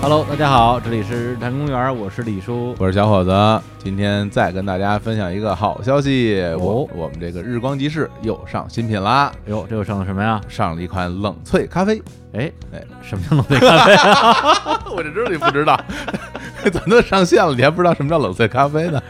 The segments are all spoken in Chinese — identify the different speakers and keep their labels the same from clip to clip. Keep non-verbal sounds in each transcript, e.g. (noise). Speaker 1: Hello，大家好，这里是日坛公园，我是李叔。
Speaker 2: 我是小伙子，今天再跟大家分享一个好消息，我
Speaker 1: 哦
Speaker 2: 我们这个日光集市又上新品啦，
Speaker 1: 哎呦，这又上了什么呀？
Speaker 2: 上了一款冷萃咖啡。
Speaker 1: 哎
Speaker 2: 哎，
Speaker 1: 什么叫冷萃咖啡？
Speaker 2: (laughs) 我这知道你不知 (laughs) 道，咱都上线了，你还不知道什么叫冷萃咖啡呢？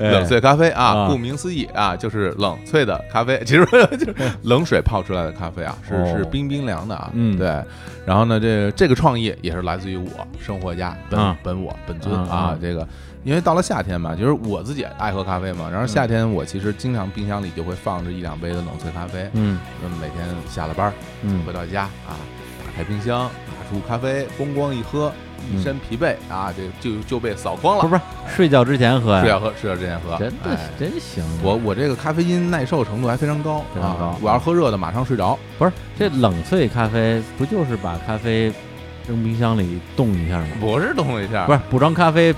Speaker 1: 哎
Speaker 2: 冷萃咖啡啊，
Speaker 1: 啊
Speaker 2: 顾名思义啊，就是冷萃的咖啡， (laughs) 其实就是冷水泡出来的咖啡啊，是
Speaker 1: 哦
Speaker 2: 是冰冰凉的啊。
Speaker 1: 嗯
Speaker 2: 对。然后呢，这个这个创意也是来自于我生活家本
Speaker 1: 啊
Speaker 2: 本我本尊
Speaker 1: 啊
Speaker 2: 啊
Speaker 1: 啊，
Speaker 2: 这个。因为到了夏天嘛，就是我自己爱喝咖啡嘛，
Speaker 1: 嗯
Speaker 2: 然后夏天我其实经常冰箱里就会放着一两杯的冷萃咖啡，
Speaker 1: 嗯
Speaker 2: 那么每天下了班儿
Speaker 1: 嗯
Speaker 2: 回到家啊，打开冰箱，拿出咖啡，咣咣一喝，一身疲惫啊，这就就被扫光
Speaker 1: 嗯不是
Speaker 2: 了。
Speaker 1: 不是，睡觉之前喝
Speaker 2: 睡
Speaker 1: 呀？
Speaker 2: 觉喝，睡觉之前喝，
Speaker 1: 真的
Speaker 2: 哎
Speaker 1: 是真行。啊
Speaker 2: 我我这个咖啡因耐受程度还非常高
Speaker 1: 非常
Speaker 2: 啊
Speaker 1: 高！
Speaker 2: 我要是喝热的，马上睡着。
Speaker 1: 不是这冷萃咖啡，不就是把咖啡扔冰箱里冻一下吗？
Speaker 2: (laughs) 不是动了一下，
Speaker 1: 不是补装咖啡，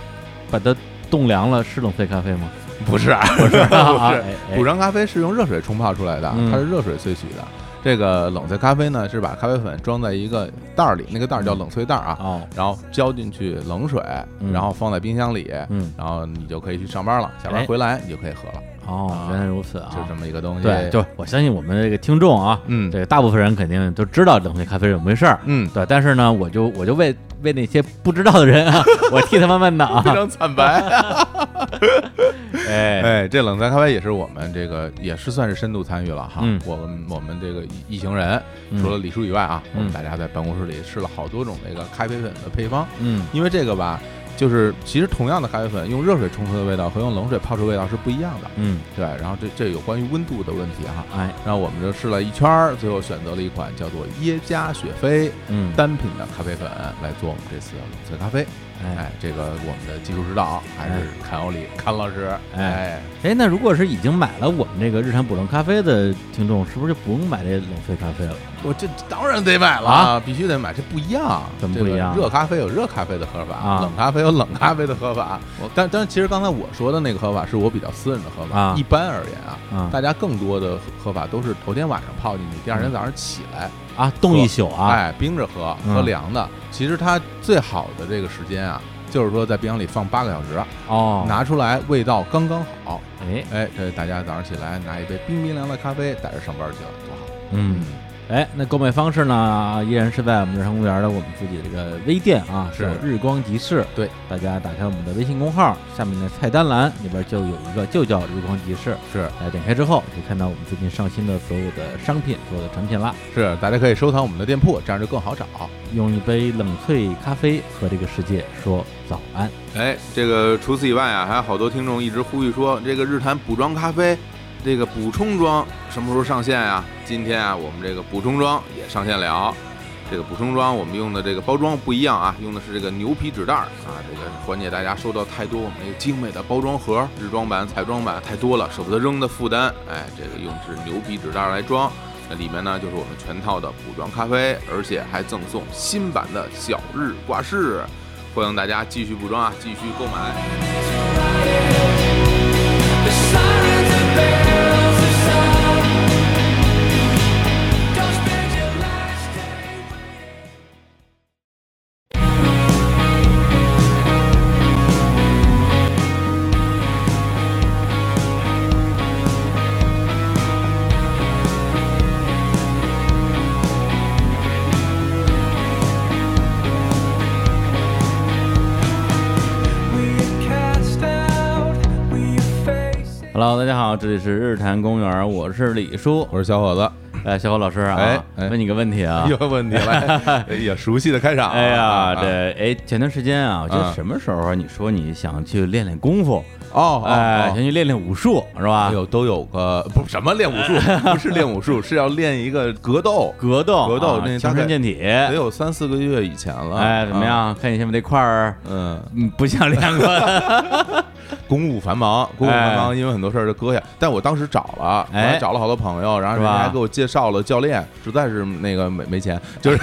Speaker 1: 把它冻凉了是冷萃咖啡
Speaker 2: (laughs)
Speaker 1: 吗？
Speaker 2: 不是不是不
Speaker 1: 啊
Speaker 2: 是，
Speaker 1: 哎哎
Speaker 2: 补张咖啡是用热水冲泡出来的，
Speaker 1: 嗯
Speaker 2: 它是热水萃取的。这个冷萃咖啡呢，是把咖啡粉装在一个袋儿里，那个袋儿叫冷萃袋儿啊，
Speaker 1: 哦，
Speaker 2: 然后浇进去冷水，
Speaker 1: 嗯
Speaker 2: 然后放在冰箱里，
Speaker 1: 嗯
Speaker 2: 然后你就可以去上班了，下
Speaker 1: 哎
Speaker 2: 班回来你就可以喝了，
Speaker 1: 哦
Speaker 2: 啊，
Speaker 1: 原来如此啊！
Speaker 2: 就这么一个东西。
Speaker 1: 对，就是我相信我们这个听众啊，
Speaker 2: 嗯
Speaker 1: 对，大部分人肯定都知道冷萃咖啡是怎么回事儿。 (laughs)
Speaker 2: 嗯，
Speaker 1: 对，但是呢，我就我就为为那些不知道的人啊，我替他们问的
Speaker 2: 非
Speaker 1: 啊。
Speaker 2: (laughs) 常惨白。
Speaker 1: 哎，
Speaker 2: 哎，这冷萃咖啡也是我们这个也是算是深度参与了哈。
Speaker 1: 嗯
Speaker 2: 我们我们这个一一行人
Speaker 1: 嗯
Speaker 2: 除了李叔以外啊，
Speaker 1: 嗯
Speaker 2: 我们大家在办公室里试了好多种那个咖啡粉的配方，
Speaker 1: 嗯，
Speaker 2: 因为这个吧，就是其实同样的咖啡粉，用热水冲出的味道和用冷水泡出的味道是不一样的。
Speaker 1: 嗯，
Speaker 2: 对，然后这这有关于温度的问题哈。
Speaker 1: 哎，
Speaker 2: 然后我们就试了一圈儿，最后选择了一款叫做耶加雪菲
Speaker 1: 嗯，
Speaker 2: 单品的咖啡粉来做我们这次的冷萃咖啡。
Speaker 1: 哎，
Speaker 2: 哎，这个我们的技术指导啊还是阚欧里阚老师。
Speaker 1: 哎
Speaker 2: 哎，
Speaker 1: 哎，那如果是已经买了我们这个日常补充咖啡的听众，是不是就不用买这冷萃咖啡了？
Speaker 2: 我这当然得买了
Speaker 1: 啊，
Speaker 2: 必须得买，这不一样，啊
Speaker 1: 怎么不一样
Speaker 2: 这个热咖啡有热咖啡的喝法，
Speaker 1: 啊
Speaker 2: 冷咖啡有冷咖啡的喝法。啊但但其实刚才我说的那个喝法是我比较私人的喝法，
Speaker 1: 啊
Speaker 2: 一般而言啊。
Speaker 1: 啊
Speaker 2: 大家更多的喝法都是头天晚上泡进去，第二天早上起来，
Speaker 1: 啊，冻一宿嗯啊，
Speaker 2: 哎，冰着喝，
Speaker 1: 嗯
Speaker 2: 喝凉的。其实它最好的这个时间啊，就是说在冰箱里放八个小时，
Speaker 1: 哦，
Speaker 2: 拿出来味道刚刚好，
Speaker 1: 哎，
Speaker 2: 哎，这大家早上起来拿一杯冰冰凉的咖啡，带着上班去了，多好。
Speaker 1: 嗯，哎，那购买方式呢，依然是在我们日常公园的我们自己的这个微店啊，
Speaker 2: 是
Speaker 1: 叫日光集市。
Speaker 2: 对，
Speaker 1: 大家打开我们的微信公号，下面的菜单栏里边就有一个，就叫日光集市。
Speaker 2: 是
Speaker 1: 哎，点开之后可以看到我们最近上新的所有的商品、所有的产品啦。
Speaker 2: 是，大家可以收藏我们的店铺，这样就更好找。
Speaker 1: 用一杯冷萃咖啡和这个世界说早安。
Speaker 2: 哎，这个除此以外啊，还有好多听众一直呼吁说，这个日坛补妆咖啡，这个补充装什么时候上线啊？今天啊，我们这个补充装也上线了。这个补充装我们用的这个包装不一样啊，用的是这个牛皮纸袋儿啊，这个缓解大家收到太多我们那个精美的包装盒、日装版、彩妆版太多了，舍不得扔的负担。哎，这个用是牛皮纸袋儿来装。那里面呢，就是我们全套的补妆咖啡，而且还赠送新版的小日挂饰。欢迎大家继续补妆啊，继续购买。
Speaker 1: Hello，大家好，这里是日坛公园，我是李叔。
Speaker 2: 我是小伙子，
Speaker 1: 哎，小侯老师啊，
Speaker 2: 哎哎
Speaker 1: 问你个问题啊。
Speaker 2: (laughs) 又问题 (laughs) 了，哎呀，熟悉的开场啊。
Speaker 1: 哎呀，
Speaker 2: 啊
Speaker 1: 这哎，前段时间啊，我记得
Speaker 2: 啊
Speaker 1: 什么时候啊你说你想去练练功夫，
Speaker 2: 哦，
Speaker 1: 哎，想
Speaker 2: 哎，
Speaker 1: 去练练武术是吧？
Speaker 2: 有都有个不什么练武
Speaker 1: (laughs)
Speaker 2: 术，不是练武术，是要练一个格斗，
Speaker 1: 格斗啊，
Speaker 2: 格斗那
Speaker 1: 强
Speaker 2: 大
Speaker 1: 身
Speaker 2: 概
Speaker 1: 健体，
Speaker 2: 得有三四个月以前了。
Speaker 1: 哎，怎么
Speaker 2: 啊？
Speaker 1: 样？看你现在这块儿，
Speaker 2: (laughs) 嗯，
Speaker 1: 嗯，不像练过，
Speaker 2: 公务繁忙，公务繁忙，因为很多事儿就搁下。但我当时找了，我还
Speaker 1: 哎
Speaker 2: 找了好多朋友，然后人家
Speaker 1: 是吧
Speaker 2: 还给我介绍了教练，实在是那个没没钱，
Speaker 1: (laughs)
Speaker 2: 就是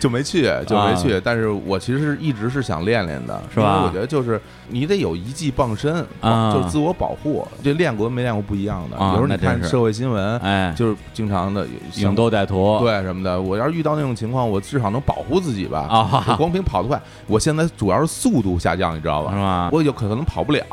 Speaker 2: 就没去，就没去。但是我其实一直是想练练的，
Speaker 1: 啊是吧
Speaker 2: 因为我觉得就是你得有一技傍身，
Speaker 1: 啊
Speaker 2: 就是自我保护。这练过跟没练过不一样的，
Speaker 1: 啊
Speaker 2: 有时候你
Speaker 1: 那真
Speaker 2: 看
Speaker 1: 是
Speaker 2: 社会新闻，
Speaker 1: 哎，
Speaker 2: 就是经常的
Speaker 1: 勇斗歹徒，
Speaker 2: 对什么的，我要是遇到那种情况，我至少能保护自己吧。
Speaker 1: 啊
Speaker 2: 我光凭跑得快，我现在主要是速度下降，你知道
Speaker 1: 是
Speaker 2: 吧？
Speaker 1: 吗？啊
Speaker 2: 我有可能跑不了，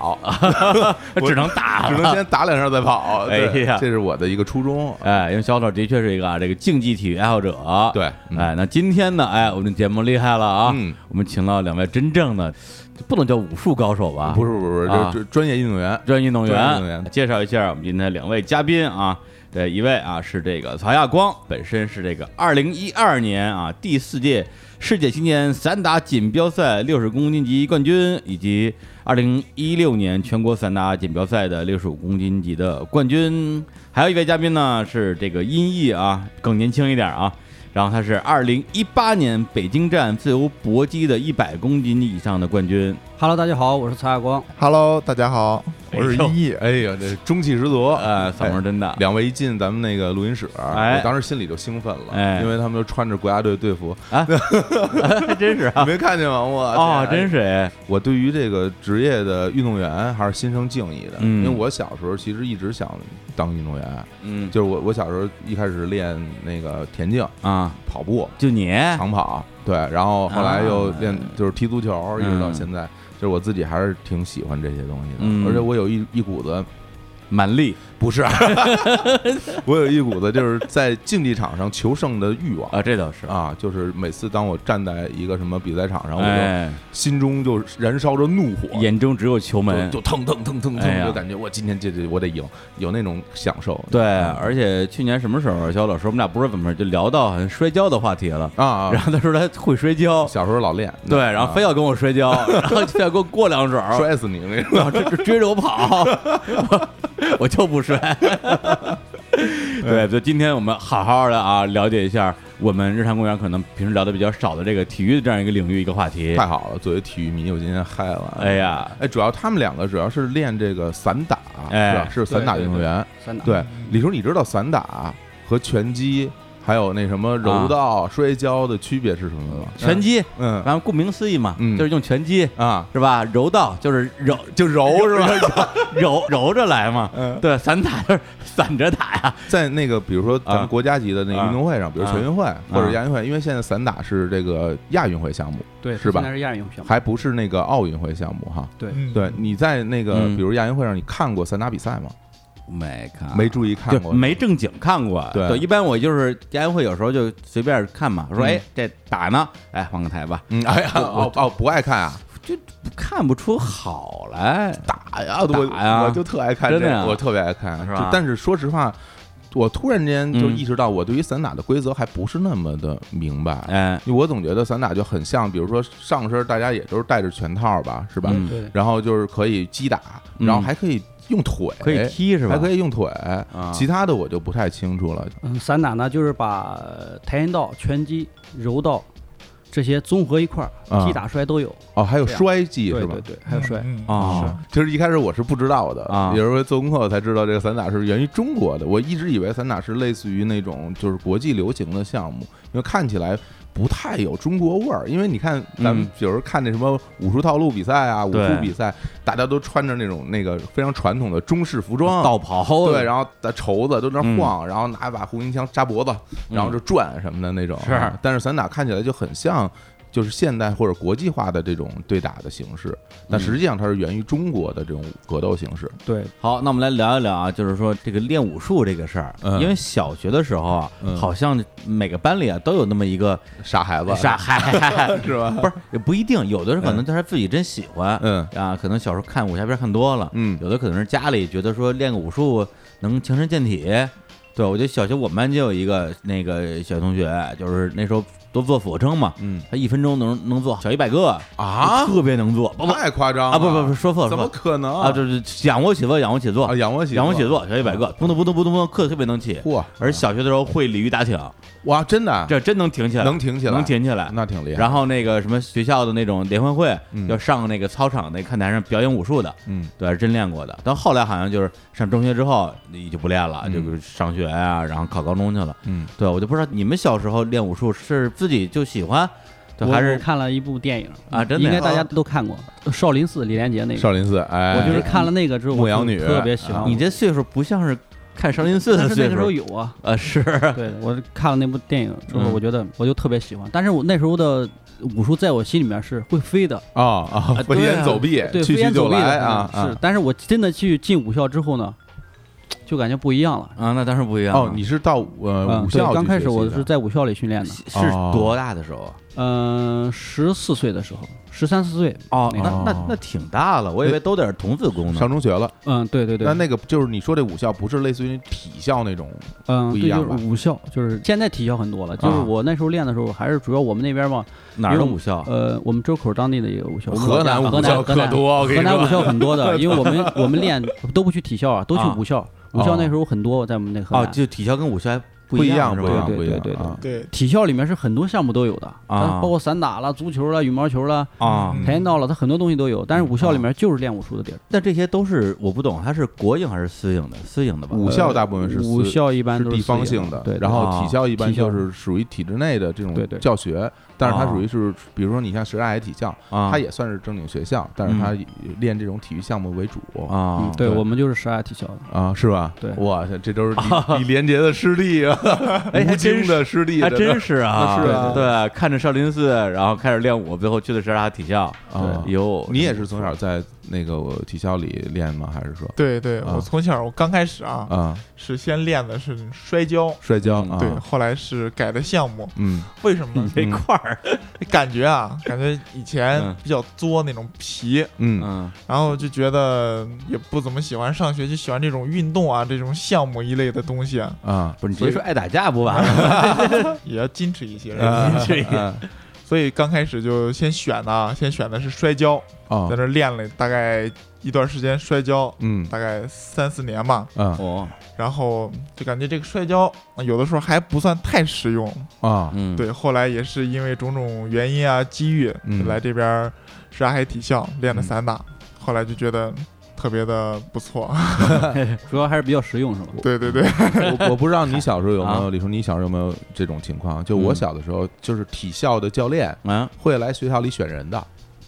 Speaker 2: 我
Speaker 1: 只能打
Speaker 2: 只
Speaker 1: 了，
Speaker 2: 能先打两下再跑。对
Speaker 1: (laughs) 哎呀
Speaker 2: 这是我的一个初衷。
Speaker 1: 哎，因为小老的确是一个啊，这个竞技体育爱好者。
Speaker 2: 对，
Speaker 1: 哎，那今天呢，哎，我们的节目厉害了啊，
Speaker 2: 嗯
Speaker 1: 我们请到两位真正的，就不能叫武术高手吧，
Speaker 2: 不是不是不是，
Speaker 1: 啊
Speaker 2: 这这专业运动员，
Speaker 1: 专业运动员。
Speaker 2: 专业运动员
Speaker 1: 介绍一下我们今天两位嘉宾啊，这一位啊是这个曹亚光，本身是这个二零一二年啊第四届世界青年散打锦标赛六十公斤级冠军，以及二零一六年全国散打锦标赛的六十五公斤级的冠军。还有一位嘉宾呢是这个音译啊，更年轻一点啊。然后他是二零一八年北京站自由搏击的一百公斤以上的冠军，
Speaker 3: Hello，大家好，我是曹亚光。
Speaker 4: Hello，大家好，我是
Speaker 1: 哎呦
Speaker 4: 一毅。
Speaker 2: 哎呀，这中气十足。哎
Speaker 1: 呃，嗓门真大，
Speaker 2: 两位一进咱们那个录音室，
Speaker 1: 哎
Speaker 2: 我当时心里就兴奋了，
Speaker 1: 哎
Speaker 2: 因为他们都穿着国家队队服，
Speaker 1: 还 (laughs) 真是啊
Speaker 2: 你。没看见吗？我
Speaker 1: 哦，
Speaker 2: 天啊
Speaker 1: 真是哎，
Speaker 2: 我对于这个职业的运动员还是心生敬意的，
Speaker 1: 嗯
Speaker 2: 因为我小时候其实一直想当运动员，
Speaker 1: 嗯
Speaker 2: 就是我我小时候一开始练那个田径、
Speaker 1: 啊，
Speaker 2: 跑步、
Speaker 1: 就你
Speaker 2: 长跑，对，然后后来又
Speaker 1: 哎啊
Speaker 2: 练就是踢足球，一直到
Speaker 1: 嗯
Speaker 2: 现在，就是我自己还是挺喜欢这些东西的，
Speaker 1: 嗯
Speaker 2: 而且我有一一股子
Speaker 1: 蛮力 (laughs)
Speaker 2: 不是，啊我有一股子就是在竞技场上求胜的欲望。
Speaker 1: 啊，这倒是，
Speaker 2: 啊，就是每次当我站在一个什么比赛场上，我就
Speaker 1: 哎，
Speaker 2: 心中就燃烧着怒火，
Speaker 1: 眼中只有球门，
Speaker 2: 就就腾腾腾腾
Speaker 1: 哎
Speaker 2: 腾，
Speaker 1: 呀
Speaker 2: 就感觉我今天这这我得赢，有那种享受。啊
Speaker 1: 对，而且去年什么时候，肖啊老师我们俩不知道怎么就聊到好像摔跤的话题了，
Speaker 2: 啊，
Speaker 1: 然后他说他会摔跤，
Speaker 2: 小时候老练，
Speaker 1: 对，然后非要跟我摔跤，然后非要给我过两手，
Speaker 2: 啊摔死你那种。
Speaker 1: 然后追追着我跑，我我就不摔。
Speaker 2: (laughs)
Speaker 1: 对，就今天我们好好的啊，了解一下我们日常公园可能平时聊的比较少的这个体育的这样一个领域一个话题
Speaker 2: 太。好了，作为体育迷，我今天嗨了。
Speaker 1: 哎，呀，
Speaker 2: 哎，主要他们两个主要是练这个散打，
Speaker 1: 哎
Speaker 2: 是吧？是散打运动员。
Speaker 3: 三打，
Speaker 2: 对，李叔，你知道散打和拳击还有那什么柔
Speaker 1: 啊
Speaker 2: 道、摔跤的区别是什么吗？
Speaker 1: 拳击，
Speaker 2: 嗯
Speaker 1: 然后顾名思义嘛，
Speaker 2: 嗯
Speaker 1: 就是用拳击
Speaker 2: 啊，
Speaker 1: 是吧？柔道就是揉
Speaker 2: 就柔是吧？
Speaker 1: (laughs) 揉揉着来嘛，
Speaker 2: 嗯
Speaker 1: 对，散打就是 (laughs) 散着打呀，
Speaker 2: 在那个比如说咱们国家级的那个
Speaker 1: 啊
Speaker 2: 运动会上，比如
Speaker 1: 啊
Speaker 2: 全运会或者亚运会，因为现在散打是这个亚运会项目，
Speaker 3: 对，
Speaker 2: 是吧
Speaker 3: 现在是亚运项目。
Speaker 2: 还不是那个奥运会项目哈。
Speaker 3: 对，
Speaker 4: 嗯
Speaker 2: 对，，你在那个
Speaker 1: 嗯
Speaker 2: 比如亚运会上，你看过散打比赛吗？
Speaker 1: 没看
Speaker 2: 没注意看
Speaker 1: 就
Speaker 2: 过，
Speaker 1: 没正经看过，
Speaker 2: 对
Speaker 1: 一般我就是家运会有时候就随便看嘛，说
Speaker 2: 嗯
Speaker 1: 哎这打呢，哎换个台吧，
Speaker 2: 嗯，哎呀，哦哦，不爱看啊，
Speaker 1: 看不出好来，
Speaker 2: 打呀，我
Speaker 1: 打呀
Speaker 2: 我就特爱看这
Speaker 1: 真的
Speaker 2: 个，
Speaker 1: 呀
Speaker 2: 我特别爱看，
Speaker 1: 是
Speaker 2: 就
Speaker 1: 吧
Speaker 2: 但是说实话，我突然间就
Speaker 1: 嗯
Speaker 2: 意识到，我对于散打的规则还不是那么的明白。
Speaker 1: 哎，
Speaker 2: 我总觉得散打就很像，比如说上身大家也都是戴着拳套吧，是吧？
Speaker 1: 嗯
Speaker 3: 对，
Speaker 2: 然后就是可以击打，
Speaker 1: 嗯
Speaker 2: 然后还可以用腿，
Speaker 1: 可以踢是吧？
Speaker 2: 还可以用腿，
Speaker 1: 啊
Speaker 2: 其他的我就不太清楚了。
Speaker 3: 嗯，散打呢，就是把呃跆拳道、拳击、柔道这些综合一块
Speaker 2: 啊
Speaker 3: 儿，击打摔都有。
Speaker 2: 哦，还有
Speaker 1: 啊
Speaker 3: 这样
Speaker 2: 摔技
Speaker 3: 对
Speaker 2: 是吧
Speaker 3: 对？对，还有摔。
Speaker 4: 嗯，
Speaker 1: 哦，
Speaker 2: 其实一开始我是不知道的
Speaker 1: 啊
Speaker 2: 有时候做功课我才知道这个散打是源于中国的。我一直以为散打是类似于那种就是国际流行的项目，因为看起来不太有中国味儿。因为你看咱们
Speaker 1: 嗯
Speaker 2: 有时候看那什么武术套路比赛啊、武术
Speaker 1: 对
Speaker 2: 比赛，大家都穿着那种那个非常传统的中式服装。啊
Speaker 1: 道袍
Speaker 2: 对，然后打绸子都在
Speaker 1: 嗯
Speaker 2: 那晃，然后拿一把红缨枪扎脖子，然后就转什么的那种。嗯
Speaker 1: 是
Speaker 2: 但是散打看起来就很像，就是现代或者国际化的这种对打的形式，但
Speaker 1: 嗯
Speaker 2: 实际上它是源于中国的这种格斗形式。
Speaker 3: 对，
Speaker 1: 好，那我们来聊一聊啊，就是说这个练武术这个事儿，
Speaker 2: 嗯
Speaker 1: 因为小学的时候啊，
Speaker 2: 嗯
Speaker 1: 好像每个班里啊都有那么一个
Speaker 2: 傻孩子， (laughs)
Speaker 1: 傻孩，
Speaker 2: 是吧？
Speaker 1: 不 (laughs) 是也不一定，有的人可能他是自己真喜欢，
Speaker 2: 嗯
Speaker 1: 啊，可能小时候看武侠片看多了，
Speaker 2: 嗯，
Speaker 1: 有的可能是家里觉得说练个武术能强身健体。对，我觉得小学我们班就有一个那个小同学，就是那时候都做俯卧撑嘛， (laughs)
Speaker 2: 嗯
Speaker 1: 他一分钟能能做小一百个
Speaker 2: 啊，
Speaker 1: 特别能做，不不
Speaker 2: 太夸张了
Speaker 1: 啊不不不，说错了，
Speaker 2: 怎
Speaker 1: 说
Speaker 2: 么
Speaker 1: 错
Speaker 2: 可能
Speaker 1: 了啊？就是仰卧起坐，仰卧起
Speaker 2: 啊
Speaker 1: 坐，
Speaker 2: 仰卧起
Speaker 1: 仰卧起，坐，小一百个，扑通扑通扑通扑通，课特别能起。
Speaker 2: 嚯，
Speaker 1: 而小学的时候会鲤鱼打挺，
Speaker 2: 哇，真的啊
Speaker 1: 这真能挺起来，
Speaker 2: 能挺起来，
Speaker 1: 能，挺起来。
Speaker 2: 那挺厉害。
Speaker 1: 然后那个什么学校的那种联欢会
Speaker 2: 嗯，
Speaker 1: 要上那个操场那看台上表演武术的，
Speaker 2: 嗯，
Speaker 1: 对，真练过的。但后来好像就是上中学之后，你就不练了，
Speaker 2: 嗯
Speaker 1: 就是上学啊，然后考高中去了。
Speaker 2: 嗯，
Speaker 1: 对，我就不知道你们小时候练武术是自己就喜欢，对，
Speaker 3: 我
Speaker 1: 还
Speaker 3: 我
Speaker 1: 是
Speaker 3: 看了一部电影
Speaker 1: 啊真的呀
Speaker 3: 应该大家都看过《少林寺》李连杰那个，
Speaker 2: 少林寺，哎，
Speaker 3: 我就是看了那个之后，
Speaker 2: 牧
Speaker 3: 我
Speaker 2: 羊
Speaker 3: 特
Speaker 2: 女
Speaker 3: 特别喜
Speaker 2: 啊
Speaker 3: 欢。
Speaker 1: 你这岁数不像是看少林寺
Speaker 3: 但
Speaker 1: 的
Speaker 3: 是那
Speaker 1: 岁
Speaker 3: 个时候
Speaker 1: 数，
Speaker 3: 有啊，
Speaker 1: 呃，是，
Speaker 3: 对我看了那部电影之后，
Speaker 1: 嗯
Speaker 3: 我觉得我就特别喜欢。但是我那时候的武术在我心里面是会飞的，
Speaker 2: 啊啊
Speaker 1: 啊，
Speaker 2: 飞
Speaker 1: 对
Speaker 2: 檐
Speaker 1: 啊
Speaker 2: 走壁，
Speaker 3: 对，
Speaker 2: 去
Speaker 3: 飞
Speaker 2: 去
Speaker 3: 檐
Speaker 2: 就
Speaker 3: 走壁
Speaker 2: 来
Speaker 3: 的
Speaker 2: 啊
Speaker 3: 可
Speaker 1: 嗯
Speaker 3: 能
Speaker 2: 啊
Speaker 3: 是，。但是我真的去进武校之后呢，就感觉不一样了。
Speaker 1: 啊，那当然不一样了
Speaker 2: 哦，你是到呃
Speaker 3: 嗯，
Speaker 2: 武
Speaker 3: 对
Speaker 2: 校，
Speaker 3: 刚开始我是在武校里训练的，
Speaker 1: 是是多大的时候？
Speaker 3: 嗯，十四岁的时候，十三四岁，
Speaker 1: 哦
Speaker 3: 那
Speaker 1: 那
Speaker 3: 个
Speaker 1: 那那挺大了，我以为都得是童子功呢。
Speaker 2: 上中学了。
Speaker 3: 嗯，对对对
Speaker 2: 那，那个就是你说这武校不是类似于体校那种
Speaker 3: 嗯，
Speaker 2: 不一
Speaker 3: 对，
Speaker 2: 样
Speaker 3: 就
Speaker 2: 吧
Speaker 3: 是武校，就是现在体校很多了，就是
Speaker 2: 啊
Speaker 3: 我那时候练的时候，还是主要我们那边嘛，
Speaker 1: 哪儿的武校？
Speaker 3: 呃，我们周口当地的一个武校，
Speaker 2: 河南
Speaker 3: 河
Speaker 2: 武
Speaker 3: 南
Speaker 2: 校可多，我跟
Speaker 3: 河
Speaker 2: 你
Speaker 3: 南武
Speaker 2: 说。
Speaker 3: 校很
Speaker 2: (laughs)
Speaker 3: 多的，因为我们我们练都不去体校啊，都去
Speaker 1: 啊
Speaker 3: 武校。
Speaker 2: 哦啊
Speaker 3: 武校那时候很多，在我们那河
Speaker 1: 哦，
Speaker 3: 南。
Speaker 1: 就体校跟武校还不
Speaker 2: 不一
Speaker 1: 样
Speaker 2: 样，
Speaker 1: 是
Speaker 2: 不
Speaker 1: 吧
Speaker 2: 一样，
Speaker 3: 对
Speaker 2: 不一样
Speaker 3: 对对
Speaker 2: 啊！
Speaker 5: 对
Speaker 3: 体校里面是很多项目都有的
Speaker 1: 啊
Speaker 3: 它包括散打了、足球了、羽毛球了、
Speaker 1: 啊
Speaker 5: 嗯
Speaker 3: 跆拳道了，它很多东西都有。
Speaker 2: 嗯
Speaker 3: 但是武校里
Speaker 2: 啊
Speaker 3: 面就是练武术的地儿。
Speaker 1: 那这些都是我不懂，它是国营还是私营的？私营的吧？
Speaker 2: 武校大部分是
Speaker 3: 呃武
Speaker 2: 私
Speaker 3: 校一般
Speaker 2: 是
Speaker 3: 都
Speaker 2: 地方
Speaker 3: 私营
Speaker 2: 性的，
Speaker 3: 对，对啊
Speaker 2: 然后
Speaker 1: 对
Speaker 2: 体校一般
Speaker 3: 体校
Speaker 2: 就是属于体制内的这种
Speaker 3: 对对
Speaker 2: 教学，但是它
Speaker 1: 啊
Speaker 2: 属于是，比如说你像什刹海体校，
Speaker 1: 啊，
Speaker 2: 它也算是正经学校，但是它以练这种体育项目为主
Speaker 1: 啊
Speaker 3: 嗯，，对
Speaker 2: 对
Speaker 3: 我们就是十二体校的。
Speaker 2: 啊，是吧？
Speaker 3: 对
Speaker 2: 哇塞，这都是李
Speaker 3: (laughs)
Speaker 2: 李连杰的师弟啊，
Speaker 1: 哎
Speaker 2: 吴
Speaker 1: 还真
Speaker 2: 京的师弟，
Speaker 1: 还
Speaker 2: 这
Speaker 1: 真是啊，
Speaker 2: 那是啊
Speaker 1: 对，看着少林寺，然后开始练武，最后去的是他体校。
Speaker 2: 都啊
Speaker 1: 对，哟，
Speaker 2: 你也是从小在那个体校里练吗？还是说
Speaker 5: 对对，
Speaker 2: 啊
Speaker 5: 我从小我刚开始啊，
Speaker 2: 啊
Speaker 5: 是先练的是摔跤，
Speaker 2: 摔跤啊？
Speaker 5: 对，后来是改的项目，
Speaker 2: 嗯，
Speaker 5: 为什么呢？
Speaker 1: 这块儿，
Speaker 5: 感觉啊，感觉以前
Speaker 1: 嗯
Speaker 5: 比较作那种皮，
Speaker 2: 嗯
Speaker 1: 嗯
Speaker 5: 然后就觉得也不怎么喜欢上学，就喜欢这种运动啊，这种项目一类的东西啊，
Speaker 2: 啊，
Speaker 1: 不是你直接说爱打架不完了？
Speaker 5: 也要矜持一些。
Speaker 2: 啊
Speaker 1: 这也嗯
Speaker 2: 啊
Speaker 5: (laughs) 所以刚开始就先选的啊，先选的是摔跤，在
Speaker 2: 哦，
Speaker 5: 那练了大概一段时间摔跤，
Speaker 2: 嗯
Speaker 5: 大概三四年吧，
Speaker 2: 啊
Speaker 1: 哦，
Speaker 5: 然后就感觉这个摔跤呃有的时候还不算太实用。
Speaker 2: 啊
Speaker 1: 嗯，
Speaker 5: 对，后来也是因为种种原因啊、机遇，
Speaker 2: 嗯
Speaker 5: 就来这边儿沙海体校练
Speaker 2: 嗯
Speaker 5: 的散打，后来就觉得特别的
Speaker 2: (laughs)
Speaker 5: 不错。
Speaker 3: 主要还是比较实用，是吧？
Speaker 5: 对对对，
Speaker 2: (laughs) 嗯 (laughs) 我我不知道你小时候有没
Speaker 1: 啊
Speaker 2: 有，李叔，你小时候有没有这种情况？就我小的时候，就是体校的教练
Speaker 1: 啊，
Speaker 2: 会来学校里选人的，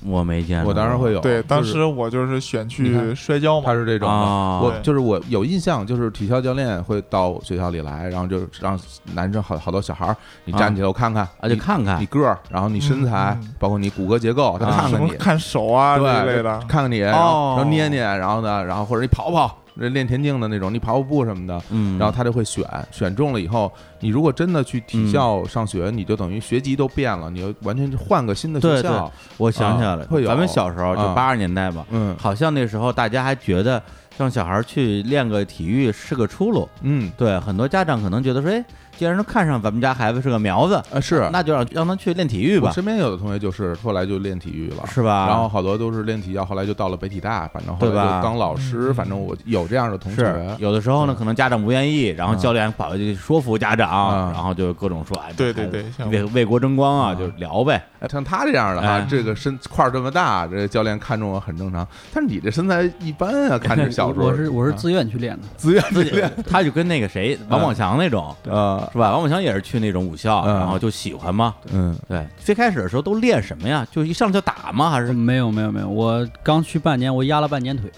Speaker 1: 我没见过，
Speaker 2: 嗯
Speaker 1: 啊
Speaker 2: 我当然会有。
Speaker 5: 对，当
Speaker 2: 哦就是
Speaker 5: 时我就是选
Speaker 2: 你
Speaker 5: 去
Speaker 2: 看
Speaker 5: 摔跤嘛
Speaker 2: 他，是这种的。
Speaker 1: 啊，
Speaker 2: 我
Speaker 5: 对
Speaker 2: 就是我有印象，就是体校教练会到学校里来，然后就让男生好好多小孩儿，你站起来我看看，
Speaker 1: 啊，就
Speaker 2: 你
Speaker 1: 看看
Speaker 2: 你个儿，然后你身材
Speaker 5: 嗯嗯，
Speaker 2: 包括你骨骼结构，他
Speaker 1: 啊
Speaker 2: 看
Speaker 5: 什
Speaker 2: 看
Speaker 5: 么
Speaker 2: 你，
Speaker 5: 看手啊
Speaker 2: 对
Speaker 5: 这一类的。
Speaker 2: 看看你，然后
Speaker 1: 哦
Speaker 2: 然后捏捏，然后呢，然后或者你跑跑，练田径的那种，你跑跑步什么的，
Speaker 1: 嗯，
Speaker 2: 然后他就会选，选中了以后，你如果真的去体校上学，你就等于学籍都变了，你就完全换个新的学
Speaker 1: 对
Speaker 2: 校。
Speaker 1: 我想起来了
Speaker 2: 啊会，有
Speaker 1: 咱们小时候就
Speaker 2: 啊
Speaker 1: 八十年代嘛，
Speaker 2: 嗯
Speaker 1: 好像那时候大家还觉得让小孩儿去练个体育是个出路。
Speaker 2: 嗯
Speaker 1: 对，很多家长可能觉得说，哎，既然都看上咱们家孩子是个苗子，
Speaker 2: 啊是，
Speaker 1: 那就让让他去练体育
Speaker 2: 我
Speaker 1: 吧，
Speaker 2: 身边有的同学就是后来就练体育了。
Speaker 1: 是吧？
Speaker 2: 然后好多都是练体校，后来就到了北体大，反正后来
Speaker 1: 对吧
Speaker 2: 就当老师，
Speaker 5: 嗯
Speaker 2: 反正我有这样的同
Speaker 1: 是
Speaker 2: 学，
Speaker 1: 有的时候呢，
Speaker 2: 啊对
Speaker 1: 可能家长不愿意，然后
Speaker 2: 嗯
Speaker 1: 教练跑去说服家
Speaker 2: 嗯
Speaker 1: 长，然后就各种说，哎，
Speaker 5: 对对
Speaker 1: 孩子
Speaker 5: 对像
Speaker 1: 为为国争光啊，
Speaker 2: 嗯
Speaker 1: 就聊呗。
Speaker 2: 哎像他这样的哈
Speaker 1: 哎，
Speaker 2: 这个身块儿这么大，这教练看中我很正常。但是你这身材一般啊，看着小时候。
Speaker 3: (laughs) 我是我是
Speaker 2: 啊
Speaker 3: 自愿去练的，
Speaker 2: 自愿
Speaker 1: 自己他就跟那个谁王宝强那种
Speaker 2: 啊，
Speaker 1: 是吧？王宝强也是去那种武校，
Speaker 2: 嗯
Speaker 1: 然后就喜欢嘛。
Speaker 2: 嗯
Speaker 1: 对，最开始的时候都练什么呀？就一上来就打吗？还是
Speaker 3: 没有没有没有，我刚去半年，我压了半年腿。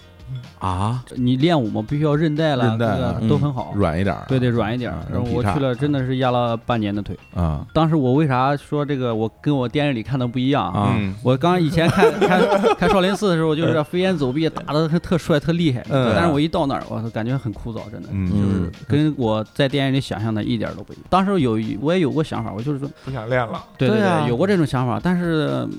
Speaker 1: 啊？
Speaker 3: 你练武嘛，必须要韧带了，
Speaker 2: 韧带啊
Speaker 3: 这个
Speaker 1: 嗯
Speaker 3: 都很好，
Speaker 2: 软一点儿，
Speaker 3: 对，得软一点
Speaker 2: 啊。
Speaker 3: 然后
Speaker 2: 能劈
Speaker 3: 我
Speaker 2: 叉
Speaker 3: 去了，真的是压了半年的腿。
Speaker 2: 啊，
Speaker 3: 当时我为啥说这个我跟我电影里看的不一样
Speaker 1: 啊
Speaker 2: 嗯
Speaker 3: 我刚以前
Speaker 2: (laughs)
Speaker 3: 看看看少林寺的时候，就是飞檐走壁，打的特帅特厉害。
Speaker 2: 嗯
Speaker 3: 但是我一到那儿，我操，感觉很枯燥，真的。
Speaker 2: 嗯，
Speaker 1: 嗯，
Speaker 3: 跟我在电影里想象的一点儿都不一样。当时有一我也有过想法，我就是说，
Speaker 2: 哦
Speaker 5: 不想练了，
Speaker 3: 对
Speaker 1: 对
Speaker 3: 对，
Speaker 1: 啊
Speaker 3: 有过这种想法，但是嗯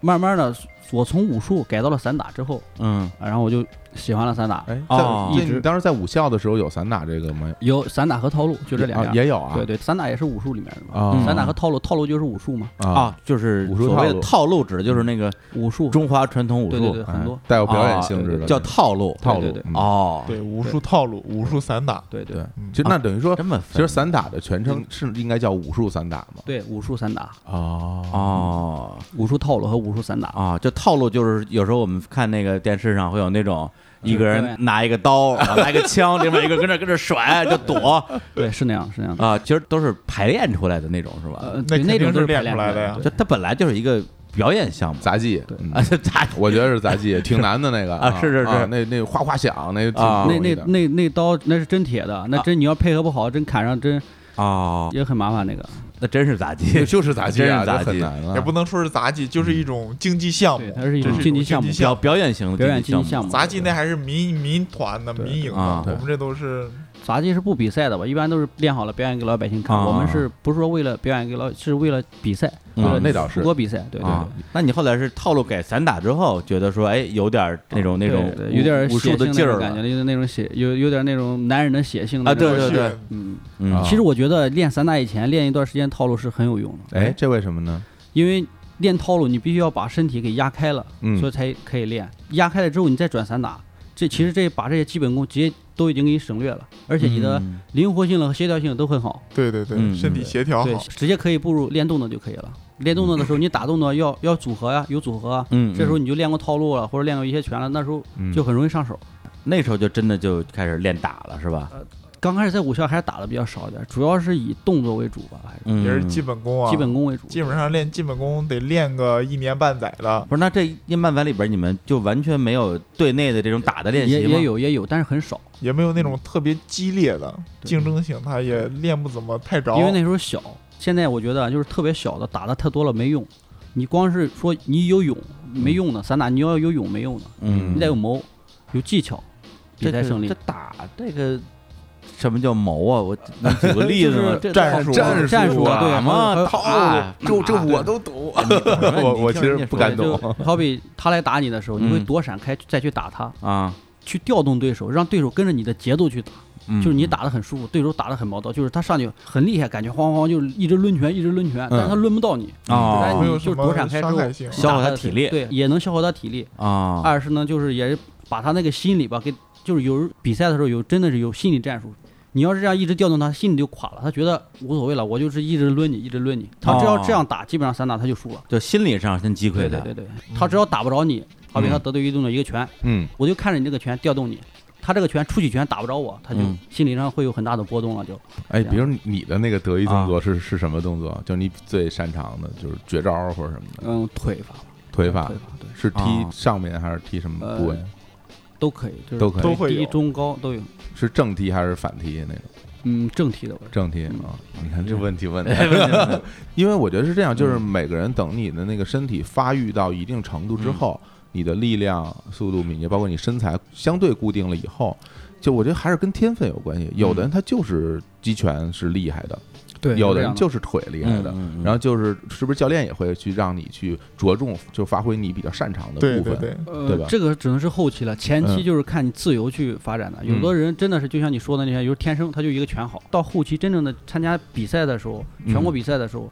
Speaker 3: 慢慢的，我从武术改到了散打之后，
Speaker 1: 嗯，
Speaker 3: 啊然后我就喜欢了散打，
Speaker 2: 哎，在
Speaker 1: 哦
Speaker 2: 这
Speaker 3: 一直
Speaker 2: 你当时在武校的时候有散打这个吗？
Speaker 3: 有散打和套路，就这两
Speaker 2: 啊
Speaker 3: 样。
Speaker 2: 也有啊，
Speaker 3: 对对，散打也是武术里面的嘛。
Speaker 2: 啊
Speaker 1: 嗯
Speaker 3: 散打和套路，套路就是武术嘛，
Speaker 2: 啊，
Speaker 1: 啊，就是
Speaker 2: 武术
Speaker 1: 所谓
Speaker 2: 套路
Speaker 1: 的套路，指的就是那个
Speaker 3: 武术
Speaker 1: 中华传统武术，
Speaker 3: 对对对，很
Speaker 2: 哎
Speaker 3: 多
Speaker 2: 带有表演
Speaker 1: 啊
Speaker 2: 性质的
Speaker 1: 叫套路，
Speaker 2: 套路
Speaker 3: 对对对
Speaker 2: 嗯
Speaker 1: 哦，
Speaker 5: 对武术套路、武术散打，
Speaker 3: 对对
Speaker 2: 对
Speaker 5: 嗯，
Speaker 2: 就那等于说
Speaker 1: 这，么分
Speaker 2: 其实散打的全称是应该叫武术散打嘛？
Speaker 3: 对武术散打、
Speaker 2: 哦，
Speaker 1: 哦
Speaker 3: 武术套路和武术散打，
Speaker 1: 啊，就套路就是有时候我们看那个电视上会有那种。一个
Speaker 3: 对
Speaker 1: 人拿一个
Speaker 3: (laughs)
Speaker 1: 刀，啊拿一个枪，另外一个跟这跟这甩就躲
Speaker 3: 对，是那样是那样的。
Speaker 1: 啊，其实都是排练出来的那种，是吧？
Speaker 3: 呃，
Speaker 5: 那
Speaker 3: 对，
Speaker 5: 肯
Speaker 3: 那
Speaker 5: 定
Speaker 3: 种就是是
Speaker 5: 练
Speaker 3: 排练
Speaker 5: 出来的呀
Speaker 3: 对
Speaker 1: 就它本来就是一个表演项目
Speaker 2: 杂技，
Speaker 3: 对
Speaker 1: (laughs)
Speaker 2: 嗯
Speaker 1: 啊，这咋
Speaker 2: 我觉得是杂技，挺难的那个
Speaker 1: 啊是是是
Speaker 2: 啊那那哗哗响，那挺
Speaker 1: 啊
Speaker 2: 不
Speaker 3: 那
Speaker 2: 容易
Speaker 3: 那
Speaker 2: 的
Speaker 3: 那那刀那是真铁的，那
Speaker 1: 啊
Speaker 3: 真你要配合不好，真砍上真
Speaker 1: 哦，
Speaker 3: 也很麻烦。那个
Speaker 1: 那真是杂技
Speaker 2: 就，就是杂技啊，
Speaker 1: 真是杂
Speaker 2: 就很
Speaker 1: 技
Speaker 2: 难
Speaker 5: 也
Speaker 2: 啊
Speaker 5: 不。能说是杂技，
Speaker 2: 嗯
Speaker 5: 就是一种竞技
Speaker 1: 哦
Speaker 5: 项
Speaker 3: 对
Speaker 5: 目，
Speaker 3: 它是一
Speaker 5: 这
Speaker 3: 种
Speaker 5: 是
Speaker 3: 竞技
Speaker 5: 一
Speaker 3: 项
Speaker 5: 种
Speaker 3: 目
Speaker 5: 竞技
Speaker 1: 表
Speaker 5: 项目。
Speaker 1: 表演型的
Speaker 3: 表演竞技
Speaker 1: 目
Speaker 3: 项目，
Speaker 5: 杂技那还是民民团的、
Speaker 3: 对
Speaker 5: 民营
Speaker 1: 啊
Speaker 5: 的，
Speaker 2: 对
Speaker 5: 我们这都是
Speaker 3: 杂技是不比赛的吧？一般都是练好了表演给老百姓看。
Speaker 1: 啊
Speaker 3: 我们是不是说为了表演给老，是为了比赛，为
Speaker 1: 啊
Speaker 3: 了
Speaker 2: 那倒是
Speaker 3: 出国比赛？对对对
Speaker 1: 啊。那你后来是套路改散打之后，觉得说哎有点儿那种那
Speaker 3: 对
Speaker 1: 种
Speaker 3: 对
Speaker 1: 武
Speaker 3: 有点
Speaker 1: 武术
Speaker 3: 血
Speaker 1: 的
Speaker 3: 腥
Speaker 1: 劲
Speaker 3: 那
Speaker 1: 儿
Speaker 3: 种感
Speaker 1: 了
Speaker 3: 觉，有点那种血，有有点那种男人的血性的
Speaker 1: 啊
Speaker 3: 那种
Speaker 1: 对对
Speaker 3: 感觉
Speaker 1: 对
Speaker 3: 嗯。
Speaker 1: 嗯
Speaker 2: 啊
Speaker 3: 其实我觉得练散打以前练一段时间套路是很有用的，
Speaker 2: 哎，这为什么呢？
Speaker 3: 因为练套路你必须要把身体给压开了，
Speaker 2: 嗯
Speaker 3: 所以才可以练。压开了之后你再转散打，这其实这把这些基本功直接都已经给你省略了，而且你的
Speaker 1: 嗯
Speaker 3: 灵活性了和协调性都很好，
Speaker 5: 对对对，
Speaker 1: 嗯
Speaker 5: 身体协调
Speaker 3: 对，
Speaker 5: 好，
Speaker 3: 直接可以步入练动作就可以了。练动作的时候你打动作要要组合呀、有组合啊。
Speaker 1: 嗯，
Speaker 3: 这时候
Speaker 1: 嗯
Speaker 3: 你就练过套路了，或者练过一些拳了，那时候
Speaker 2: 嗯
Speaker 3: 就很 (laughs) 容易上手。
Speaker 1: 那时候就呃真的就开始练打了，是吧？
Speaker 3: 刚开始在武校还是打的比较少一点，主要是以动作为主吧，还是
Speaker 1: 嗯，
Speaker 5: 也是基本功啊，
Speaker 3: 基本功为主。
Speaker 5: 基本上练基本功得练个一年半载的，
Speaker 1: 不是，那这一漫版里边，你们就完全没有队内的这种打的练习
Speaker 3: 也
Speaker 1: 吗？
Speaker 3: 也有也有，但是很少，
Speaker 5: 也没有那种特别激烈的
Speaker 3: 对
Speaker 5: 竞争性，他也练不怎么太着。
Speaker 3: 因为那时候小。现在我觉得啊就是特别小的打的太多了没用，你光是说你有勇没用的，散打你要有勇没用的，
Speaker 1: 嗯，
Speaker 3: 你得有谋，有技巧，比
Speaker 1: 这
Speaker 3: 赛
Speaker 1: 个
Speaker 3: 胜利
Speaker 1: 这。打这个什么叫谋啊？我能举个例子吗？
Speaker 3: (laughs) 就是哦
Speaker 5: 战术
Speaker 2: 战术
Speaker 3: 战术
Speaker 2: 啊
Speaker 3: 对
Speaker 1: 打嘛，套
Speaker 2: 哦，这这我都懂。我我其实不敢
Speaker 3: 就
Speaker 2: 懂
Speaker 3: 好比他来打你的时候，你会
Speaker 1: 嗯
Speaker 3: 躲闪开再去打他，
Speaker 1: 啊，
Speaker 3: 去调动对手，让对手跟着你的节奏去打。
Speaker 1: 嗯
Speaker 3: 就是你打的很舒服，对手打的很毛躁，就是他上去很厉害，感觉慌慌，就是一直抡拳，一直抡拳，但是他抡不到你，但
Speaker 1: 嗯哦
Speaker 5: 没
Speaker 3: 是
Speaker 5: 有
Speaker 3: 你
Speaker 5: 什
Speaker 3: 就
Speaker 5: 么
Speaker 3: 躲闪开之
Speaker 5: 伤
Speaker 3: 后
Speaker 5: 害性，
Speaker 1: 消耗他
Speaker 3: 打得
Speaker 1: 体力
Speaker 3: 对，也能消耗他体力。
Speaker 1: 啊，
Speaker 3: 二是呢，就是也是把他那个心理吧，给就是有时比赛的时候有真的是有心理战术。你要是这样一直调动他，心里就垮了，他觉得无所谓了，我就是一直抡你，一直抡你。他只要这样打，基本上散打他就输了。
Speaker 1: 就心理上先击溃
Speaker 3: 哦对
Speaker 1: 他
Speaker 3: 对对对，他只要打不着你，好比他得对运动的一个拳，
Speaker 2: 嗯，
Speaker 3: 我就看着你这个拳调动你，他这个拳出去拳打不着我，他就
Speaker 1: 嗯
Speaker 3: 心理上会有很大的波动了，就。
Speaker 2: 哎，比如你的那个得意动作是是什么动作？就是你最擅长的，就是绝招或者什么的，
Speaker 3: 嗯，腿法，
Speaker 2: 腿法
Speaker 3: 腿法，对，
Speaker 2: 是踢
Speaker 1: 哦
Speaker 2: 上面还是踢什么部位？
Speaker 3: 都可以，就是
Speaker 2: 都可以
Speaker 5: 都会有
Speaker 3: 低、中、高都有。
Speaker 2: 是正踢还是反踢那种？
Speaker 3: 嗯，正题的我
Speaker 2: 正题
Speaker 3: 嗯
Speaker 2: 啊，你看这问题问的，
Speaker 1: 对，
Speaker 2: (laughs) 因为我觉得是这样，就是每个人等你的那个身体发育到一定程度之后，你的力量、速度、敏捷，包括你身材相对固定了以后，就我觉得还是跟天分有关系。有的人他就是击拳是厉害的，
Speaker 3: 对
Speaker 2: 有的人
Speaker 3: 这样
Speaker 2: 就是腿厉害的。
Speaker 1: 嗯嗯嗯
Speaker 2: 然后就是，是不是教练也会去让你去着重就发挥你比较擅长的
Speaker 5: 对
Speaker 2: 部
Speaker 5: 对
Speaker 2: 分？
Speaker 5: 对，
Speaker 3: 的
Speaker 2: 对
Speaker 3: 呃
Speaker 2: 吧，
Speaker 3: 这个只能是后期了，前期
Speaker 2: 嗯
Speaker 3: 就是看你自由去发展的。有的人真的是就像你说的那些，有天生他就一个拳好，到后期真正的参加比赛的时候，全国比赛的时候，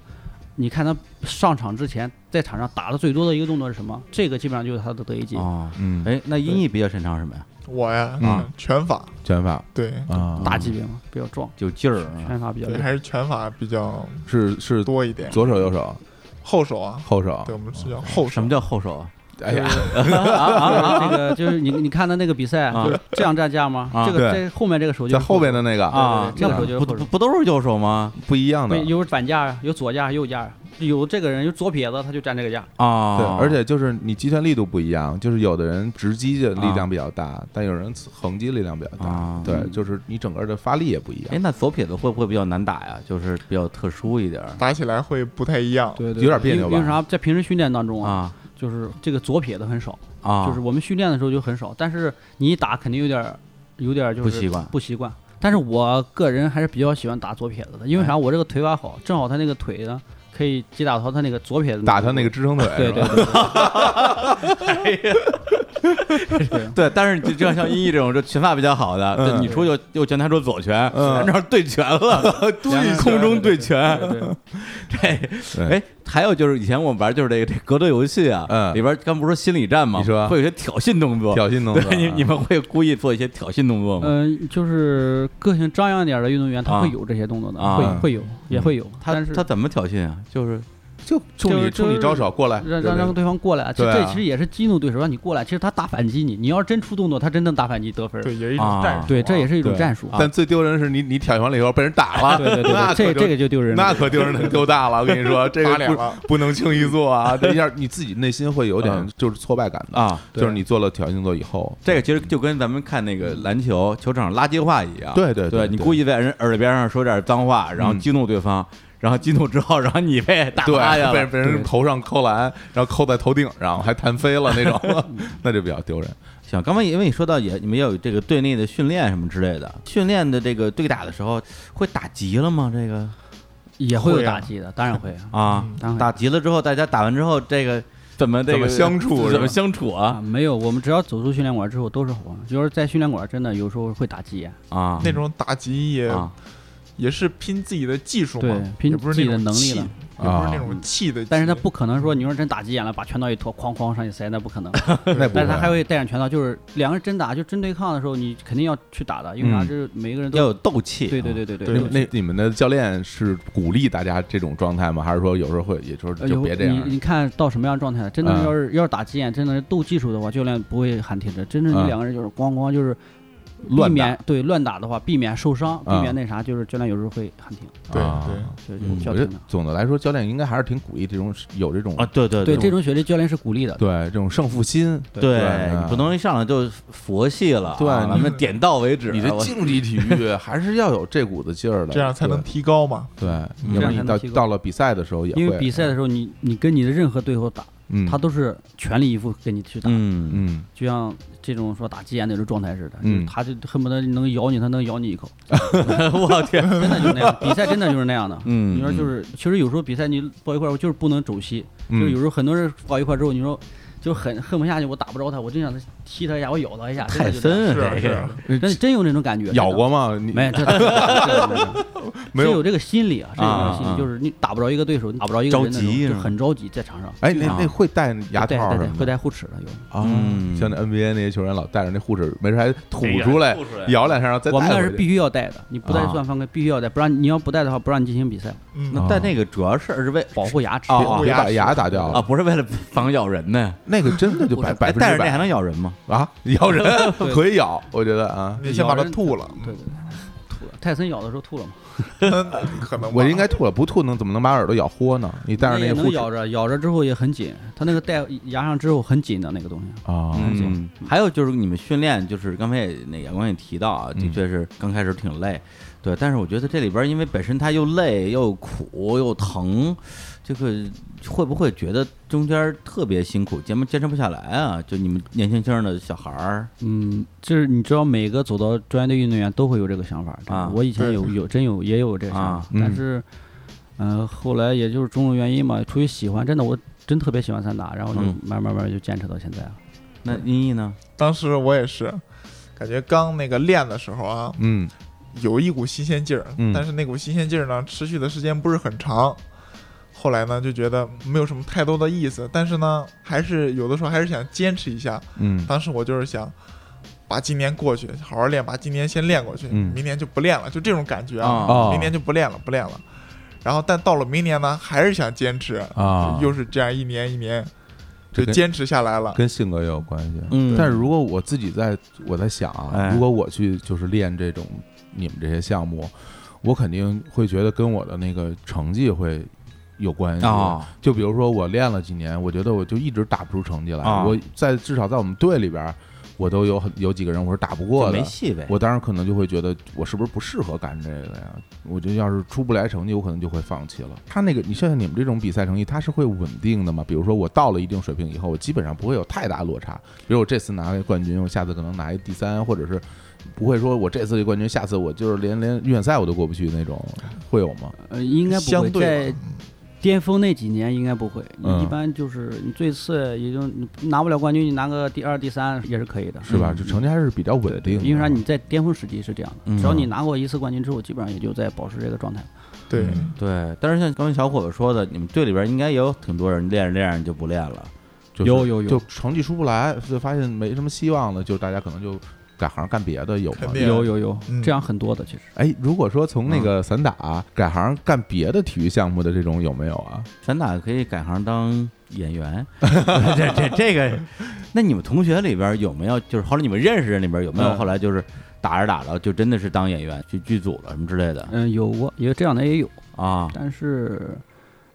Speaker 3: 你看他上场之前在场上打的最多的一个动作是什么？这个基本上就是他的得意技。
Speaker 1: 哦，
Speaker 2: 嗯，
Speaker 1: 哎，那音译比较擅长什么呀？
Speaker 5: 我呀
Speaker 2: 嗯，
Speaker 5: 拳法
Speaker 2: 拳法
Speaker 5: 对
Speaker 2: 啊，
Speaker 3: 大级别嘛，比较壮，
Speaker 1: 有劲儿啊，
Speaker 3: 拳法比较
Speaker 5: 对，
Speaker 3: 厉害。
Speaker 5: 还是拳法比较
Speaker 2: 是是
Speaker 5: 多一点。
Speaker 2: 左手右手
Speaker 5: 后手啊，
Speaker 2: 后手
Speaker 5: 对，我们是叫后手。
Speaker 1: 什么叫后手啊？
Speaker 2: 哎呀，
Speaker 3: 那个就是你你看他那个比赛，
Speaker 1: 啊
Speaker 3: 就是这样站架吗？
Speaker 1: 啊
Speaker 3: 这个
Speaker 2: 对
Speaker 3: 在后面这个手就
Speaker 2: 在
Speaker 3: 是
Speaker 2: 后边的那个
Speaker 1: 啊，
Speaker 3: 对对对这个时
Speaker 1: 那
Speaker 3: 候就是
Speaker 1: 不
Speaker 3: 后手
Speaker 1: 不不都是右手吗？
Speaker 2: 不一样的
Speaker 3: 对，，有反架呀，有左架，右架，有这个人有左撇子，他就站这个架。
Speaker 2: 对
Speaker 1: 啊，，
Speaker 2: 而且就是你击拳力度不一样，就是有的人直击的力量比较大，
Speaker 3: 啊
Speaker 2: 但有人横击力量比较大。
Speaker 1: 啊
Speaker 2: 对，
Speaker 3: 嗯
Speaker 2: 就是你整个的发力也不一
Speaker 1: 哎，
Speaker 2: 样，
Speaker 1: 那左撇子会不会比较难打呀？就是比较特殊一点儿
Speaker 5: 打起来会不太一样，
Speaker 3: 对
Speaker 2: 对有点别扭吧
Speaker 3: 因为啥？在平时训练当中啊，
Speaker 1: 啊
Speaker 3: 就是这个左撇子很少，
Speaker 1: 啊，
Speaker 3: 就是我们训练的时候就很少，但是你一打肯定有点儿，有点儿就是
Speaker 1: 不习惯
Speaker 3: 不习惯。
Speaker 2: 哎
Speaker 3: 但是我个人还是比较喜欢打左撇子的，因为啥？我这个腿法好，正好他那个腿呢。可以击打到他那个左撇子，
Speaker 2: 打他那个支撑腿，
Speaker 3: 对
Speaker 2: 是
Speaker 3: 对
Speaker 2: 吧
Speaker 3: 对
Speaker 1: 对，但是就就像音译这种就拳法比较好的，
Speaker 2: 嗯
Speaker 1: 就你出右右拳，他出左拳，
Speaker 2: 嗯
Speaker 1: 那儿对拳了， (laughs) 对空中对拳，
Speaker 2: (laughs)
Speaker 3: 对对，
Speaker 1: (laughs) 这
Speaker 2: 对
Speaker 1: 哎，还有就是以前我们玩就是这个这格斗游戏啊，
Speaker 2: 嗯
Speaker 1: 里边刚不是说心理战嘛，
Speaker 2: 你说
Speaker 1: 会有一些挑衅动作，
Speaker 2: (laughs) 挑衅动作啊，
Speaker 1: (laughs) 对你你们会故意做一些挑衅动作吗？
Speaker 3: 嗯、就是个性张扬一点的运动员，他
Speaker 1: 啊
Speaker 3: 会有这些动作的，
Speaker 1: 啊
Speaker 3: 会会有
Speaker 2: 嗯
Speaker 3: 也会有，
Speaker 1: 他
Speaker 3: 但是
Speaker 1: 他怎么挑衅啊？就是
Speaker 2: 就冲你
Speaker 3: 就
Speaker 2: 冲你
Speaker 3: 就
Speaker 2: 招手过来，
Speaker 3: 让
Speaker 2: 对
Speaker 3: 让让
Speaker 2: 对
Speaker 3: 对方过来啊，其实
Speaker 2: 对啊
Speaker 3: 这其实也是激怒对手，让你过来。其实他打反击你，你要是真出动作，他真正打反击得分。
Speaker 5: 对，也一种战术啊。
Speaker 3: 对，这也是一种
Speaker 2: 对
Speaker 3: 战术。
Speaker 2: 但最丢人的是你你挑完了以后被人打了，
Speaker 3: 啊对对
Speaker 2: (laughs)
Speaker 3: 对
Speaker 2: 那
Speaker 3: 对，这
Speaker 2: 可就
Speaker 3: 这个就丢人
Speaker 2: 那
Speaker 3: 了。
Speaker 2: 可丢人丢大了，我跟你
Speaker 3: (laughs)
Speaker 2: 说，这个
Speaker 5: 打脸
Speaker 2: 不
Speaker 5: 了
Speaker 2: 不能轻易做啊，这一下你自己内心会有
Speaker 3: 啊
Speaker 2: 点
Speaker 1: 嗯
Speaker 2: 就是挫败感的，
Speaker 1: 啊，
Speaker 2: 就是你做了挑衅动作以后，
Speaker 1: 这个其实就跟咱们看那个篮球球场垃圾话一样，
Speaker 2: 嗯对对
Speaker 1: 对，你故
Speaker 2: 意
Speaker 1: 意在人耳朵边上说点脏话，然后
Speaker 2: 嗯
Speaker 1: 激怒对方，然后激怒之后，然后你被打
Speaker 2: 对
Speaker 1: 趴下
Speaker 2: 被
Speaker 1: 了，
Speaker 2: 被人头上扣篮，然后扣在头顶上，还弹飞了那种，
Speaker 3: (laughs)
Speaker 2: 那就比较丢人。
Speaker 1: 行，刚才因为你说到也你们也有这个队内的训练什么之类的，训练的这个对打的时候会打急了吗？这个
Speaker 3: 也会有
Speaker 5: 会啊
Speaker 3: 打击的，当然会
Speaker 2: (laughs)
Speaker 3: 啊。
Speaker 1: 啊，
Speaker 3: 当然
Speaker 1: 打急了之后，大家打完之后，这个怎么这
Speaker 2: 怎
Speaker 1: 个
Speaker 2: 么相处是
Speaker 1: 怎么
Speaker 2: 吧
Speaker 1: 相处啊？
Speaker 3: 啊，没有，我们只要走出训练馆之后都是好玩。就是在训练馆，真的有时候会打急眼，
Speaker 1: 啊，
Speaker 5: 那种打击也、
Speaker 1: 啊，
Speaker 5: 也是拼自己的技术嘛
Speaker 3: 对，拼
Speaker 5: 也不是
Speaker 3: 自己
Speaker 5: 那
Speaker 3: 的
Speaker 5: 种
Speaker 3: 能力
Speaker 5: 气，
Speaker 3: 了
Speaker 5: 也不是那种气的气。
Speaker 3: 但是他不可能说你说真打急眼了，把拳套一脱，哐哐上去塞，那不
Speaker 2: (laughs)
Speaker 3: 可能。
Speaker 2: 那不
Speaker 3: 但是他还
Speaker 2: 会
Speaker 3: 会带上拳套，就是两个人真打，就真对抗的时候，你肯定要去打的，因为啥？
Speaker 2: 嗯
Speaker 3: 就是每个人都
Speaker 1: 要有斗气。
Speaker 2: 啊
Speaker 3: 对对对对对
Speaker 2: 那
Speaker 5: 对
Speaker 2: 那你们的教练是鼓励大家这种状态吗？还是说有时候会，也就是
Speaker 3: 哎
Speaker 2: 就
Speaker 3: 呦
Speaker 2: 别这样
Speaker 3: 你你看到什么样的状态？真的
Speaker 2: 嗯
Speaker 3: 要是、要是打急眼，真的是斗技术的话，教练不会喊停止。真正
Speaker 2: 嗯
Speaker 3: 你两个人就是咣咣就是避
Speaker 2: 乱打
Speaker 3: 免对乱打的话，避免受伤，避
Speaker 2: 嗯
Speaker 3: 免那啥，就是教练有时候会喊停，
Speaker 5: 对
Speaker 2: 啊
Speaker 5: 对
Speaker 3: 就是
Speaker 1: 嗯
Speaker 3: 叫
Speaker 2: 我觉
Speaker 3: 停
Speaker 2: 得
Speaker 3: 的。
Speaker 2: 总的来说，教练应该还是挺鼓励这种有这种
Speaker 1: 啊，对对
Speaker 3: 对
Speaker 1: 对
Speaker 3: 这种学历，教练是鼓励的。
Speaker 2: 对这种胜负心，啊
Speaker 1: 对，你不能一上来就佛系了啊，
Speaker 2: 对
Speaker 1: 咱
Speaker 2: 你
Speaker 1: 们点到为止。
Speaker 2: 你这
Speaker 1: 我
Speaker 2: 竞技体 (laughs) 育还是要有这股子劲儿 (laughs) 的，
Speaker 5: 这样才能提高嘛。
Speaker 2: 对。
Speaker 1: 嗯
Speaker 2: 对要不然
Speaker 3: 这
Speaker 2: 你
Speaker 3: 样才能
Speaker 2: 到
Speaker 3: 提高
Speaker 2: 到了比赛的时候也会，
Speaker 3: 因为比赛的时候，你你跟你的任何对手打，
Speaker 2: 嗯，
Speaker 3: 他都是全力以赴跟你去打，
Speaker 1: 嗯
Speaker 2: 嗯，
Speaker 3: 就像这种说打急眼那种状态似的，
Speaker 2: 嗯
Speaker 3: 就是他就恨不得能咬你，他能咬你一口，
Speaker 1: 嗯， (laughs) 我天，
Speaker 3: 真的就是那样。比赛真的就是那样的。
Speaker 1: 嗯，
Speaker 3: 你说就是，其实有时候比赛你抱一块儿，我就是不能肘膝，
Speaker 2: 嗯
Speaker 3: 就是有时候很多人搞一块儿之后，你说就很恨不下去，我打不着他，我真想踢他一下，我咬他一下。
Speaker 1: 泰
Speaker 3: 真的
Speaker 1: 森
Speaker 5: 是
Speaker 1: 啊
Speaker 5: 啊
Speaker 1: 这
Speaker 5: 是
Speaker 1: 个
Speaker 5: 啊，
Speaker 3: 就这样，真真有那种感觉。
Speaker 2: 咬过吗？
Speaker 3: 真
Speaker 2: 你
Speaker 3: 的？没有，这这这
Speaker 2: 没
Speaker 3: 真
Speaker 2: 有？
Speaker 3: 有这个心理啊，真有这个心
Speaker 1: 啊啊
Speaker 3: 理，就是你打不着一个对手，你打不着一个人的时
Speaker 1: 着急
Speaker 3: 候，
Speaker 1: 是
Speaker 3: 就
Speaker 1: 吗
Speaker 3: 很着急在场上。
Speaker 2: 哎，那
Speaker 1: 啊
Speaker 2: 那会戴牙
Speaker 3: 会戴
Speaker 2: 套
Speaker 3: 戴
Speaker 2: 什
Speaker 3: 戴
Speaker 2: 么
Speaker 3: 会
Speaker 2: 的
Speaker 3: 戴护齿的有，
Speaker 2: 啊
Speaker 1: 嗯
Speaker 2: 像那 NBA 那些球员老戴着那护齿，没事还吐
Speaker 1: 哎呀
Speaker 2: 出来
Speaker 1: 吐出来，
Speaker 2: 咬两下，然后再
Speaker 3: 我们
Speaker 2: 戴
Speaker 3: 那是
Speaker 2: 回
Speaker 3: 必
Speaker 2: 去。
Speaker 3: 须要戴的，你不戴
Speaker 1: 啊
Speaker 3: 算犯规，必须要戴，不然你要不戴的话，不让你进行比赛，
Speaker 5: 嗯，
Speaker 1: 那但那个主要是是为
Speaker 3: 保护牙齿。
Speaker 1: 哦
Speaker 2: 啊别
Speaker 1: 哦
Speaker 2: 别把
Speaker 5: 牙齿
Speaker 2: 牙打掉
Speaker 1: (laughs) 啊，
Speaker 2: 了，
Speaker 1: 不是为了防咬人呢。
Speaker 2: 那个真的就百
Speaker 3: 哎
Speaker 2: 百分
Speaker 1: 但是
Speaker 2: 之
Speaker 1: 那还
Speaker 2: 百
Speaker 1: 能咬人吗？
Speaker 2: 啊！咬人
Speaker 3: (laughs) 对
Speaker 2: 可以咬，我觉得啊，
Speaker 5: 你先把它
Speaker 3: 咬人
Speaker 5: 吐了，
Speaker 3: 对对对，吐了。泰森咬的时候吐了嘛？
Speaker 5: 可能吧
Speaker 2: 我应该吐了，不吐能怎么能把耳朵咬豁呢？你戴上
Speaker 3: 也
Speaker 2: 那个
Speaker 3: 能
Speaker 2: 护齿
Speaker 3: 咬着，咬着之后也很紧，它那个戴牙上之后很紧的那个东西。
Speaker 2: 啊，
Speaker 1: 嗯，还有就是你们训练，就是刚才也那个阳光也提到啊，的
Speaker 2: 嗯
Speaker 1: 确是刚开始挺累，对，但是我觉得这里边儿因为本身它又累又苦又疼，这个会不会觉得中间儿特别辛苦，坚不坚持不下来啊？就你们年轻轻的小孩儿，
Speaker 3: 嗯，就是你知道，每个走到专业的运动员都会有这个想法。真的
Speaker 1: 啊
Speaker 3: 我以前
Speaker 5: 对
Speaker 3: 有有真有也有这个想法，
Speaker 1: 啊
Speaker 3: 但
Speaker 2: 嗯
Speaker 3: 是，嗯、后来也就是种种原因嘛，出于喜欢，真的我真特别喜欢散打，然后就
Speaker 1: 嗯
Speaker 3: 慢慢慢就坚持到现在了。
Speaker 1: 那音译呢？
Speaker 5: 当时我也是，感觉刚那个练的时候啊，
Speaker 2: 嗯
Speaker 5: 有一股新鲜劲儿，
Speaker 2: 嗯
Speaker 5: 但是那股新鲜劲儿呢，持续的时间不是很长。后来呢，就觉得没有什么太多的意思，但是呢，还是有的时候还是想坚持一下。
Speaker 2: 嗯
Speaker 5: 当时我就是想把今年过去，好好练，把今年先练过去，
Speaker 2: 嗯
Speaker 5: 明年就不练了，就这种感觉啊，
Speaker 1: 啊
Speaker 5: 明年就不练了，不练了。然后，但到了明年呢，还是想坚持，
Speaker 2: 啊，
Speaker 5: 又是这样一年一年就
Speaker 2: 这跟
Speaker 5: 坚持下来了。
Speaker 2: 跟性格也有关系。
Speaker 1: 嗯
Speaker 2: 但是如果我自己在我在想啊
Speaker 1: 哎，
Speaker 2: 如果我去就是练这种你们这些项目，我肯定会觉得跟我的那个成绩会有关系。
Speaker 3: 哦
Speaker 1: 啊
Speaker 2: 就比如说我练了几年，我觉得我就一直打不出成绩来。
Speaker 1: 啊
Speaker 2: 我在至少在我们队里边儿，我都有很有几个人我是打不过
Speaker 1: 就
Speaker 2: 的
Speaker 1: 没。戏呗，
Speaker 2: 我当时可能就会觉得我是不是不适合干这个呀？我觉得要是出不来成绩，我可能就会放弃了。他那个，你像你们这种比赛成绩，它是会稳定的嘛？比如说我到了一定水平以后，我基本上不会有太大落差。比如我这次拿了冠军，我下次可能拿一第三，或者是不会说我这次的冠军，下次我就是连连预选赛我都过不去那种，会有吗？
Speaker 3: 呃，应该不
Speaker 5: 相
Speaker 3: 会
Speaker 5: 对
Speaker 3: 在
Speaker 5: 吧
Speaker 3: 巅峰那几年应该不会，
Speaker 1: 嗯
Speaker 3: 你一般就是你最次也就你拿不了冠军，你拿个第二、第三也是可以的，
Speaker 2: 是吧？
Speaker 1: 嗯
Speaker 2: 就成绩还是比较稳定的。
Speaker 3: 因为啥？你在巅峰时期是这样的，
Speaker 1: 嗯
Speaker 3: 只要你拿过一次冠军之后，基本上也就在保持这个状态。
Speaker 5: 对，
Speaker 2: 嗯
Speaker 1: 对，但是像刚才小伙子说的，你们队里边应该也有挺多人练着练着就不练了。
Speaker 2: 就是
Speaker 3: 有有有
Speaker 2: 就成绩出不来，就发现没什么希望了，就大家可能就改行干别的，有吗
Speaker 5: 肯？定对啊
Speaker 3: 有有有
Speaker 5: 嗯，
Speaker 3: 这样很多的其实。
Speaker 2: 哎，如果说从那个散打改行干别的体育项目的这种有没有啊？
Speaker 1: 散打可以改行当演 (laughs) 员，这这这个，那你们同学里边有没有就是后来你们认识人里边有没有
Speaker 2: 嗯
Speaker 1: 后来就是打着打着就真的是当演员去剧组了什么之类的
Speaker 3: 嗯，有过，也这样的也有，
Speaker 1: 啊？
Speaker 3: 但是，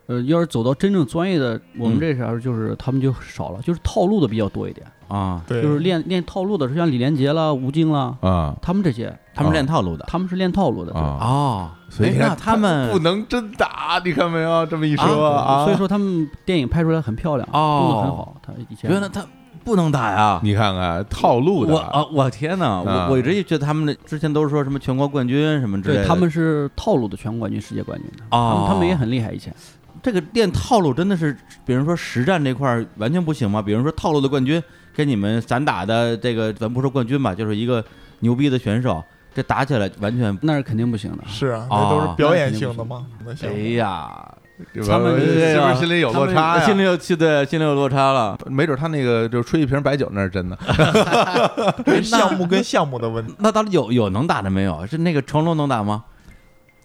Speaker 3: 呃，要是走到真正专业的，我
Speaker 1: 嗯
Speaker 3: 们这时候就是他们就少了，就是套路的比较多一点，
Speaker 1: 啊，
Speaker 5: 对，
Speaker 3: 就是练练套路的，像李连杰啦、吴京啦，
Speaker 2: 啊、
Speaker 3: 他们这些，
Speaker 1: 他们练套路的
Speaker 3: 他们是练套路的。
Speaker 2: 啊，
Speaker 1: 哦，
Speaker 2: 所以
Speaker 1: 哎
Speaker 2: 你看
Speaker 1: 那他们
Speaker 2: 不能真打，你看没有？这么一说啊，
Speaker 3: 所以说他们电影拍出来很漂亮，
Speaker 1: 哦
Speaker 3: 动作很好。他以前
Speaker 1: 原来他不能打呀。
Speaker 2: 你看看套路的
Speaker 1: 我啊，我天哪！
Speaker 2: 啊
Speaker 1: 我我一直觉得他们的之前都是说什么全国冠军什么之类
Speaker 3: 对
Speaker 1: 的，
Speaker 3: 他们是套路的全国冠军、世界冠军的，他
Speaker 1: 哦
Speaker 3: 们，他们也很厉害。以前
Speaker 1: 这个练套路真的是，比如说实战这块儿完全不行吗？比如说套路的冠军跟你们散打的这个，咱不说冠军吧，就是一个牛逼的选手，这打起来完全，
Speaker 3: 那是肯定不行的。
Speaker 5: 是啊，那都
Speaker 1: 啊
Speaker 5: 是表
Speaker 3: 那
Speaker 5: 演
Speaker 3: 肯定
Speaker 5: 性
Speaker 3: 不
Speaker 5: 的嘛，那
Speaker 1: 哎
Speaker 5: 行，
Speaker 1: 呀，
Speaker 2: 他们是不是心里有落差呀？
Speaker 1: 心里有气，对，心里有落差了。
Speaker 2: 没准他那个就是吹一瓶白酒那是真 (laughs) 的，
Speaker 1: 哎
Speaker 5: 项
Speaker 1: (laughs) 那
Speaker 5: 目跟项目的问题，
Speaker 1: 那到底有有能打的没有？是那个成龙能打吗？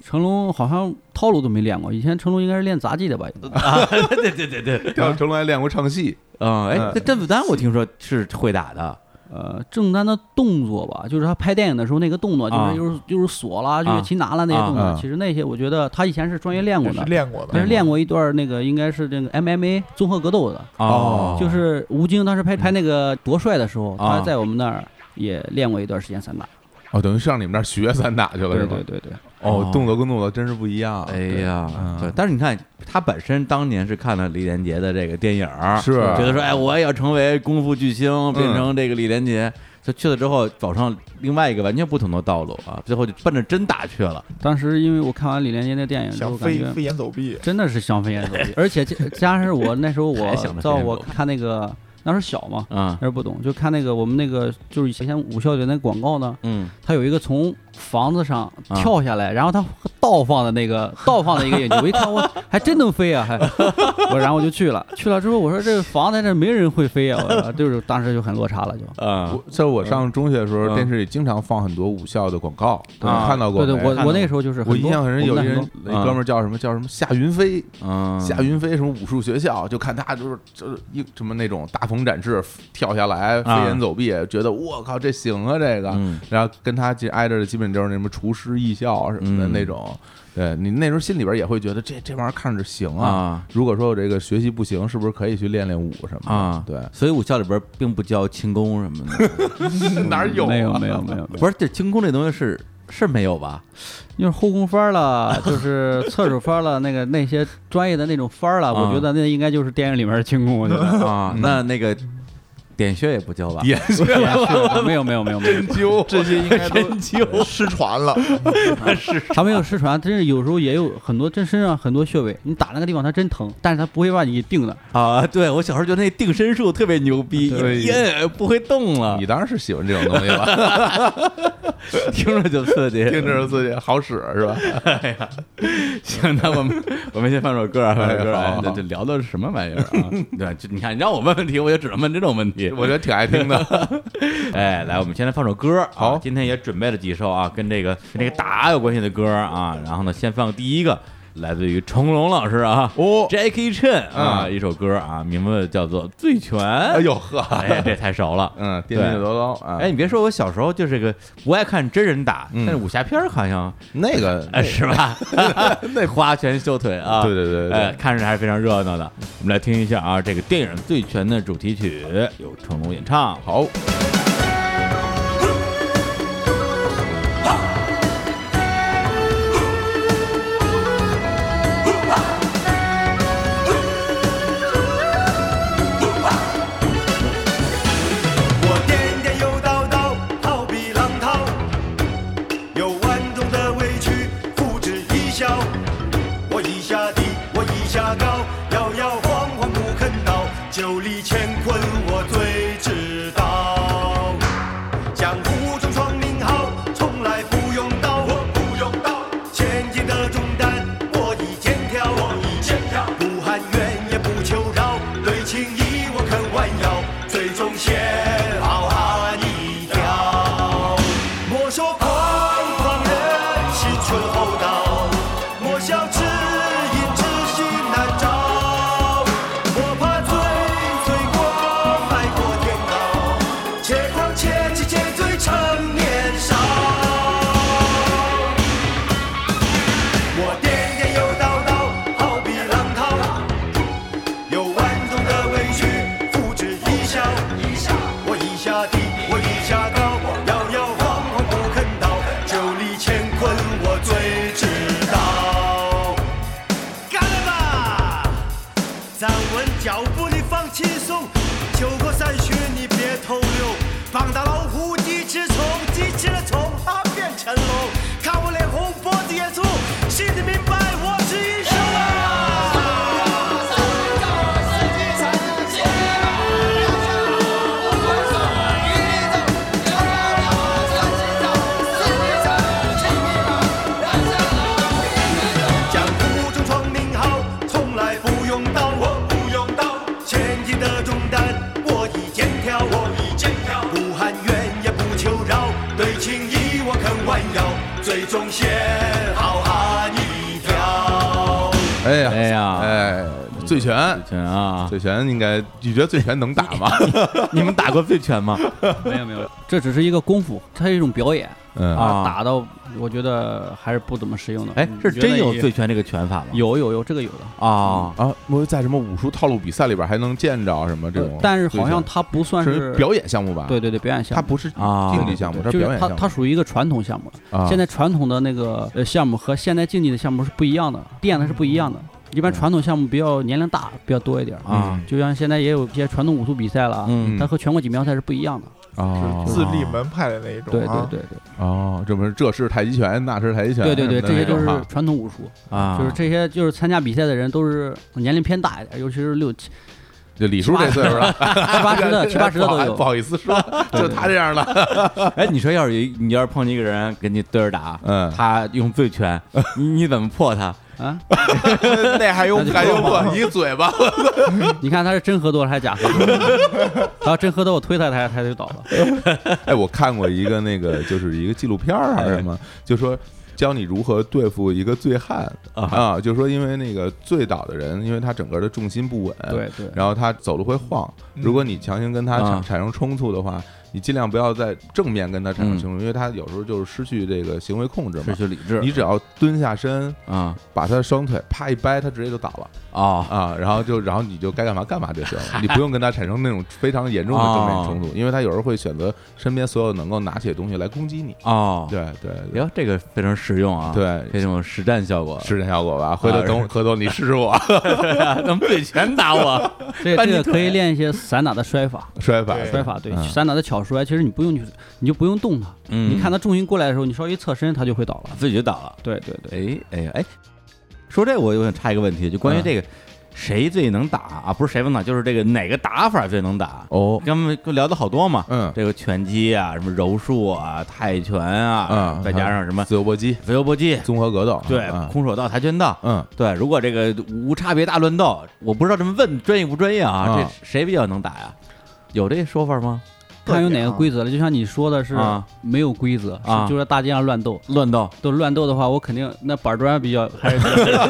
Speaker 3: 成龙好像套路都没练过，以前成龙应该是练杂技的吧？应该
Speaker 1: 啊，对对对对，
Speaker 2: 叫成龙还练过唱戏，
Speaker 1: 嗯，哎
Speaker 2: 嗯，
Speaker 1: 这甄子丹我听说是会打的，
Speaker 3: 呃，正丹的动作吧，就是他拍电影的时候那个动作，就
Speaker 1: 啊
Speaker 3: 是就是就是锁啦，就是擒拿啦那些动
Speaker 2: 啊啊
Speaker 3: 作。其实那些我觉得他以前是专业练过
Speaker 5: 是
Speaker 3: 的，
Speaker 5: 练过的
Speaker 3: 他是练过一段那个应该是那个 MMA 综合格斗的，
Speaker 1: 哦，
Speaker 3: 就是吴京当时拍拍那个夺帅的时候，
Speaker 1: 啊
Speaker 3: 他在我们那儿也练过一段时间散打。
Speaker 2: 哦，等于上你们那儿学散打去了是
Speaker 3: 对
Speaker 2: 吗
Speaker 3: 对？对对，
Speaker 2: 哦
Speaker 1: 哦，
Speaker 2: 动作跟动作真是不一样。
Speaker 1: 哎
Speaker 2: 啊对，
Speaker 1: 呀，
Speaker 2: 嗯
Speaker 1: 对，但是你看，他本身当年是看了李连杰的这个电影儿，
Speaker 2: 是啊嗯
Speaker 1: 觉得说，哎，我也要成为功夫巨星，变成这个李连杰。就去了之后，走上另外一个完全不同的道路啊，最后就奔着真打去了。
Speaker 3: 当时因为我看完李连杰那电影之后，
Speaker 5: 想
Speaker 3: 感
Speaker 5: 飞
Speaker 3: 觉
Speaker 5: 飞檐走
Speaker 3: (laughs)
Speaker 5: 壁，
Speaker 3: 真的是想飞檐走壁，而且加加上我那时候
Speaker 1: 还
Speaker 3: 我
Speaker 1: 想着
Speaker 3: 到
Speaker 1: 飞檐
Speaker 3: 我
Speaker 1: 走
Speaker 3: 看那个那时候小嘛，
Speaker 1: 啊，
Speaker 3: 那时候不懂，就看那个我们那个就是以前武校里那广告呢，
Speaker 1: 嗯，
Speaker 3: 他有一个从房子上
Speaker 1: 啊
Speaker 3: 跳下来，然后他倒放的
Speaker 2: (laughs)
Speaker 3: 那个倒放的一个眼睛，我一看我还真能飞啊，还 (laughs) 我然后我就去了，去了之后我说这个房在这没人会飞啊，我说就是当时就很落差了就。
Speaker 1: 啊
Speaker 2: 我在我上中学的时
Speaker 1: 嗯
Speaker 2: 候，电视里经常放很多武校的广告，你
Speaker 1: 啊
Speaker 2: 看到过
Speaker 3: 对
Speaker 2: 没？
Speaker 3: 对，我
Speaker 1: 看
Speaker 3: 我
Speaker 1: 到
Speaker 3: 那时候就是很
Speaker 2: 我印
Speaker 3: 多
Speaker 2: 象很深，有
Speaker 3: 我
Speaker 2: 一
Speaker 3: 们那
Speaker 2: 人
Speaker 3: 很多
Speaker 2: 那哥们儿叫什么叫什么夏云飞，
Speaker 1: 嗯，
Speaker 2: 夏云飞什么武术学校，就看他就是就是一什么那种大鹏展翅跳下来飞
Speaker 1: 啊
Speaker 2: 檐走壁，觉得我靠这行啊这个，
Speaker 1: 嗯，
Speaker 2: 然后跟他这挨着的基本就是那什么厨师艺校啊什么的
Speaker 1: 嗯
Speaker 2: 那种，对你那时候心里边也会觉得这这玩意儿看着行啊。
Speaker 1: 啊
Speaker 2: 如果说我这个学习不行，是不是可以去练练武什么的？
Speaker 1: 啊， (laughs)
Speaker 2: 对，
Speaker 1: 所以武校里边并不教轻功什么
Speaker 2: (laughs)
Speaker 1: 的，
Speaker 2: 哪有
Speaker 1: 啊
Speaker 3: 没有没有没有，
Speaker 1: 不是这轻功这东西是是没有吧？
Speaker 3: 就是后空翻
Speaker 2: (laughs)
Speaker 3: 儿了，就是侧手翻儿了，那个那些专业的那种翻儿了，
Speaker 1: 啊
Speaker 3: 我觉得那应该就是电影里面的轻功，我
Speaker 2: (laughs)
Speaker 3: 觉得。
Speaker 1: 啊，那那个点穴也不教吧？
Speaker 2: 也是
Speaker 3: 没有没有没有没有，
Speaker 2: 究
Speaker 5: 这些应该都
Speaker 1: 灸
Speaker 5: 哎失传了，
Speaker 3: 他没有失传，真是有时候也有很多，真身上很多穴位，你打那个地方它真疼，但是它不会把你给定的。
Speaker 1: (laughs) 啊，对我小时候觉得那定身术特别牛逼，
Speaker 2: 对
Speaker 1: 一一摁不会动了
Speaker 2: 你，当然是喜欢这种东西了，
Speaker 1: (laughs) 听着就刺激。
Speaker 2: 听着自己好使是吧？
Speaker 1: 行，那我们 (laughs) 我们先放首歌啊，放首歌
Speaker 2: 哎
Speaker 1: 啊
Speaker 2: 好，
Speaker 1: 这这聊的是什么玩意儿啊？对，就你看，你让我问问题，我就只能问这种问题。
Speaker 2: (laughs) 我觉得挺爱听的。
Speaker 1: 哎，来，我们先来放首歌。啊
Speaker 2: 好
Speaker 1: 今天也准备了几首啊，跟这个跟这个打有关系的歌啊。然后呢，先放第一个，来自于成龙老师啊
Speaker 2: 哦，
Speaker 1: ，Jackie Chan 啊，
Speaker 2: 嗯
Speaker 1: 一首歌啊，名字叫做《醉拳》。
Speaker 2: 哎呦呵，
Speaker 1: 哎，这太熟了。
Speaker 2: 嗯，颠颠溜达啊，
Speaker 1: 哎，，你别说，我小时候就是个不爱看真人打，
Speaker 2: 嗯
Speaker 1: 但是武侠片儿好像，
Speaker 2: 那个，
Speaker 1: 哎，是吧？ (laughs) 那花拳绣腿啊，
Speaker 2: 对对对对
Speaker 1: 哎，
Speaker 2: 对，
Speaker 1: 看着还是非常热闹的。我们来听一下啊，这个电影《醉拳》的主题曲由成龙演唱。
Speaker 2: 好，
Speaker 6: 我颠颠又倒倒，好比浪涛，有万种的委屈付之一笑。我一下地，我一下地，好汉一条。莫说狂狂人心存厚道，莫笑知音知心难找。莫怕醉醉过海阔天高，且狂且急且醉趁年少。我颠颠又倒倒，好比浪涛。有万种的委屈，付之一笑。我一下低，我一下高，摇摇晃晃不肯倒，九里乾坤我最知道。干了吧！站稳脚步，你放轻松。酒过三巡，你别偷溜。膀大老虎鸡吃虫，鸡吃了虫，它变成龙。看我脸红脖子也粗，心里明白我是英雄啊！江湖中闯名号，从来不用刀，我不用刀。千斤的重担，我一肩挑，我一肩挑。不喊冤也不求饶，对情义我肯弯腰，最终写好汉一条。
Speaker 2: 哎呀，
Speaker 1: 哎呀
Speaker 2: 哎，醉拳，
Speaker 1: 行啊，
Speaker 2: 醉拳应该，你觉得醉拳能打吗？
Speaker 1: 你们打过醉拳吗？
Speaker 3: (laughs) 没有没有，这只是一个功夫，它是一种表演
Speaker 2: (laughs) 嗯
Speaker 1: 啊
Speaker 3: 打到我觉得还是不怎么实用的。嗯
Speaker 1: 哎，是
Speaker 3: 你觉得
Speaker 1: 真有
Speaker 3: 也
Speaker 1: 醉拳这个拳法吗？
Speaker 3: 有有有这个有的，
Speaker 1: 啊，
Speaker 2: 啊，我在什么武术套路比赛里边还能见着什么这种醉拳？
Speaker 3: 呃但是好像它不算
Speaker 2: 是表演项目吧？
Speaker 3: 对，对对，表演项
Speaker 2: 它
Speaker 3: 目。
Speaker 2: 不是
Speaker 1: 啊
Speaker 2: 竞技项目，它
Speaker 3: 就
Speaker 2: 表
Speaker 3: 是
Speaker 2: 演
Speaker 3: 它
Speaker 2: 项目。
Speaker 3: 它属于一个传统项目了。
Speaker 2: 啊
Speaker 3: 现在传统的那个呃项目和现在竞技的项目是不一样的，练的是不一样的。
Speaker 2: 嗯
Speaker 3: 一般传统项目比较年龄大，比较多一点儿
Speaker 1: 啊。
Speaker 3: 就像现在也有一些传统武术比赛了，啊
Speaker 1: 嗯
Speaker 3: 它和全国锦标赛是不一样的。
Speaker 2: 哦
Speaker 5: 自立门派的那一种
Speaker 3: 对对
Speaker 5: 啊，
Speaker 3: 对
Speaker 2: 哦，这不是这是太极拳，那是太极拳，
Speaker 3: 对对对对，这些
Speaker 2: 都
Speaker 3: 都是传统武术，
Speaker 2: 嗯
Speaker 1: 啊，
Speaker 3: 嗯就是这些就是参加比赛的人都是年龄偏大一点，尤其是六七
Speaker 2: 就李叔这岁数了，哎 (laughs)
Speaker 3: 七八十的七八十的都
Speaker 2: 不
Speaker 3: 有。
Speaker 2: 好意思说，就他这样的，
Speaker 1: 哎，你说要是有你要是碰见一个人跟你对着打，
Speaker 2: 嗯
Speaker 1: 他用醉
Speaker 2: (laughs)
Speaker 1: 拳，你你怎么破他？
Speaker 3: 啊，
Speaker 2: 那还用
Speaker 3: 那就
Speaker 2: 还用我一嘴巴？
Speaker 3: 你看他是真喝多了还是假喝多了？他要真喝多，我推他，他他就倒了。
Speaker 2: (laughs) 哎，我看过一个那个，就是一个纪录片儿还是什么，就说教你如何对付一个醉汉啊，就说因为那个醉倒的人，因为他整个的重心不稳，
Speaker 3: 对对
Speaker 2: 然后他走路会晃。如果你强行跟他
Speaker 1: 啊
Speaker 2: 产产生冲突的话，你尽量不要在正面跟他产生
Speaker 1: 嗯
Speaker 2: 冲突，因为他有时候就是失去这个行为控制
Speaker 1: 失
Speaker 2: 嘛。
Speaker 1: 去理智
Speaker 2: 你只要蹲下身，
Speaker 1: 啊
Speaker 2: 把他的双腿啪一掰，他直接就倒了
Speaker 1: 哦
Speaker 2: 啊！然后就，然后你就该干嘛干嘛就行了，你不用跟他产生那种非常严重的正面冲突，因为他有时候会选择身边所有能够拿起的东西来攻击你。
Speaker 1: 哦，
Speaker 2: 对对对
Speaker 1: 哟，这个非常实用啊，，这
Speaker 2: 对，
Speaker 1: 种实战效果， (laughs) 啊
Speaker 2: 是这效果吧？回头等我，回头你试试我
Speaker 1: 能醉拳打我？
Speaker 3: 这
Speaker 1: 搬
Speaker 3: 这
Speaker 1: 你
Speaker 3: 个可以练一些散打的摔法，
Speaker 2: 摔法。
Speaker 5: 对
Speaker 3: 摔法对
Speaker 2: 嗯，
Speaker 3: 散打的巧摔，其实你不用去，你就不用动它，
Speaker 1: 嗯，
Speaker 3: 你看他重心过来的时候，你稍微一侧身，他就会倒了。
Speaker 1: 自己就倒了。
Speaker 3: 对对对，
Speaker 1: 哎哎呀哎，说这我我想插一个问题，就关于
Speaker 2: 嗯
Speaker 1: 这个谁最能打啊？不是谁能打，就是这个哪个打法最能打？
Speaker 2: 哦，
Speaker 1: 刚们聊的好多嘛，
Speaker 2: 嗯
Speaker 1: 这个拳击啊，什么柔术啊，泰拳啊，
Speaker 2: 嗯
Speaker 1: 再加上什么
Speaker 2: 自由搏击、
Speaker 1: 自由搏击，
Speaker 2: 综合格斗，
Speaker 1: 对，
Speaker 2: 嗯
Speaker 1: 空手道、跆拳道。
Speaker 2: 嗯，
Speaker 1: 对，如果这个无差别大乱斗，我不知道这么问专业不专业啊？
Speaker 2: 啊
Speaker 1: 这谁比较能打呀？有这说法吗？
Speaker 3: 看有哪个规则了。就像你说的是
Speaker 1: 啊
Speaker 3: 没有规则，
Speaker 1: 啊
Speaker 3: 是就是大街上乱斗。
Speaker 1: 乱斗
Speaker 3: 都乱斗的话，我肯定那板砖比较还是比较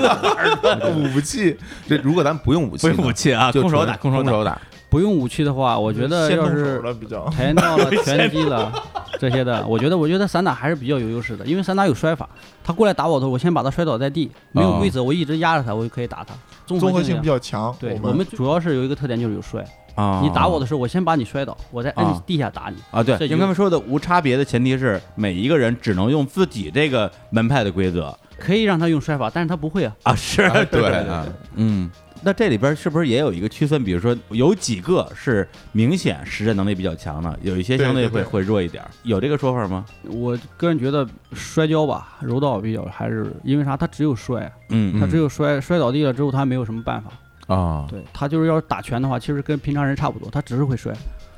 Speaker 2: 武器，这如果咱不用武器
Speaker 1: 不
Speaker 2: 呢，
Speaker 1: 用武器啊，
Speaker 2: 就
Speaker 1: 空手
Speaker 2: 纯
Speaker 1: 打，空
Speaker 2: 空
Speaker 1: 手打。
Speaker 2: 打，啊
Speaker 3: 不用武器的话，我觉得
Speaker 5: 先
Speaker 3: 要
Speaker 5: 动
Speaker 3: 是
Speaker 5: 手了比较，
Speaker 3: 跆拳道了、拳击了这些的，我觉得我觉得散打还是比较有优势的，因为散打有摔法，他过来打我的时候，我先把他摔倒在地，没有
Speaker 2: 哦
Speaker 3: 规则，我一直压着他，我就可以打他。综
Speaker 5: 综合
Speaker 3: 性
Speaker 5: 性
Speaker 3: 的
Speaker 5: 比较强。
Speaker 3: 对
Speaker 5: 我
Speaker 3: 我
Speaker 5: 们
Speaker 3: 们主要是有一个特点就是有摔，
Speaker 1: 啊，
Speaker 3: 你打我的时候，我先把你摔倒，我再摁
Speaker 1: 啊
Speaker 3: 地下打你。
Speaker 1: 啊，对，
Speaker 3: 这
Speaker 1: 因为
Speaker 3: 就
Speaker 1: 他们说的无差别的前提是每一个人只能用自己这个门派的规则
Speaker 3: 可以让他用摔法，但是他不会啊。
Speaker 1: 啊，是 (laughs)
Speaker 2: 哎对啊，
Speaker 1: 嗯，那这里边是不是也有一个区分？比如说有几个是明显实战能力比较强的，有一些相
Speaker 5: 对
Speaker 1: 会
Speaker 5: 对对
Speaker 1: 会弱一点儿，有这个说法吗？
Speaker 3: 我个人觉得摔跤吧，柔道比较还是因为啥？他只有摔，
Speaker 1: 嗯
Speaker 3: 他只有摔，摔倒地了之后他没有什么办法。
Speaker 2: 啊
Speaker 3: 对他就是要是打拳的话，其实跟平常人差不多，他只是会摔。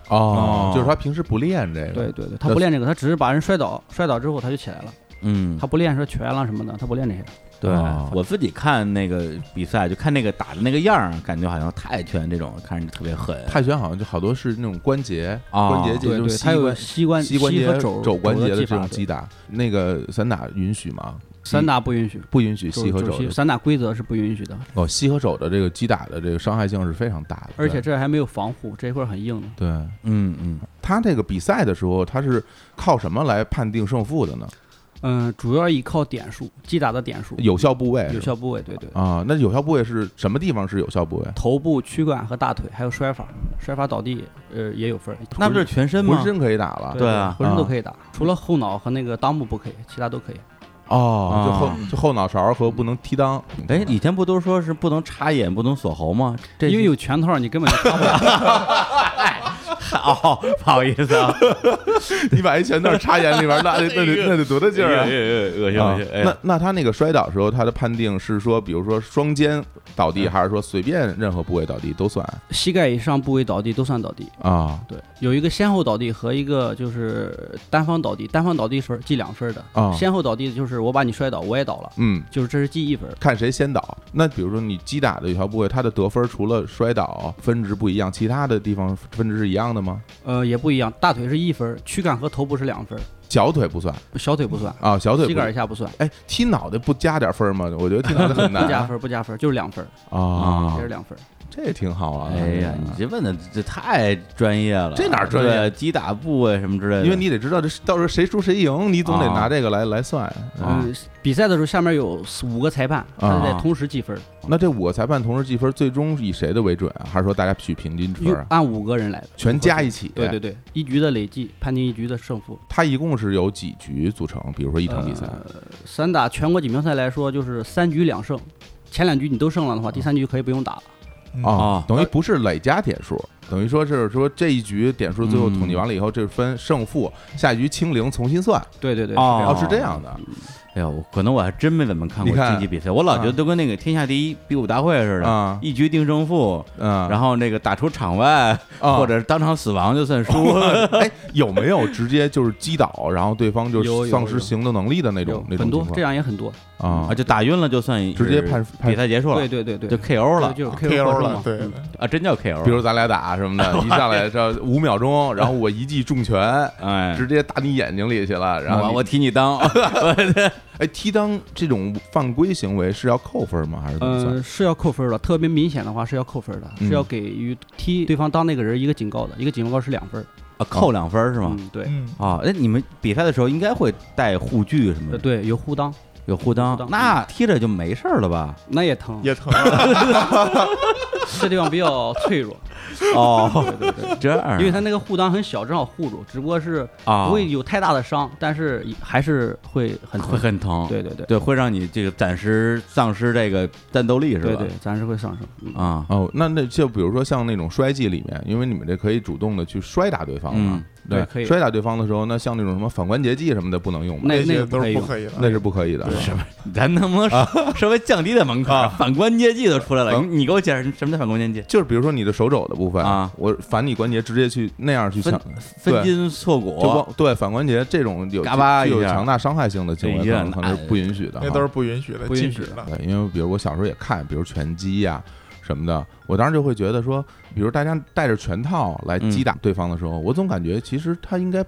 Speaker 2: 哦，就是他平时不练这个，
Speaker 3: 对对对，他不练这个，他只是把人摔倒，摔倒之后他就起来了，
Speaker 1: 嗯
Speaker 3: 他不练说拳了什么的，他不练这些。对
Speaker 2: 哦
Speaker 1: 我自己看那个比赛，就看那个打的那个样儿，感觉好像泰拳这种看着特别狠。
Speaker 2: 泰拳好像就好多是那种关节、
Speaker 1: 哦
Speaker 2: 关节这
Speaker 3: 对
Speaker 2: 种
Speaker 3: 对，
Speaker 2: 膝
Speaker 3: 它有
Speaker 2: 关
Speaker 3: 膝关
Speaker 2: 膝关
Speaker 3: 膝
Speaker 2: 节
Speaker 3: 和肘
Speaker 2: 肘关节
Speaker 3: 的
Speaker 2: 的
Speaker 3: 技
Speaker 2: 这
Speaker 3: 法
Speaker 2: 种击打，那个散打允许吗？
Speaker 3: 散打不允许，
Speaker 2: 不允许
Speaker 3: 肘
Speaker 2: 膝和
Speaker 3: 肘
Speaker 2: 肘
Speaker 3: 膝
Speaker 2: 的
Speaker 3: 散打规则是不允许的，
Speaker 2: 哦，膝和肘的这个击打的这个伤害性是非常大的，
Speaker 3: 而且这还没有防护，这一块儿很硬的。
Speaker 2: 对
Speaker 1: 嗯嗯，
Speaker 2: 他这个比赛的时候，他是靠什么来判定胜负的呢？
Speaker 3: 嗯，主要依靠点数，击打的点数，
Speaker 2: 有效部位是吧
Speaker 3: 有效部位，对对，
Speaker 2: 啊，那有效部位是什么地方是有效部位？
Speaker 3: 头部、躯干和大腿，还有摔法，摔法倒地，呃，也有分儿。
Speaker 1: 那不就是全身吗？
Speaker 2: 浑身可以打了
Speaker 1: 对啊
Speaker 3: 浑身都
Speaker 2: 啊
Speaker 3: 可以打，除了后脑和那个裆部不可以，其他都可以。
Speaker 2: 哦，就
Speaker 1: 啊
Speaker 3: 嗯
Speaker 2: 后就后脑勺和不能踢裆。
Speaker 1: 哎，以前不都说是不能插眼、不能锁喉吗？这
Speaker 3: 因为有拳套，你根本就 (coughs) 看不了。
Speaker 1: (laughs) 哦，不好意思啊，
Speaker 2: (laughs) 你把一拳头插眼里边，
Speaker 3: (laughs)
Speaker 2: 那那得那得多大劲
Speaker 3: 哎
Speaker 2: 儿啊！
Speaker 1: 恶心
Speaker 2: 啊
Speaker 1: 恶心！哎
Speaker 2: 那
Speaker 1: 呀，
Speaker 2: 那他那个摔倒的时候，他的判定是说，比如说双肩倒地，还是说随便任何部位倒地都算
Speaker 3: 膝盖以上部位倒地都算倒地。
Speaker 2: 啊
Speaker 3: 对，有一个先后倒地和一个就是单方倒地，单方倒地分儿记两分儿的。
Speaker 2: 啊？
Speaker 3: 先后倒地就是我把你摔倒，我也倒了，
Speaker 2: 嗯，
Speaker 3: 就是这是记一分儿。
Speaker 2: 看谁先倒。那比如说你击打的有效部位，它的得分除了摔倒分值不一样，其他的地方分值是一样的吗？
Speaker 3: 呃，也不一样，大腿是一分儿，躯干和头部是两分儿，
Speaker 2: 小腿不算
Speaker 3: 小腿不算，
Speaker 2: 啊，小腿
Speaker 3: 膝
Speaker 2: 不
Speaker 3: 盖以下不算，
Speaker 2: 哎，踢脑袋不加点分儿吗？我觉得踢脑袋很
Speaker 3: (laughs) 不
Speaker 2: 难
Speaker 3: 加分儿不加分儿就是两分儿，
Speaker 2: 啊
Speaker 3: 也，是两分儿。
Speaker 2: 这挺好啊。
Speaker 1: 哎呀，你这问的这太专业了，
Speaker 2: 这哪儿专业
Speaker 1: 对？击打部啊位什么之类的，
Speaker 2: 因为你得知道这是到时候谁输谁赢，你总得
Speaker 1: 啊
Speaker 2: 拿这个来来算。
Speaker 1: 啊
Speaker 3: 嗯，比赛的时候下面有四五个裁判，他
Speaker 2: 啊
Speaker 3: 是在同时计分儿，
Speaker 2: 那这五个裁判同时计分，最终以谁的为准啊？还是说大家取平均分
Speaker 3: 用
Speaker 2: 啊？
Speaker 3: 按五个人来的。
Speaker 2: 全加一起？哎
Speaker 3: 对对对，一局的累计判定一局的胜负。
Speaker 2: 它一共是由几局组成？比如说一场比赛，
Speaker 3: 呃散打全国锦标赛来说，就是三局两胜，前两局你都胜了的话，第三局可以不用打了。
Speaker 5: 嗯
Speaker 2: 哦
Speaker 3: 啊
Speaker 1: 哦，
Speaker 3: 呃
Speaker 2: 等于不是累加点数，等于说是说这一局点数最后
Speaker 1: 嗯
Speaker 2: 统计完了以后，这是分胜负，下一局清零重新算。
Speaker 3: 对对对，
Speaker 1: 哦
Speaker 2: 哦，是这样的
Speaker 1: 哎呀，我可能我还真没怎么看过
Speaker 2: 你看嗯
Speaker 1: 竞技比赛，我老觉得都跟那个天下第一比武大会似的，
Speaker 2: 啊，
Speaker 1: 一局定胜负，
Speaker 2: 嗯，
Speaker 1: 然后那个打出场外
Speaker 2: 啊
Speaker 1: 或者是当场死亡就算输。
Speaker 2: 哎，有没有直接就是击倒，然后对方就
Speaker 3: 有有
Speaker 2: 丧失
Speaker 3: 有
Speaker 2: 行动能力的那
Speaker 3: 有
Speaker 2: 种那种
Speaker 3: 很多
Speaker 2: 情况
Speaker 3: 这样也很多。
Speaker 2: 啊
Speaker 1: 啊，？就打晕了就算
Speaker 2: 直接判判
Speaker 1: 比赛结束了
Speaker 3: 对，对对对，
Speaker 1: 就 KO 了
Speaker 3: 就是
Speaker 5: KO
Speaker 3: 获胜
Speaker 5: 了
Speaker 3: 嘛，
Speaker 5: 对
Speaker 3: 嗯
Speaker 5: 对
Speaker 1: 啊，真叫 KO。
Speaker 2: 比如咱俩打什
Speaker 3: (laughs)
Speaker 2: 么的，一上来这五秒钟，然后我一记重拳，
Speaker 1: 哎，嗯
Speaker 2: 直接打你眼睛里去了，然后
Speaker 1: 我
Speaker 2: 你
Speaker 1: 我提你当
Speaker 2: 嗯哎踢裆这种犯规行为是要扣分吗？还是怎么算？
Speaker 3: 呃，是要扣分的，特别明显的话是要扣分的，
Speaker 2: 嗯
Speaker 3: 是要给予踢对方当那个人一个警告的，一个警告是两分儿，
Speaker 1: (laughs) 啊扣两分儿是吗？
Speaker 3: 嗯，对，
Speaker 5: 嗯，
Speaker 1: 啊，哎，你们比赛的时候应该会带护具什么的，
Speaker 3: 呃对，有互当，
Speaker 1: 有护
Speaker 3: 有
Speaker 1: 裆
Speaker 3: 护，裆
Speaker 1: 那踢着就没事儿了
Speaker 2: (laughs)
Speaker 1: 吧？
Speaker 3: 那也疼，
Speaker 5: 也疼啊，
Speaker 3: 这地方比较脆弱，
Speaker 1: 哦，
Speaker 3: 对对
Speaker 1: (laughs)
Speaker 3: 对，
Speaker 1: 这样啊，
Speaker 3: 因为他那个护裆很小，正好护住，只不过是
Speaker 1: 啊
Speaker 3: 不会有太大的伤，但是还是会很
Speaker 1: 会
Speaker 3: 疼，
Speaker 1: 很疼，
Speaker 3: 对对对。
Speaker 1: 对，会让你这个暂时丧失这个战斗力是吧？
Speaker 3: 对对，咱是会上升。嗯，
Speaker 1: 啊，
Speaker 2: 哦，那那就比如说像那种摔技里面，因为你们这可以主动的去摔打对方嘛，
Speaker 3: 对
Speaker 2: 对，
Speaker 3: 可以
Speaker 2: 摔打对方的时候，那像那种什么反关节技什么的不能用吗？
Speaker 3: 那那
Speaker 5: 些
Speaker 3: 个
Speaker 5: 都
Speaker 3: 可
Speaker 5: 是
Speaker 3: 以
Speaker 5: 不
Speaker 3: 用，
Speaker 5: 可以的，
Speaker 2: 那是不可以的。
Speaker 5: 对
Speaker 1: 咱能不能稍微降低点门槛儿？ (laughs) 反关节技都出来了，
Speaker 2: 嗯
Speaker 1: 你给我解释什么叫反关节技？
Speaker 2: (laughs) 就是比如说你的手肘的部分
Speaker 1: 啊
Speaker 2: 我反你关节直接去那样去
Speaker 1: 分
Speaker 2: 抢，
Speaker 1: 分筋错
Speaker 2: 就光
Speaker 1: 骨，
Speaker 2: 对反关节这种有
Speaker 1: 嘎巴
Speaker 2: 具
Speaker 1: 一
Speaker 2: 有
Speaker 1: 下
Speaker 2: 强大伤害性的行为，
Speaker 1: 哎
Speaker 2: 可
Speaker 1: 呀
Speaker 2: 能可能是不允许的哈。
Speaker 5: 那都是不允许的，
Speaker 3: 啊不
Speaker 5: 禁
Speaker 3: 允许
Speaker 5: 止
Speaker 3: 的
Speaker 5: 的。
Speaker 2: 对，呃因为比如我小时候也看，比如拳击呀、什么的，我当时就会觉得说，比如大家戴着拳套来
Speaker 1: 嗯
Speaker 2: 击打对方的时候，我总感觉其实他应该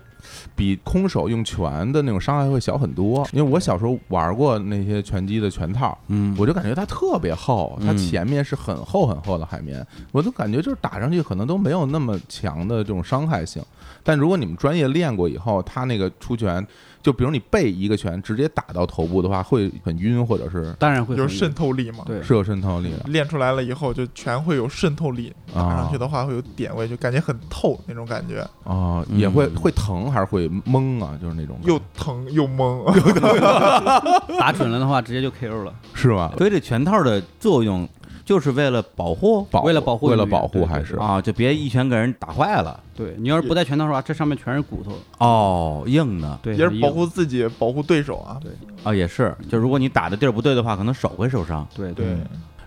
Speaker 2: 比空手用拳的那种伤害会小很多。因为我小时候玩过那些拳击的拳套，
Speaker 1: 嗯，
Speaker 2: 我就感觉它特别厚，它
Speaker 1: 嗯
Speaker 2: 前面是很厚很厚的海绵，我都感觉就是打上去可能都没有那么强的这种伤害性。但如果你们专业练过以后，它那个出拳，就比如你背一个拳直接打到头部的话，会很晕，或者是
Speaker 3: 当然会
Speaker 5: 有
Speaker 3: 很
Speaker 5: 渗透力嘛，
Speaker 3: 对
Speaker 2: 是有渗透力的。
Speaker 5: 练出来了以后就全会有渗透力，打
Speaker 3: 啊
Speaker 5: 上去的话会有点位，就感觉很透那种感觉，
Speaker 2: 哦，也会
Speaker 1: 嗯
Speaker 2: 会疼还是会懵啊？就是那种感觉
Speaker 5: 又疼又懵，
Speaker 3: 打准了的话，直接就 KO 了。
Speaker 2: 是吧？
Speaker 1: 所以这拳套的作用就是为了保护
Speaker 2: 保
Speaker 3: 为了保护
Speaker 2: 为了
Speaker 3: 你
Speaker 2: 保护
Speaker 3: 对
Speaker 2: 还是
Speaker 1: 啊，就别一拳给人打坏了
Speaker 3: 对你要是不带拳套的话，这上面全是骨头，
Speaker 1: 哦，硬的
Speaker 3: 对，
Speaker 5: 也
Speaker 3: 很
Speaker 5: 是
Speaker 3: 硬
Speaker 5: 保护自己，保护对手啊。
Speaker 3: 对
Speaker 1: 啊，也是，就如果你打的地儿不对的话，可能手会受伤。
Speaker 3: 对嗯
Speaker 5: 对，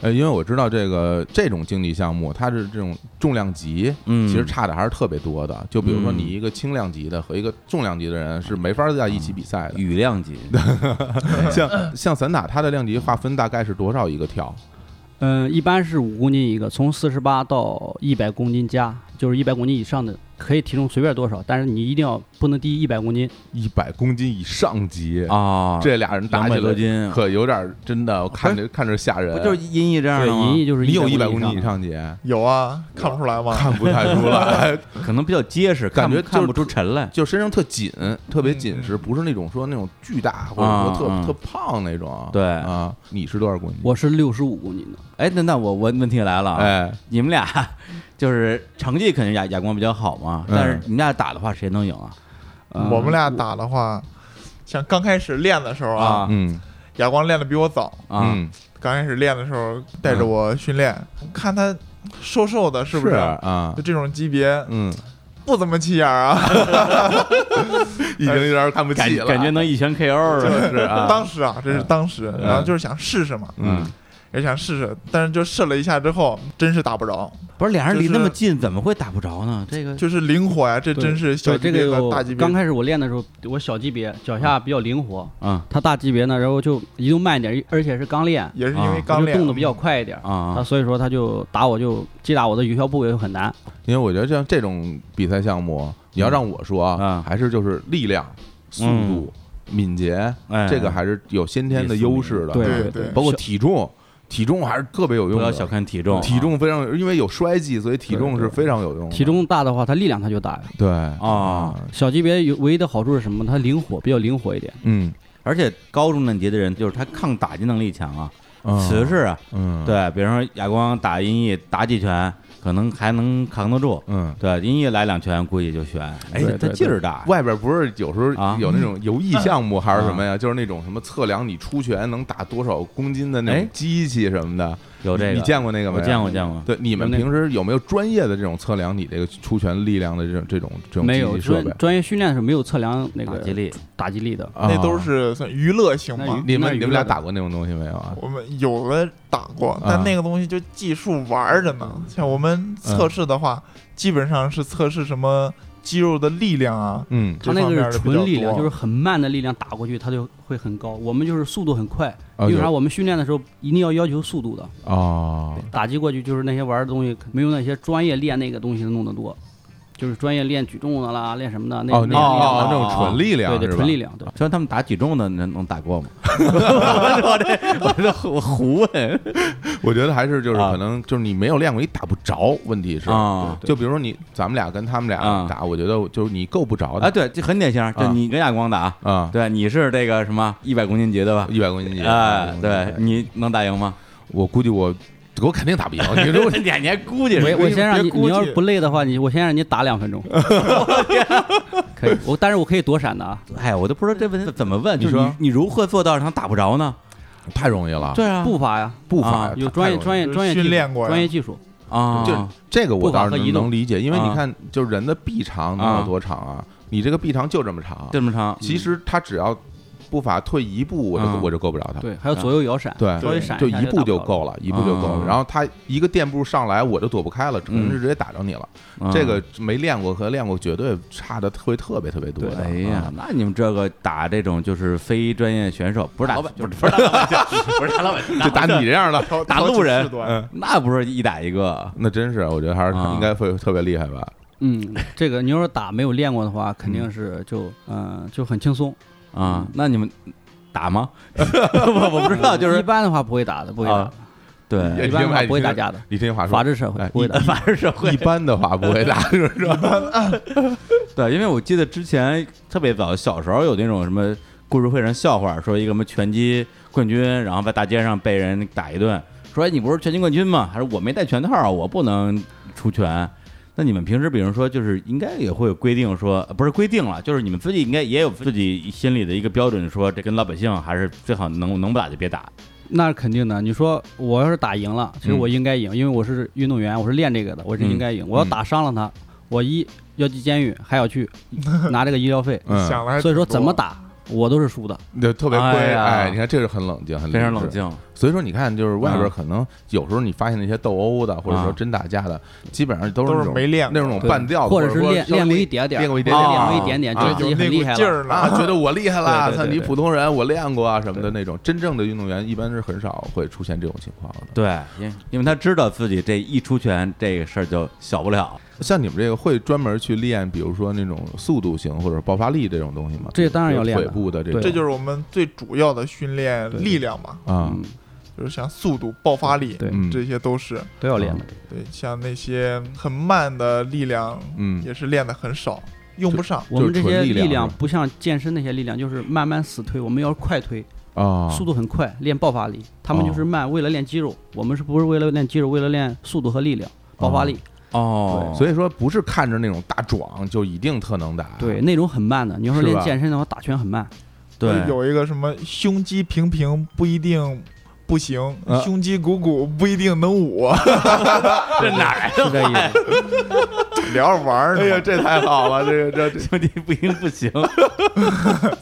Speaker 2: 呃，因为我知道这个这种竞技项目，它是这种重量级，
Speaker 1: 嗯
Speaker 2: 其实差的还是特别多的。就比如说
Speaker 1: 嗯
Speaker 2: 你一个轻量级的和一个重量级的人是没法在一起比赛的。
Speaker 1: 羽量级，
Speaker 2: 像像散打，它的量级划分大概是多少一个跳？
Speaker 3: 嗯，一般是五公斤一个，从四十八到一百公斤加，就是一百公斤以上的可以体重随便多少，但是你一定要不能低于一百公斤。
Speaker 2: 一百公斤以上级，
Speaker 1: 啊，
Speaker 2: 这俩人打
Speaker 1: 两
Speaker 2: 起
Speaker 1: 百多
Speaker 2: 来
Speaker 1: 斤，
Speaker 2: 可有点儿真的，我看着看着吓人。
Speaker 1: 不就是音译这样
Speaker 3: 对，
Speaker 1: 的
Speaker 3: 银
Speaker 1: 吗？
Speaker 3: 翼就是
Speaker 2: 你有一百
Speaker 3: 100
Speaker 2: 公
Speaker 3: 公
Speaker 2: 斤以
Speaker 3: 以，
Speaker 2: 上级？
Speaker 5: 有啊，看不出来吗？
Speaker 2: 看不太出来，
Speaker 1: 可能比较结实，看不
Speaker 2: 感觉就是
Speaker 1: 看不出沉来。
Speaker 2: 就身上特紧，特别紧
Speaker 5: 嗯
Speaker 2: 实，不是那种说那种巨大或者说
Speaker 1: 啊啊
Speaker 2: 特特胖那种。
Speaker 1: 对
Speaker 2: 啊，你是多少公斤？
Speaker 3: 我是六十五公斤的，
Speaker 1: 哎，那那我我问题来了啊，
Speaker 2: 哎，
Speaker 1: 你们俩 (laughs) 就是成绩肯定亚亚光比较好嘛，
Speaker 2: 嗯
Speaker 1: 但是你们俩打的话，谁能赢啊？
Speaker 3: 嗯
Speaker 5: 我们俩打的话，像刚开始练的时候啊，
Speaker 2: 嗯
Speaker 5: 哑光练的比我早。
Speaker 1: 啊，
Speaker 2: 嗯
Speaker 5: 刚开始练的时候带
Speaker 3: 嗯
Speaker 5: 着我训练，看他瘦瘦的，是不
Speaker 2: 是
Speaker 5: 是？
Speaker 2: 啊
Speaker 5: 就？这种级别
Speaker 2: 嗯，
Speaker 5: 不怎么起眼
Speaker 3: (laughs)
Speaker 5: 儿啊。
Speaker 2: 已经有点看不
Speaker 1: 感
Speaker 2: 起了，
Speaker 1: 感觉能一拳 KO
Speaker 5: 就
Speaker 1: 了。
Speaker 2: 是啊
Speaker 5: 当时啊，这是当时，
Speaker 2: 嗯
Speaker 5: 然后就是想试试嘛，
Speaker 2: 嗯，
Speaker 5: 也想试试，但是就试了一下之后，真是打不着，
Speaker 1: 不是俩人离
Speaker 5: 就是
Speaker 1: 那么近，怎么会打不着呢？这个
Speaker 5: 就是灵活呀，这
Speaker 3: 对
Speaker 5: 真是小级
Speaker 3: 对这
Speaker 5: 别
Speaker 3: 个
Speaker 5: 和
Speaker 3: 有
Speaker 5: 大级别。嗯
Speaker 3: 刚开始我练的时候，我小级别脚下比较灵活，
Speaker 1: 啊
Speaker 3: 他大级别呢，然后就移动慢一点，而且是刚练，
Speaker 5: 也是因为
Speaker 1: 啊
Speaker 3: 我
Speaker 5: 刚
Speaker 3: 就
Speaker 5: 练
Speaker 3: 动的比较快一点。
Speaker 1: 啊啊
Speaker 3: 啊，所以说他就打我就击打我的有效部位就很难，
Speaker 2: 因为我觉得像这种比赛项目，你要让我说啊
Speaker 1: 嗯
Speaker 2: 还是就是力量、速度、敏捷，
Speaker 1: 哎
Speaker 2: 这个还是有先天的优势的，啊
Speaker 3: 对
Speaker 5: 对对
Speaker 3: 对，
Speaker 2: 包括
Speaker 3: 小
Speaker 2: 体重，体重还是特别有用
Speaker 1: 不要
Speaker 2: 的。
Speaker 1: 小看体重啊，
Speaker 2: 体重非常有，因为有衰技，所以体重对对是非常有用的。
Speaker 3: 体重大的话，他力量他就大呀。
Speaker 2: 对
Speaker 1: 啊，
Speaker 3: 小级别有唯一的好处是什么？它灵活，比较灵活一点。
Speaker 2: 嗯，
Speaker 1: 而且高中等级的人就是他抗打击能力强啊，瓷实啊，
Speaker 2: 嗯，，
Speaker 1: 对，比如说哑光打音译打几拳，可能还能扛得住，
Speaker 2: 嗯。
Speaker 1: 对，音译来两拳估计就悬，哎
Speaker 2: 对，
Speaker 1: 他
Speaker 2: 对
Speaker 1: 劲儿大，
Speaker 2: 外边不是有时候
Speaker 1: 啊
Speaker 2: 有那种游艺项目还是什么呀？就是那种什么测量你出拳能打多少公斤的那
Speaker 1: 哎
Speaker 2: 种机器什么的，
Speaker 1: 有这个
Speaker 2: 你见过那个没？
Speaker 1: 我见过见过，
Speaker 2: 对，你们
Speaker 3: 有那
Speaker 2: 平时有没有专业的这种测量你这个出拳力量的这种这种这种
Speaker 3: 没
Speaker 2: 机
Speaker 3: 有
Speaker 2: 器设备
Speaker 3: 专？专业训练是没有测量那
Speaker 1: 打
Speaker 3: 个
Speaker 1: 击力
Speaker 3: 打击力的。
Speaker 2: 啊
Speaker 5: 那都是算娱乐型
Speaker 3: 那
Speaker 5: 嘛
Speaker 3: 娱。
Speaker 2: 你
Speaker 3: 那
Speaker 2: 们
Speaker 3: 娱
Speaker 2: 你
Speaker 3: 乐
Speaker 2: 们俩
Speaker 3: 的
Speaker 2: 打过那种东西没有啊？
Speaker 5: 我们有的打过，
Speaker 2: 啊嗯
Speaker 5: 但那个东西就技术玩儿着呢。像我们测试的话，基本上是测试什么肌肉的力量啊，
Speaker 2: 嗯
Speaker 3: 他
Speaker 5: 这
Speaker 3: 那
Speaker 5: 方面
Speaker 3: 个
Speaker 5: 儿
Speaker 3: 是
Speaker 5: 的比较
Speaker 3: 纯力量，
Speaker 5: 多
Speaker 3: 就是很慢的力量打过去，它就会很高。我们就是速度很快，
Speaker 2: 啊
Speaker 3: 为啥
Speaker 2: 有
Speaker 3: 我们训练的时候一定要要求速度的？
Speaker 2: 哦，
Speaker 3: 打击过去就是那些玩儿的东西，没有那些专业练那个东西的弄得多，就是专业练举重的啦，练什么的那
Speaker 2: 哦，
Speaker 3: 那
Speaker 2: 那哦
Speaker 1: 哦
Speaker 2: 那
Speaker 1: 哦
Speaker 2: 种纯力量
Speaker 3: 对对
Speaker 2: 是吧
Speaker 3: 纯力量对。
Speaker 1: 虽然他们打举重的能能打过 (laughs) 吗？我这我这我胡问
Speaker 2: 我觉得还是就是
Speaker 1: 啊
Speaker 2: 可能就是你没有练过，你打不着。问题是，
Speaker 1: 啊
Speaker 2: 就比如说你咱们俩跟他们俩
Speaker 1: 啊
Speaker 2: 打，我觉得就是你够不着
Speaker 1: 啊！
Speaker 2: 的
Speaker 1: 对，这很典型，就
Speaker 2: 啊
Speaker 1: 你跟亚光打，
Speaker 2: 啊，
Speaker 1: 对，你是这个什么一百公斤级的吧？
Speaker 2: 一百公斤级。啊
Speaker 1: 哎，
Speaker 2: 100
Speaker 1: 对，
Speaker 2: 公斤级，
Speaker 1: 你能打赢吗？
Speaker 2: 我估计我我肯定打 (laughs) 不赢。你说我
Speaker 1: 你你还估计
Speaker 3: 我
Speaker 1: 是
Speaker 3: 我先让你，
Speaker 5: 别估计
Speaker 3: 你要是不累的话，你我先让你打两分钟。可以，我但是我可以躲闪的啊。
Speaker 1: 哎，我都不知道这问题怎么问，就是
Speaker 2: 你说
Speaker 1: 你你如何做到让他打不着呢？
Speaker 2: 太容易了，
Speaker 1: 对啊，
Speaker 3: 步伐呀，
Speaker 2: 步伐
Speaker 1: 啊
Speaker 3: 有专业专
Speaker 2: 业。
Speaker 3: 业专业技术
Speaker 5: 训练过呀
Speaker 3: 专业技术，
Speaker 1: 啊，
Speaker 2: 就是这个我
Speaker 3: 步伐
Speaker 2: 倒
Speaker 3: 和
Speaker 2: 是
Speaker 3: 移动
Speaker 2: 能理解，因为你
Speaker 1: 啊
Speaker 2: 看，就是人的臂长能
Speaker 1: 啊
Speaker 2: 有多长啊？你这个臂长就这么长，
Speaker 1: 这么长，
Speaker 2: 其实他只要步伐退一步，我就
Speaker 1: 啊
Speaker 2: 我就够不着他。
Speaker 3: 对，还有左右摇闪，
Speaker 2: 对
Speaker 3: 稍微闪
Speaker 2: 就
Speaker 3: 下
Speaker 2: 一步就
Speaker 3: 打不着了。
Speaker 2: 够了，一步就够了。
Speaker 1: 啊
Speaker 2: 然后他一个垫步上来，我就躲不开
Speaker 3: 嗯
Speaker 2: 了，可能是直接打着你了。
Speaker 3: 啊
Speaker 1: 嗯
Speaker 2: 这个没练过和练过绝对差的会特别特别多
Speaker 1: 对，
Speaker 2: 的。
Speaker 1: 哎呀
Speaker 2: 啊，，
Speaker 1: 那你们这个打这种就是非专业选手，不是打
Speaker 2: 老板
Speaker 1: 不是不是啊打老板，不是打老板，
Speaker 2: 就打你这样
Speaker 3: (laughs)
Speaker 2: 的，
Speaker 5: 挑
Speaker 1: 打
Speaker 5: 挑
Speaker 1: 路
Speaker 5: 起
Speaker 1: 人
Speaker 5: 事端
Speaker 2: 嗯
Speaker 1: 那不是一打一个，
Speaker 2: 那真是我觉得还是
Speaker 1: 啊
Speaker 2: 应该会特别厉害吧。
Speaker 3: 嗯，这个你要是打没有练过的话，肯定是就嗯就很轻松。嗯
Speaker 1: 啊，那你们打
Speaker 3: (laughs)
Speaker 1: 吗？ (laughs) 我我不知啊道，就
Speaker 3: 一
Speaker 1: 是
Speaker 3: 般的话不会打的，不会打
Speaker 1: 啊，对 (laughs)
Speaker 2: 也
Speaker 3: 一般的
Speaker 2: 另外
Speaker 3: 话
Speaker 2: 一
Speaker 3: 不会
Speaker 2: 个
Speaker 3: 打架的，
Speaker 2: 李听华说，
Speaker 3: 法治社
Speaker 2: 哎
Speaker 3: 会不会打。
Speaker 1: 反正社会
Speaker 2: (laughs) 一般的话不会打，是吧？
Speaker 3: (laughs)
Speaker 1: 对，因为我记得之前特别早，小时候有那种什么故事会上笑话，说一个什么拳击冠军，然后在大街上被人打一顿，说哎你不是拳击冠军吗？还是我没戴拳套，我不能出拳。那你们平时，比如说，就是应该也会有规定说，呃不是规定了，就是你们自己应该也有自己心里的一个标准，说这跟老百姓还是最好能能不打就别打。
Speaker 3: 那是肯定的。你说我要是打赢了，其实
Speaker 1: 嗯
Speaker 3: 我应该赢，因为我是运动员，我是练这个的，我是应该赢。我要打伤了他，我一要进监狱，还要去拿这个医疗费。
Speaker 2: 嗯，
Speaker 5: 想的还
Speaker 3: 所以说
Speaker 5: 挺
Speaker 3: 怎么
Speaker 5: 多
Speaker 3: 打我都是输的。
Speaker 2: 就特别亏。
Speaker 1: 哎呀
Speaker 2: 哎，你看这是很冷静，很
Speaker 1: 非常
Speaker 2: 理智
Speaker 1: 冷。静，
Speaker 2: 所以说，你看，就是外边
Speaker 1: 啊
Speaker 2: 可能有时候你发现那些斗殴的，或者说
Speaker 1: 啊
Speaker 2: 真打架的，基本上都是
Speaker 5: 都
Speaker 2: 那
Speaker 5: 是
Speaker 2: 种
Speaker 5: 没练
Speaker 2: 那种
Speaker 3: 对
Speaker 2: 半吊子，
Speaker 3: 或者是
Speaker 2: 说
Speaker 3: 练
Speaker 2: 稍微
Speaker 3: 练过一点点儿，
Speaker 2: 练过一点
Speaker 1: 点
Speaker 3: 练
Speaker 2: 啊
Speaker 3: 过一点点，
Speaker 2: 啊
Speaker 3: 觉得
Speaker 5: 有
Speaker 3: 自己
Speaker 5: 那
Speaker 3: 很厉
Speaker 5: 股
Speaker 3: 害
Speaker 5: 劲
Speaker 3: 了。
Speaker 5: 儿
Speaker 3: (laughs)
Speaker 2: 啊，
Speaker 5: 了，
Speaker 2: 觉得我厉害
Speaker 1: 对
Speaker 2: 了，
Speaker 1: 对
Speaker 2: 操
Speaker 1: 对
Speaker 2: 你
Speaker 1: 对
Speaker 2: 普通人，我练过啊什么的那种。真正的运动员一般是很少会出现这种情况的。
Speaker 1: 对，因因为他知道自己这一出拳，这个事儿就小不了。
Speaker 2: 像你们这个会专门去练，比如说那种速度型或者爆发力这种东西吗？
Speaker 3: 这当然要练的
Speaker 2: 腿部的这种，
Speaker 3: 对
Speaker 5: 这就是我们最主要的训练
Speaker 2: 对
Speaker 5: 力量嘛，
Speaker 2: 啊，
Speaker 3: 嗯，
Speaker 5: 就是像速度、爆发力，
Speaker 3: 对
Speaker 2: 嗯，
Speaker 5: 这些都是
Speaker 3: 都要练的。
Speaker 5: 对，像那些很慢的力量，
Speaker 2: 嗯
Speaker 5: 也是练的很少，用不上。
Speaker 3: 我们这些
Speaker 2: 纯力量
Speaker 3: 力量
Speaker 2: 是吧
Speaker 3: 不像健身那些力量，就是慢慢死推，我们要是快推，
Speaker 2: 啊，哦
Speaker 3: 速度很快，练爆发力。他们就是慢，为了练肌肉。我们是不是为了练肌肉，为了练速度和力量、爆发力？
Speaker 1: 哦
Speaker 2: 对，所以说不是看着那种大壮就一定特能打，
Speaker 3: 对，那种很慢的。你要是
Speaker 2: 是
Speaker 3: 练
Speaker 2: 吧
Speaker 3: 健身的话，打拳
Speaker 1: (laughs)
Speaker 3: 很慢。
Speaker 1: 对
Speaker 5: 有一个什么胸肌平平不一定不行，
Speaker 2: 啊
Speaker 5: 胸肌鼓鼓不一定能舞，
Speaker 1: 这哪来的？
Speaker 3: 是这意思。
Speaker 5: 聊着玩儿呢。
Speaker 2: 哎呀，这太好了，这个
Speaker 5: (laughs)
Speaker 2: 这
Speaker 1: 兄弟不赢不行， (laughs)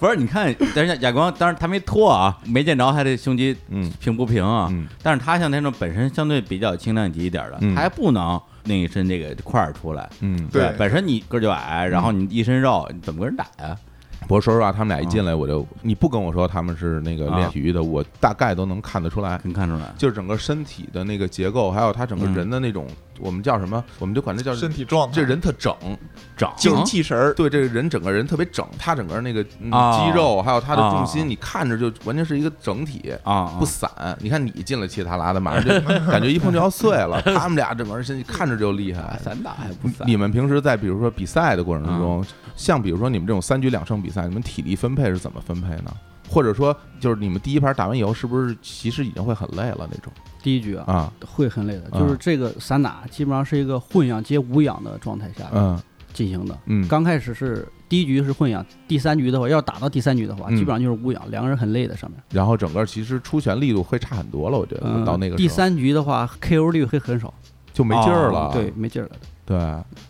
Speaker 1: 不是？你看，但是亚光，当然他没脱啊，没见着他这胸肌
Speaker 2: 嗯
Speaker 1: 平不平啊？
Speaker 2: 嗯
Speaker 1: 但是他像那种本身相对比较轻量级一点的，
Speaker 2: 嗯
Speaker 1: 他还不能那一身这个块儿出来。
Speaker 2: 嗯，
Speaker 5: 对
Speaker 1: 本身你个儿就矮，然后你一身肉，你怎么跟人打呀？
Speaker 2: 不过说实啊话，他们俩一进来我
Speaker 5: 嗯
Speaker 2: 就，你不跟我说他们是那个练
Speaker 1: 啊
Speaker 2: 体育的，我大概都能看得出来。
Speaker 1: 能看出来，
Speaker 2: 就是整个身体的那个结构，还有他整个人的那种，我们叫什么？我们就管这叫
Speaker 5: 嗯身体状态，
Speaker 2: 这人特整，啊
Speaker 1: 整
Speaker 5: 精气神儿，
Speaker 2: 对这个人整个人特别整，他整个那个、嗯
Speaker 1: 啊
Speaker 2: 肌肉还有他的重
Speaker 1: 啊
Speaker 2: 心，你看着就完全是一个整体。
Speaker 1: 啊，
Speaker 2: 不散，你看你进了气他拉的，马上就感觉一碰就要碎了。他们俩整个人身体看着就厉害。
Speaker 1: 散打还不散？
Speaker 2: 你们平时在比如说比赛的过程中，像比如说你们这种三局两胜比赛，你们体力分配是怎么分配呢？或者说，就是你们第一盘打完以后，是不是其实已经会很累了那种
Speaker 3: 第一局啊，
Speaker 2: 啊？
Speaker 3: 会很累的，
Speaker 2: 啊
Speaker 3: 就是这个散打基本上是一个混氧接无氧的状态下
Speaker 2: 嗯
Speaker 3: 进行的。
Speaker 2: 嗯，
Speaker 3: 刚开始是第一局是混氧，第三局的话，要打到第三局的话，
Speaker 2: 嗯
Speaker 3: 基本上就是无氧，两个人很累的上面。
Speaker 2: 然后整个其实出拳力度会差很多了，我觉得
Speaker 3: 嗯，
Speaker 2: 到那个时候
Speaker 3: 第三局的话，KO 率会很少，
Speaker 2: 就没劲儿
Speaker 5: 哦
Speaker 2: 了。
Speaker 3: 对，没劲儿了。
Speaker 2: 对，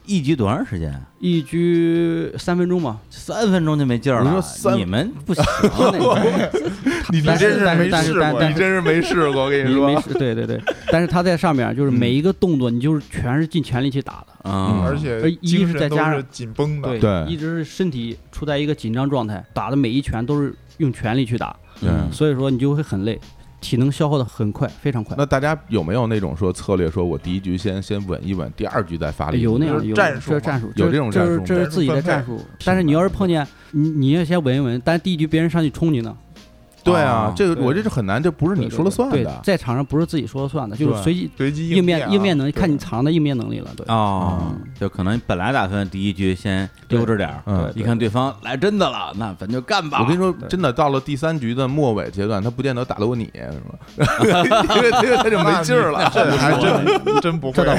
Speaker 1: 一局多长时间？
Speaker 3: 一局三分钟嘛，啊
Speaker 1: 三分钟就没劲儿
Speaker 2: 你说
Speaker 1: 了
Speaker 2: 三，
Speaker 1: 你们不行，
Speaker 2: (laughs)
Speaker 5: 你
Speaker 3: 但
Speaker 5: 真
Speaker 3: 是但是
Speaker 5: 没
Speaker 3: 但是
Speaker 5: 试过，
Speaker 3: 但
Speaker 5: 你
Speaker 3: 是
Speaker 5: 真是没试过。我跟
Speaker 3: 你
Speaker 5: 你
Speaker 3: 没
Speaker 5: (laughs) 说，
Speaker 3: 事，对对对。但是他在上面就是
Speaker 2: 嗯
Speaker 3: 每一个动作，你就是全是尽全力去打的，
Speaker 1: 嗯，
Speaker 5: 而
Speaker 2: 嗯
Speaker 5: 且
Speaker 3: 而一
Speaker 5: 精
Speaker 3: 是再
Speaker 5: 神都
Speaker 3: 加
Speaker 5: 是
Speaker 3: 上
Speaker 5: 紧绷的。
Speaker 2: 对
Speaker 3: 一直是身体处在一个紧张状态，打的每一拳都是用全力去打，
Speaker 1: 嗯
Speaker 3: 所以说你就会很累，体能消耗的很快，非常快。
Speaker 2: 那大家有没有那种说策略，说我第一局先先稳一稳，第二局再发力？
Speaker 3: 有那样
Speaker 5: 就
Speaker 3: 的
Speaker 5: 是
Speaker 3: 有
Speaker 5: 战术
Speaker 3: 这
Speaker 5: 嘛
Speaker 3: 是战术，
Speaker 2: 有
Speaker 3: 这
Speaker 2: 这种
Speaker 3: 这
Speaker 2: 战
Speaker 3: 是
Speaker 2: 术
Speaker 3: 这
Speaker 5: 吗
Speaker 3: 是自己的战术。但是你要是碰见你，你要先稳一稳，但是第一局别人上去冲你呢，
Speaker 2: 对啊
Speaker 1: 哦，
Speaker 2: 这个
Speaker 5: 对
Speaker 2: 我这是很难，这不是
Speaker 3: 对
Speaker 2: 你
Speaker 3: 对
Speaker 2: 说了
Speaker 3: 对
Speaker 2: 算
Speaker 3: 对
Speaker 2: 的。
Speaker 3: 在场上不是自己说了算的，就是
Speaker 2: 对
Speaker 3: 随机
Speaker 5: 随机
Speaker 3: 应变
Speaker 5: 啊
Speaker 3: 应变能力，
Speaker 5: 对啊
Speaker 3: 看你场上的应变能力了。对，
Speaker 1: 哦，就可能本来打算第一局先悠着点儿，
Speaker 2: 嗯
Speaker 1: 一看对方来真的了，那咱就干吧。
Speaker 2: 我跟你说，真的到了第三局的末尾阶段，他不见得打得过你，是吧？因为因为他就没劲儿了。
Speaker 5: 这还真真不会。
Speaker 1: (laughs)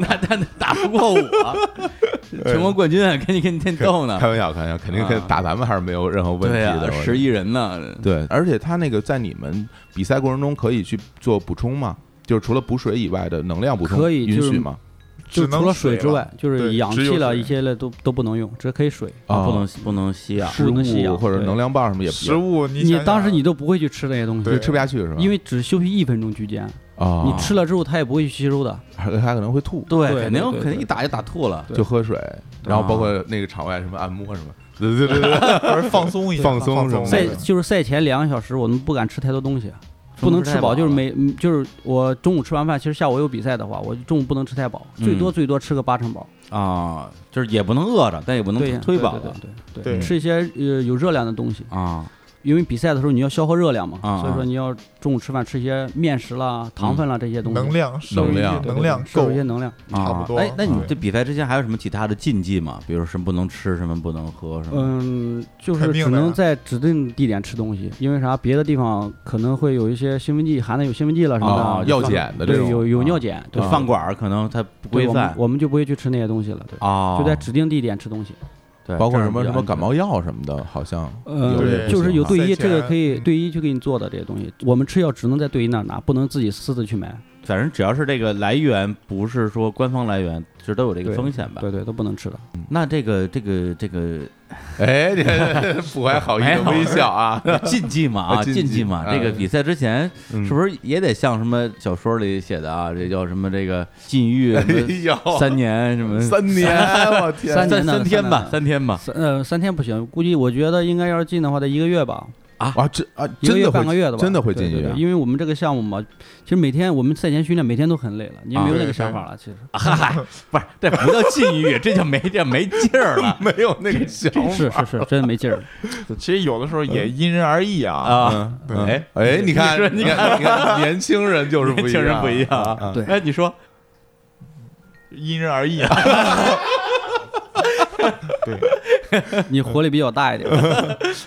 Speaker 1: 那他打不过我，全国冠军还跟你跟你天斗呢
Speaker 2: (laughs) 开。玩笑，开玩笑，肯定跟
Speaker 1: 啊
Speaker 2: 打咱们还是没有任何问题
Speaker 1: 对
Speaker 3: 啊
Speaker 1: 呀、
Speaker 2: 的。我
Speaker 1: 十亿人呢，
Speaker 2: 对，而且他那个在你们比赛过程中可以去做补充吗？就是除了补水以外的能量补充
Speaker 3: 可以
Speaker 2: 允
Speaker 3: 就是
Speaker 2: 许吗？
Speaker 5: 只
Speaker 3: 就
Speaker 5: 能
Speaker 3: 除了水之
Speaker 5: 了
Speaker 3: 外，就是
Speaker 5: 对
Speaker 3: 氧
Speaker 5: 只有
Speaker 3: 气了
Speaker 5: 水
Speaker 3: 一些了都都不能用，只可以水。
Speaker 2: 啊
Speaker 1: 不能不能吸啊。
Speaker 2: 食
Speaker 3: 不能吸氧
Speaker 2: 物或者
Speaker 3: 对
Speaker 2: 能量棒什么也
Speaker 5: 食物你
Speaker 3: 你
Speaker 5: 想
Speaker 3: 当时
Speaker 5: 想
Speaker 3: 你都不会去吃那些东
Speaker 2: 也
Speaker 3: 西
Speaker 5: 对，
Speaker 2: 吃不下去是吧？
Speaker 3: 因为只休息一分钟居间，
Speaker 2: 啊，
Speaker 3: 你吃了之后它也不会去吸收的。
Speaker 2: 还还可能会吐，
Speaker 1: 对，
Speaker 3: 对
Speaker 1: 肯定
Speaker 3: 对对
Speaker 1: 肯定一打就打吐了。
Speaker 2: 就喝水，
Speaker 1: 对
Speaker 2: 然后包括那个场外什么按摩什么，对对对对，
Speaker 5: 还是放松一下，
Speaker 2: 放
Speaker 5: 放
Speaker 2: 松什么的
Speaker 5: 一
Speaker 3: 赛
Speaker 2: 对
Speaker 5: 下
Speaker 3: 就是赛前两个小时，我们不敢吃太多东西，不能吃饱，就是每嗯就是我中午吃完饭，其实下午有比赛的话，我中午不能吃太饱，
Speaker 1: 嗯
Speaker 3: 最多最多吃个八成饱，
Speaker 1: 啊，就是也不能饿着，但也不
Speaker 3: 对
Speaker 1: 能
Speaker 3: 呀
Speaker 1: 忒饱
Speaker 3: 对
Speaker 1: 了
Speaker 3: 对对
Speaker 5: 对
Speaker 3: 对，吃一些呃有热量的东西，
Speaker 1: 啊。
Speaker 3: 因为比赛的时候你要消耗热量嘛，
Speaker 1: 啊
Speaker 3: 所以说你要中午吃饭吃一些面食啦、糖分啦这些东西，
Speaker 5: 能量摄入
Speaker 2: 能量
Speaker 3: 对对
Speaker 5: 嗯能量
Speaker 3: 摄
Speaker 5: 够
Speaker 3: 入一些能量。
Speaker 1: 啊
Speaker 5: 差不多
Speaker 1: 哎，那你
Speaker 2: 对
Speaker 1: 这比赛之前还有什么其他的禁忌吗？比如什么不能吃，什么不能喝，什么？
Speaker 3: 嗯，就
Speaker 5: 肯
Speaker 3: 是
Speaker 5: 定
Speaker 3: 只
Speaker 5: 的
Speaker 3: 能
Speaker 5: 呀
Speaker 3: 在指定地点吃东西，因为啥？别的地方可能会有一些兴奋剂，含的有兴奋剂了什么的，
Speaker 1: 啊
Speaker 2: 药碱的这
Speaker 3: 对，有
Speaker 2: 种，
Speaker 3: 有
Speaker 1: 啊
Speaker 3: 尿碱，
Speaker 1: 就
Speaker 3: 对，
Speaker 1: 饭馆儿可能它不
Speaker 3: 对
Speaker 1: 规
Speaker 3: 我们
Speaker 1: 范
Speaker 3: 我们就不会去吃那些东西了，对，
Speaker 1: 啊，
Speaker 3: 就在指定地点吃东西。
Speaker 1: 对
Speaker 2: 包
Speaker 1: 这
Speaker 2: 括
Speaker 1: 样
Speaker 2: 什么
Speaker 1: 比较
Speaker 2: 什么
Speaker 1: 安全
Speaker 2: 感冒药什么的，好像有
Speaker 5: 对
Speaker 2: 也
Speaker 3: 呃，
Speaker 2: 不
Speaker 3: 就是
Speaker 2: 行
Speaker 3: 有
Speaker 2: 哈
Speaker 3: 对
Speaker 5: 赛
Speaker 3: 医，这个
Speaker 5: 前
Speaker 3: 可以
Speaker 5: 嗯
Speaker 3: 对医去给你做的这些东西，我们吃药只能在对医那儿拿，不能自己私自去买，
Speaker 1: 反正只要是这个来源不是说官方来源，就都有这个
Speaker 3: 对
Speaker 1: 风险吧。
Speaker 3: 对对，都不能吃的。
Speaker 1: 那这个这个这个哎
Speaker 2: (laughs) 哎，你看不怀好意的微笑啊，
Speaker 1: 禁忌嘛啊，
Speaker 2: 禁忌
Speaker 1: 禁忌嗯嘛。
Speaker 2: 啊
Speaker 1: 这个比赛之前是不是也得像什么小说里写的啊？这叫什么？这个禁 (laughs) 欲 (laughs) 什么
Speaker 2: 哎呦
Speaker 1: 哎三年什么？
Speaker 2: 三年，我
Speaker 3: (laughs)
Speaker 2: 天，
Speaker 3: 三
Speaker 1: 三啊
Speaker 3: 年呢
Speaker 1: 三天吧，
Speaker 3: 三
Speaker 1: 三天吧。
Speaker 3: 三呃三天不行，估计我觉得应该要是进的话，得一个月吧，
Speaker 2: 啊，这啊，
Speaker 3: 一个
Speaker 2: 真
Speaker 3: 月
Speaker 2: 的
Speaker 3: 半个
Speaker 2: 会，
Speaker 3: 月的吧，
Speaker 2: 真的会
Speaker 3: 对
Speaker 2: 进
Speaker 3: 对
Speaker 2: 去
Speaker 3: 对
Speaker 2: 啊
Speaker 3: 因为我们这个项目嘛，其实每天我们赛前训练每天都很累了，你也没有
Speaker 1: 啊
Speaker 3: 那个
Speaker 5: 对
Speaker 3: 想
Speaker 5: 对
Speaker 3: 法了，其实
Speaker 1: 嗨，不是，这不叫禁欲，这叫没这 (laughs) 没劲儿了
Speaker 2: 没有那个想
Speaker 3: 是是是，真的没劲儿
Speaker 2: (laughs)
Speaker 3: 了。
Speaker 5: 其实有的时候也因人而异啊。
Speaker 1: 啊！
Speaker 5: 对
Speaker 1: 哎，
Speaker 2: 哎，你看，
Speaker 1: 你说
Speaker 2: 你看，你看，年轻人就是不
Speaker 1: 年
Speaker 2: 一
Speaker 1: 轻
Speaker 2: 样，
Speaker 1: 人不一样
Speaker 2: 啊
Speaker 1: 啊。
Speaker 3: 对
Speaker 1: 哎，你说
Speaker 5: 因人而异啊。对，
Speaker 3: 你火力比较大
Speaker 2: (laughs)
Speaker 3: 一点，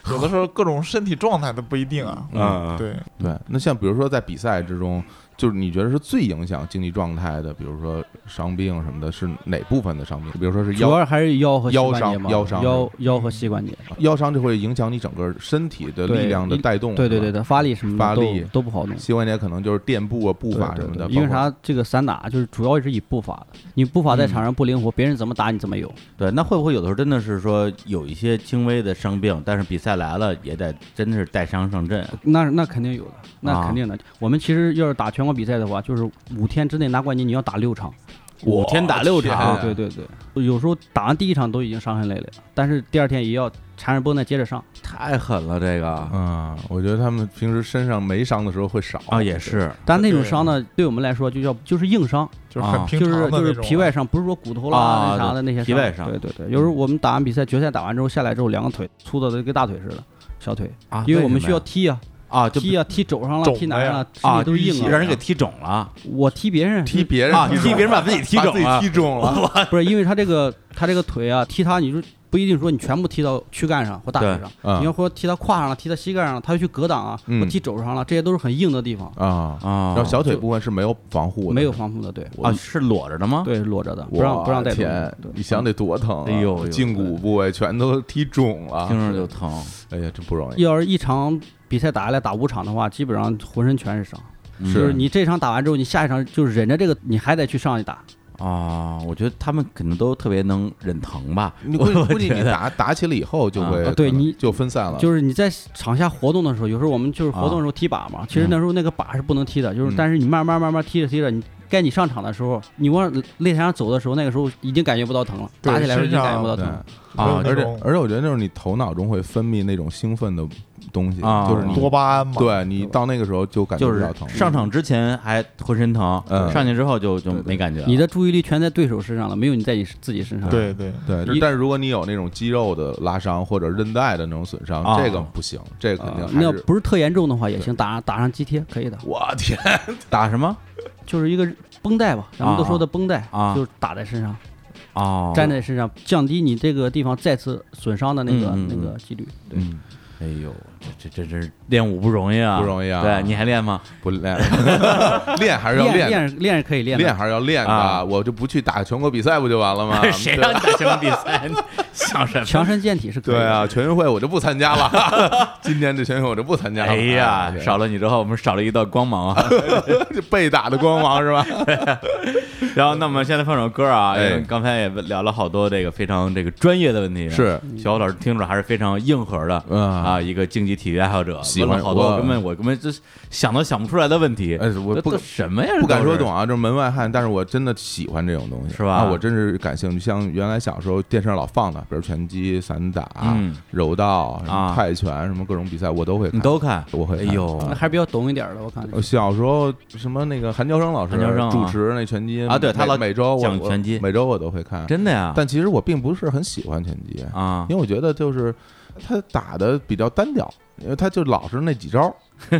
Speaker 5: 有的时候各种身体状态都不一定啊。
Speaker 1: 啊，
Speaker 5: 对，
Speaker 2: 嗯对，那像比如说在比赛之中，就是你觉得是最影响竞技状态的，比如说伤病什么的，是哪部分的伤病？比如说是
Speaker 3: 主
Speaker 2: 腰
Speaker 3: 要还是腰和膝
Speaker 2: 腰
Speaker 3: 关
Speaker 2: 伤
Speaker 3: 节嘛，
Speaker 2: 腰伤
Speaker 3: 腰腰和膝关节，
Speaker 2: 腰伤，这会影响你整个身体的
Speaker 3: 对
Speaker 2: 力量的带动。
Speaker 3: 对
Speaker 2: 嗯
Speaker 3: 对
Speaker 2: 是
Speaker 3: 对
Speaker 2: 吧，
Speaker 3: 对，发力什么
Speaker 2: 发
Speaker 3: 的都
Speaker 2: 力
Speaker 3: 都不好弄。
Speaker 2: 膝关节可能就是垫步啊、步
Speaker 3: 对
Speaker 2: 伐
Speaker 3: 对
Speaker 2: 什么
Speaker 3: 对
Speaker 2: 的。
Speaker 3: 因为
Speaker 2: 包括？嗯
Speaker 3: 啥？这个散打就是主要是以步法的，你步法在场上不灵活，别人怎么打你怎么有。
Speaker 1: 对，那会不会有的时候真的是说有一些轻微的伤病，但是比赛来了也得真的是带伤上阵
Speaker 3: 那那肯定有的，那
Speaker 1: 啊
Speaker 3: 肯定的。我们其实要是打全国比赛的话，就是五天之内拿冠军，你要打六场。
Speaker 1: 五天打六
Speaker 2: 天
Speaker 1: 场
Speaker 2: 啊
Speaker 3: 对对对，有时候打完第一场都已经伤痕累累了，但是第二天也要缠着绷带接着
Speaker 1: 啊
Speaker 3: 上。
Speaker 1: 太狠了，这个
Speaker 2: 啊，我觉得他们平时身上没伤的时候会少
Speaker 1: 啊也是
Speaker 3: 但那种伤呢，对我们来说就叫就是硬伤，
Speaker 5: 就是很
Speaker 1: 啊
Speaker 5: 平
Speaker 3: 就
Speaker 5: 常的
Speaker 3: 是
Speaker 5: 那
Speaker 3: 就是
Speaker 5: 种
Speaker 3: 皮
Speaker 5: 啊
Speaker 3: 外伤，不是说骨头啦、
Speaker 1: 啊
Speaker 3: 那啥的
Speaker 1: 对
Speaker 3: 那些伤
Speaker 1: 皮外伤嗯
Speaker 3: 对对对，有时候我们打完比赛，决赛打完之后下来之后，两个腿粗的都跟大腿似的，小腿，
Speaker 1: 啊，
Speaker 3: 因为我们
Speaker 1: 什么
Speaker 3: 需要
Speaker 1: 呀
Speaker 3: 踢啊，
Speaker 1: 啊就
Speaker 3: 踢啊，踢肘上了，
Speaker 5: 肿
Speaker 3: 踢
Speaker 5: 的
Speaker 3: 哪
Speaker 5: 呀
Speaker 3: 上了，身
Speaker 1: 啊
Speaker 3: 体都硬
Speaker 1: 让
Speaker 3: 了。
Speaker 1: 人给踢肿了
Speaker 3: 我踢别人，
Speaker 2: 踢别人
Speaker 1: 啊， (laughs) 踢别人把自己踢
Speaker 2: 把
Speaker 1: 肿
Speaker 2: 自己
Speaker 1: 了
Speaker 2: 踢中
Speaker 3: (laughs)
Speaker 2: 了， (laughs)
Speaker 3: 不是因为他这个他这个腿啊，踢他你就不一定说你全部踢到躯干上或大腿上，
Speaker 2: 对嗯
Speaker 3: 你要说踢到胯上了，踢到膝盖上了，他又去格挡啊，
Speaker 2: 嗯
Speaker 3: 或踢肘上了，这些都是很硬的地方，
Speaker 2: 啊。
Speaker 1: 啊，
Speaker 2: 然后小腿部分是没有防护的，
Speaker 3: 没有防护的，对，
Speaker 1: 啊是裸着的吗？
Speaker 3: 对裸着的，
Speaker 2: 我
Speaker 3: 不让不让带动
Speaker 2: 天
Speaker 3: 的，对，
Speaker 2: 你想得多疼啊！
Speaker 1: 哎呦哎呦
Speaker 2: 胫骨部位全都踢肿
Speaker 1: 听
Speaker 2: 了，
Speaker 1: 着就疼
Speaker 2: 哎呀，真不容
Speaker 3: (laughs)
Speaker 2: 易。
Speaker 3: 要是一场比赛打下来打五场的话，基本上浑身全是伤，
Speaker 1: 嗯
Speaker 3: 就是你这场打完之后，你下一场就是忍着这个，你还得去上去打，
Speaker 1: 啊，我觉得他们可能都特别能忍疼吧，
Speaker 2: (laughs) 你
Speaker 1: 我
Speaker 2: 估计
Speaker 1: 我
Speaker 2: 估计
Speaker 1: 觉
Speaker 2: 你
Speaker 1: 得
Speaker 2: 打打起了以后就会
Speaker 3: 啊，对
Speaker 2: 可能
Speaker 3: 你
Speaker 2: 就分散了，
Speaker 3: 就是你在场下活动的时候，有时候我们就是活动的时候踢靶嘛，其实那时候那个靶是不能踢的，就是
Speaker 2: 嗯
Speaker 3: 但是你慢慢慢慢踢着踢着，你该你上场的时候，你往擂台上走的时候，那个时候已经感觉不到疼了，
Speaker 5: 对
Speaker 3: 打起来的时候已经
Speaker 5: 身上
Speaker 3: 感觉不到疼
Speaker 2: 对
Speaker 3: 了。
Speaker 5: 会有
Speaker 1: 啊
Speaker 5: 那
Speaker 2: 而且
Speaker 5: 种
Speaker 2: 而且我觉得就是你头脑中会分泌那种兴奋的东西，
Speaker 1: 啊
Speaker 2: 就是你
Speaker 5: 多巴胺嘛。
Speaker 2: 对你到那个时候就感觉
Speaker 1: 就
Speaker 2: 比
Speaker 1: 是
Speaker 2: 较疼，
Speaker 1: 上场之前还浑身疼，
Speaker 2: 嗯
Speaker 1: 上去之后就就没感觉了。
Speaker 3: 你的注意力全在对手身上了，没有你在你自己身上。，
Speaker 5: 对对，
Speaker 2: 对，就
Speaker 3: 一
Speaker 2: 但是如果你有那种肌肉的拉伤或者韧带的那种损伤，
Speaker 1: 啊
Speaker 2: 这个不行，这个肯定
Speaker 3: 呃、
Speaker 2: 还
Speaker 3: 那要
Speaker 2: 是
Speaker 3: 不是特严重的话也行，打打上肌贴可以的，
Speaker 2: 我天
Speaker 1: 打什么
Speaker 3: 就是一个绷带吧，咱们都说的绷带，
Speaker 1: 啊
Speaker 3: 就是打在身上，
Speaker 1: 哦，
Speaker 3: 粘在身上，降低你这个地方再次损伤的那个、
Speaker 1: 嗯嗯嗯
Speaker 3: 那个几率。对，
Speaker 1: 嗯，哎呦，这这这这练武不容易啊，
Speaker 2: 不容易啊
Speaker 1: 对，你还练吗？
Speaker 2: 不练， (laughs) 练还是要
Speaker 3: 练
Speaker 2: 练，
Speaker 3: 练是练是可以练的，
Speaker 2: 练还是要练
Speaker 1: 啊？
Speaker 2: 的，我就不去打全国比赛不就完了吗
Speaker 1: (laughs) 谁
Speaker 2: 对
Speaker 1: 让你打全国比赛？你 (laughs) 想什么？
Speaker 3: 强身健体是可以
Speaker 2: 对
Speaker 3: 的。
Speaker 2: 啊，全运会我就不参加了， (laughs) 今年这全运会我就不参加了。
Speaker 1: 哎呀，
Speaker 2: 啊对 (laughs)
Speaker 1: 少了你之后，我们少了一道光芒啊。
Speaker 2: 被打的光芒
Speaker 1: (laughs)
Speaker 2: 是吧？
Speaker 1: 然后，那我们现在放首歌啊，因
Speaker 2: 哎
Speaker 1: 为刚才也聊了好多这个非常这个专业的问题，
Speaker 2: 是
Speaker 1: 小虎老师听着还是非常硬核的
Speaker 2: 嗯
Speaker 1: 啊，一个竞技体育爱好者，
Speaker 2: 喜
Speaker 1: 问
Speaker 2: 欢
Speaker 1: 了好多
Speaker 2: 我
Speaker 1: 根本我根本就是想都想不出来的问题，
Speaker 2: 哎我
Speaker 1: 这
Speaker 2: 不
Speaker 1: 都什么呀，
Speaker 2: 不敢说
Speaker 1: 这都
Speaker 2: 懂啊，这门外汉，但是我真的喜欢这种东西，
Speaker 1: 是吧
Speaker 2: 啊我真是感兴趣。像原来小时候电视上老放的，比如拳击、散打、
Speaker 1: 嗯
Speaker 2: 柔道、什
Speaker 1: 啊
Speaker 2: 么泰拳，什么各种比赛，我都会
Speaker 1: 是，你
Speaker 2: 看。
Speaker 1: 都看，
Speaker 2: 我会
Speaker 1: 哎
Speaker 2: 看
Speaker 1: 呦
Speaker 2: 啊
Speaker 3: 还是比较懂一点儿的，我看。
Speaker 2: 呃小时候什么那个韩乔生老师
Speaker 1: 韩乔生啊
Speaker 2: 主持那拳击
Speaker 1: 啊对他
Speaker 2: 每
Speaker 1: 老
Speaker 2: 每周我
Speaker 1: 讲
Speaker 2: 我
Speaker 1: 拳击
Speaker 2: 每周我都会看。
Speaker 1: 真的呀，
Speaker 2: 但其实我并不是很喜欢拳击，
Speaker 1: 啊
Speaker 2: 因为我觉得就是他打的比较单调，因为他就老是那
Speaker 1: (laughs)
Speaker 2: 几招。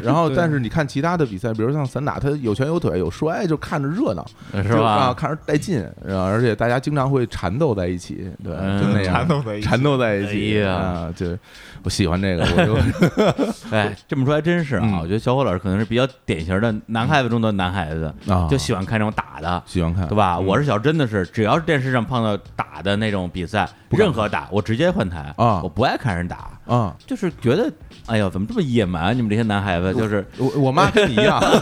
Speaker 2: 然后，
Speaker 3: 对
Speaker 2: 但是你看其他的比赛，比如像散打，他有拳有腿有摔，就看着热闹，
Speaker 1: 是
Speaker 2: 就啊，
Speaker 1: 吧？
Speaker 2: 看着带劲，然后而且大家经常会缠斗在一起，对，
Speaker 1: 嗯
Speaker 2: 就那样
Speaker 5: 缠斗在一起
Speaker 2: 缠斗在一起
Speaker 1: 哎呀
Speaker 2: 啊，就我喜欢这个，我就
Speaker 1: (laughs) 哎，这么说还真是啊，
Speaker 2: 嗯
Speaker 1: 我觉得小虎老师可能是比较典型的男孩子中的男孩子，
Speaker 2: 啊
Speaker 1: 就喜欢看这种打的，
Speaker 2: 喜欢看，
Speaker 1: 对吧？
Speaker 2: 嗯
Speaker 1: 我是小真的是，只要是电视上碰到打的那种比赛，
Speaker 2: 不敢
Speaker 1: 任何打，我直接换台
Speaker 2: 啊
Speaker 1: 我不爱看人打，
Speaker 2: 啊，
Speaker 1: 就是觉得，哎呀，怎么这么野蛮？你们这些男孩子，就是
Speaker 2: 我我妈跟你一样， (laughs)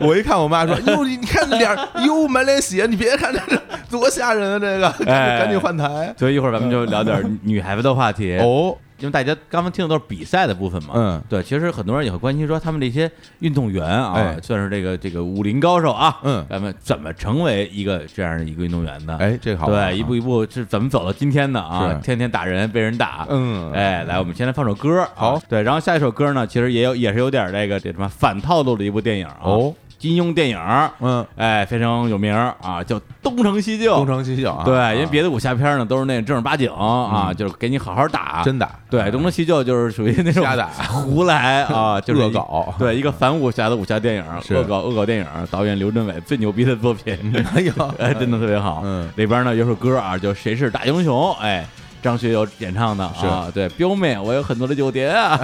Speaker 2: 我一看我妈说，哟，你看脸儿，哟，满脸血，你别看这个多吓人啊，这个，
Speaker 1: 哎
Speaker 2: 赶紧换台。
Speaker 1: 所以一会儿咱们就聊
Speaker 2: (laughs)
Speaker 1: 点女孩子的话题，
Speaker 2: 哦，
Speaker 1: 因为大家刚刚听的都是比赛的部分嘛。
Speaker 2: 嗯
Speaker 1: 对，其实很多人也会关心说，他们这些运动员啊，
Speaker 2: 哎
Speaker 1: 算是这个这个武林高手啊，
Speaker 2: 嗯
Speaker 1: 咱们怎么成为一个这样的一个运动员呢？
Speaker 2: 哎，这个好玩啊，
Speaker 1: 对，一步一步是怎么走到今天的啊？
Speaker 2: 是
Speaker 1: 天天打人，被人打，
Speaker 2: 嗯
Speaker 1: 哎，来，我们先来放首歌啊，
Speaker 2: 好
Speaker 1: 对，然后下一首歌呢，其实也有也是有点这个这什么反套路的一部电影啊，
Speaker 2: 哦，
Speaker 1: 金庸电影，
Speaker 2: 嗯，
Speaker 1: 哎，非常有名儿啊，叫《东成西就》，
Speaker 2: 东成西就啊，
Speaker 1: 对，
Speaker 2: 啊嗯
Speaker 1: 因为别的武侠片儿呢都是那正儿八经啊，就是给你好好打，
Speaker 2: 真打，
Speaker 1: 对，东成西就就是属于那种
Speaker 2: 瞎打
Speaker 1: (laughs) 胡来
Speaker 2: (laughs)
Speaker 1: 啊，就是
Speaker 2: 恶
Speaker 1: 一
Speaker 2: 搞
Speaker 1: 对，一个反武侠的武侠电
Speaker 2: 是
Speaker 1: 影，恶搞恶搞电影，导演刘镇伟最牛逼的作品，
Speaker 2: (laughs) 哎呦，
Speaker 1: (laughs) 哎，真的特别好。
Speaker 2: 嗯
Speaker 1: 里边呢有首歌啊，叫《谁是大英雄》，哎。张学友演唱的啊，对，彪妹，我有很多的酒店
Speaker 2: (laughs)
Speaker 1: 啊，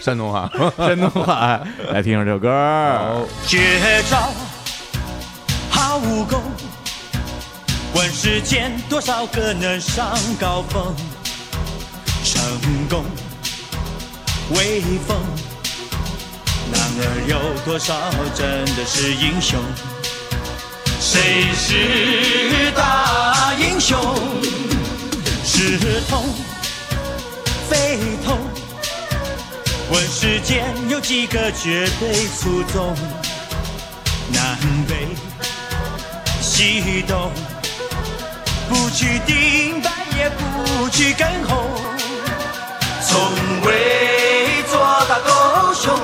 Speaker 2: 山东话， (laughs)
Speaker 1: 山东话，哎来听听这首歌儿。
Speaker 6: 绝招好武功，问世间多少个能上高峰？成功威风，然而有多少真的是英雄？谁是大英雄？是痛非痛？问世间有几个绝对出众？南北西东，不去顶白，也不去跟红，从未做到狗熊。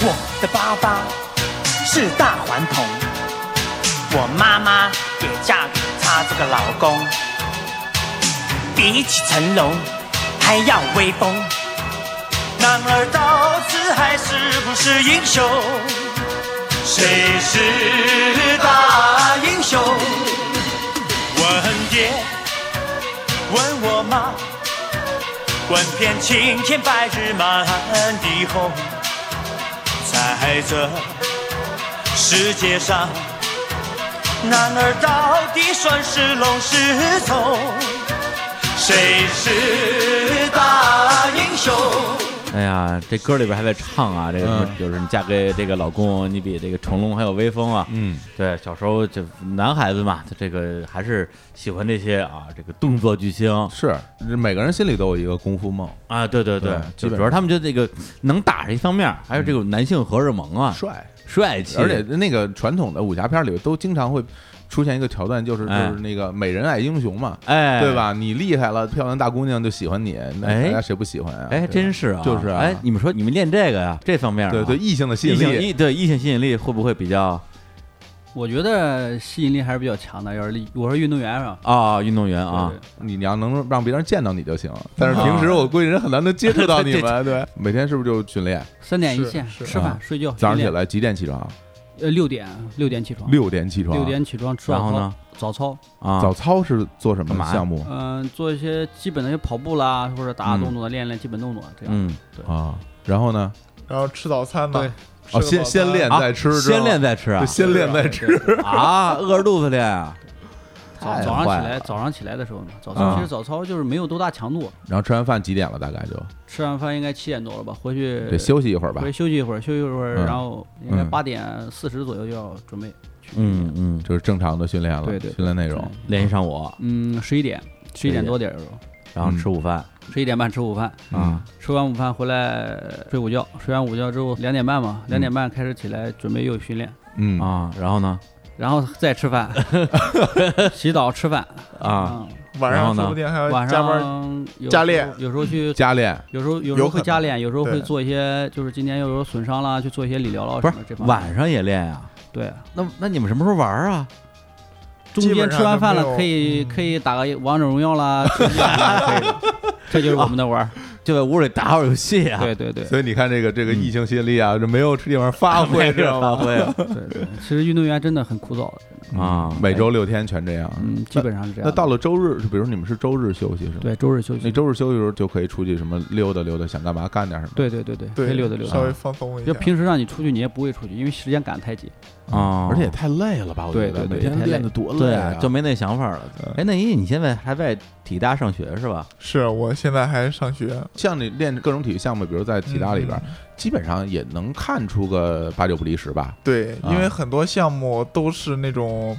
Speaker 6: 我的爸爸是大顽童，我妈妈也嫁给他这个老公。比起成龙还要威风。男儿到此还是不是英雄？谁是大英雄？问爹，问我妈，问遍青天白日满地红，在这世界上，男儿到底算是龙是虫？谁是大英雄？
Speaker 1: 哎呀，这歌里边还在唱啊，这个什么
Speaker 2: 嗯
Speaker 1: 就是你嫁给这个老公，你比这个成龙还有威风啊。
Speaker 2: 嗯，
Speaker 1: 对，小时候就男孩子嘛，他这个还是喜欢这些啊，这个动作巨星
Speaker 2: 是每个人心里都有一个功夫梦，
Speaker 1: 啊，对对
Speaker 2: 对基
Speaker 1: 就
Speaker 2: 本上
Speaker 1: 主要他们就这个能打是一方面，还有这种男性荷尔蒙啊，
Speaker 2: 帅，
Speaker 1: 帅气，
Speaker 2: 而且那个传统的武侠片里都经常会出现一个桥段，就是就
Speaker 1: 哎
Speaker 2: 是那个美人爱英雄嘛，
Speaker 1: 哎，
Speaker 2: 对？吧？你厉害了，漂亮大姑娘就喜欢你，那
Speaker 1: 哎
Speaker 2: 大家谁不喜欢啊？
Speaker 1: 哎，
Speaker 2: 对吧
Speaker 1: 真是啊，
Speaker 2: 就是啊
Speaker 1: 哎，你们说你们练这个呀、这方面、啊，
Speaker 2: 对对，异性的吸
Speaker 1: 异性
Speaker 2: 引力，
Speaker 1: 异对异性吸引力会不会比较
Speaker 3: 我觉得吸引力还是比较强的。要是力我是运动员啊，
Speaker 1: 啊、运动员啊
Speaker 3: 对，
Speaker 2: 你要能让别人见到你就行。但是平时我估计人很难能接
Speaker 1: (laughs)
Speaker 2: 触到你们，对，每天是不是就训练？
Speaker 3: 三点一
Speaker 5: 是
Speaker 3: 线，
Speaker 5: 是
Speaker 3: 吃
Speaker 2: 啊
Speaker 3: 饭、睡觉，
Speaker 2: 早上
Speaker 3: 训
Speaker 2: 起
Speaker 3: 练，
Speaker 2: 来几点起
Speaker 1: 啊
Speaker 2: 床？
Speaker 3: 呃，六点六点起床，
Speaker 2: 六点起床。
Speaker 3: 六点起床吃
Speaker 1: 然
Speaker 3: 早
Speaker 1: 后
Speaker 3: 操
Speaker 1: 呢，
Speaker 3: 早操，
Speaker 1: 啊，
Speaker 2: 早操是做什
Speaker 1: 干
Speaker 2: 么
Speaker 1: 嘛呀
Speaker 2: 项目
Speaker 3: 嗯、做一些基本的一些跑步啦，或者打打
Speaker 2: 嗯
Speaker 3: 动作，练练基本动作，这样。
Speaker 1: 嗯，
Speaker 2: 啊？然后呢？
Speaker 5: 然后吃早餐呢
Speaker 3: 对，
Speaker 2: 哦，
Speaker 5: 吃
Speaker 2: 先
Speaker 5: 个早
Speaker 2: 先
Speaker 5: 餐
Speaker 2: 练
Speaker 1: 啊
Speaker 2: 再吃，知道
Speaker 1: 先
Speaker 2: 吗
Speaker 1: 练再吃啊
Speaker 2: (laughs) 对，
Speaker 5: (laughs)
Speaker 2: 先练再吃。
Speaker 1: 啊，饿着肚子练啊，
Speaker 3: 早
Speaker 2: 太
Speaker 3: 早上
Speaker 2: 坏
Speaker 3: 起来，
Speaker 2: 了
Speaker 3: 早上起来的时候嘛，早
Speaker 2: 啊
Speaker 3: 操其实早操就是没有多大强度，
Speaker 2: 然后吃完饭几点了？大概就
Speaker 3: 吃完饭应该七点多了吧，回
Speaker 2: 得
Speaker 3: 去
Speaker 2: 休息一会儿吧
Speaker 3: 回去。休息一会儿，休息一会儿，
Speaker 2: 嗯
Speaker 3: 然后应该
Speaker 2: 嗯
Speaker 3: 八点四十左右就要准备去。
Speaker 1: 嗯，嗯，
Speaker 2: 就是正常的训练了，
Speaker 3: 对对对
Speaker 2: 训练内容。
Speaker 1: 练一上午，
Speaker 3: 嗯，十一点，十一点多点儿的时候，
Speaker 1: 然后吃午饭
Speaker 3: 十一点半吃午饭，
Speaker 1: 嗯
Speaker 2: 啊，
Speaker 3: 吃完午饭回来睡午觉，睡完午觉之后两点半嘛，两点半开始起来准备又有训练，
Speaker 2: 嗯，
Speaker 1: 啊，然后呢
Speaker 3: 然后再吃饭，洗澡吃饭
Speaker 1: 啊，
Speaker 3: 嗯
Speaker 5: 晚
Speaker 1: 然后
Speaker 5: 上
Speaker 1: 呢
Speaker 5: 说不定还要
Speaker 3: 晚
Speaker 5: 呃加班。
Speaker 3: 上有
Speaker 5: 加
Speaker 3: 时候
Speaker 5: 练
Speaker 3: 有时候去
Speaker 2: 加练
Speaker 3: 有时候有
Speaker 5: 有
Speaker 3: 时候
Speaker 5: 可
Speaker 3: 会
Speaker 5: 能
Speaker 3: 加练，有时候会
Speaker 5: 对
Speaker 3: 做一些，就是今天又有损伤啦，去做一些理疗啦
Speaker 1: 不
Speaker 3: 什
Speaker 1: 是
Speaker 3: 么这方面。
Speaker 1: 晚上也练呀？
Speaker 3: 对，
Speaker 1: 嗯那那你们什么时候玩啊？
Speaker 3: 中
Speaker 5: 基
Speaker 3: 间
Speaker 5: 本
Speaker 3: 吃
Speaker 5: 上
Speaker 3: 完
Speaker 5: 就
Speaker 3: 饭
Speaker 5: 没
Speaker 3: 了
Speaker 5: 有
Speaker 3: 可以可以打个王者荣耀啦，吃鸡啊可以的这就是我们的玩儿。
Speaker 1: 就在屋里打会儿游戏啊，
Speaker 3: 对对对，
Speaker 2: 所以你看这个这个异性吸引力啊，这没有地方发
Speaker 3: 嗯
Speaker 2: 挥，知
Speaker 3: (laughs)
Speaker 2: 道
Speaker 1: 发
Speaker 2: 吗？
Speaker 1: (laughs) 挥啊
Speaker 3: 对对，其实运动员真的很枯燥的，
Speaker 1: 啊，
Speaker 2: 每周六天全这样。
Speaker 3: 嗯，基本上是这样
Speaker 2: 那
Speaker 3: 的。
Speaker 2: 到了周日，就比如你们是周日休息是吗？，
Speaker 3: 对周日休
Speaker 2: 那
Speaker 3: 息，
Speaker 2: 周日休息的时候就可以出去什么溜达溜达，想干嘛干点什么。
Speaker 3: 对对对对，可
Speaker 5: 对，
Speaker 3: 以溜达溜达。
Speaker 5: 稍微放松一下
Speaker 3: 要。平时让你出去，你也不会出去，因为时间赶得太紧。
Speaker 1: 啊，
Speaker 2: 而且也太累了吧？我觉
Speaker 3: 对
Speaker 2: 得
Speaker 3: 对对
Speaker 2: 每天
Speaker 3: 太累
Speaker 2: 练的多
Speaker 1: 对
Speaker 2: 累啊！
Speaker 1: 就没那想法了。哎，那一你现在还在体大上学是吧？
Speaker 5: 是我现在还上学，
Speaker 2: 像你练各种体育项目，比如在体大里边，
Speaker 5: 嗯
Speaker 2: 基本上也能看出个八九不离十吧。
Speaker 5: 对，因为
Speaker 2: 啊
Speaker 5: 很多项目都是那种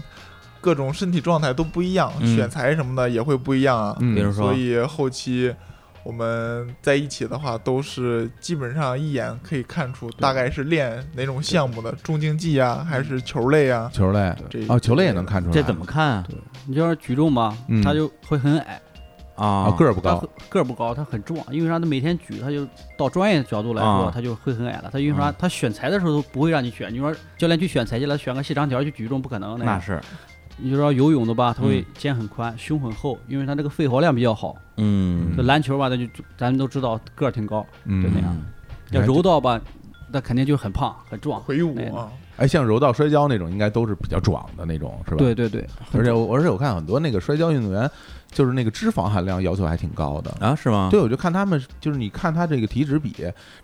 Speaker 5: 各种身体状态都不一样，
Speaker 1: 嗯
Speaker 5: 选材什么的也会不一样啊。
Speaker 2: 嗯
Speaker 1: 比如说
Speaker 5: 所，以后期我们在一起的话，都是基本上一眼可以看出大概是练哪种项目的，重竞技啊，还是球类啊。
Speaker 2: 球类
Speaker 5: 这
Speaker 2: 哦，球类也能看出来。
Speaker 1: 这怎么看啊？
Speaker 3: 你就要是举重吧
Speaker 2: 嗯，
Speaker 3: 他就会很矮，
Speaker 1: 啊
Speaker 2: 啊？个儿不
Speaker 3: 他
Speaker 2: 高
Speaker 3: 很个儿不高，他很壮，因为啥？他每天举，他就到专业角度来说
Speaker 1: 啊，
Speaker 3: 他就会很矮了。他因为啥？他选材的时候都不会让你选，你说教练去选材去了，选个细长条去举重不可能的。
Speaker 1: 那是，
Speaker 3: 你就说游泳的吧，他会
Speaker 1: 嗯
Speaker 3: 肩很宽，胸很厚，因为他这个肺活量比较好。
Speaker 1: 嗯
Speaker 3: 就，篮球吧，那就咱们都知道个儿挺高，就那
Speaker 2: 嗯，
Speaker 3: 样。
Speaker 2: 哎
Speaker 3: 要柔道吧，那肯定就很胖很壮。
Speaker 5: 魁梧啊，
Speaker 2: 哎，像柔道、摔跤那种，应该都是比较壮的那种，是吧？
Speaker 3: 对。对对，
Speaker 2: 而且我而且我看很多那个摔跤运动员，就是那个脂肪含量要求还挺高的。
Speaker 1: 啊是吗？
Speaker 2: 对，我就看他们，就是你看他这个体脂比，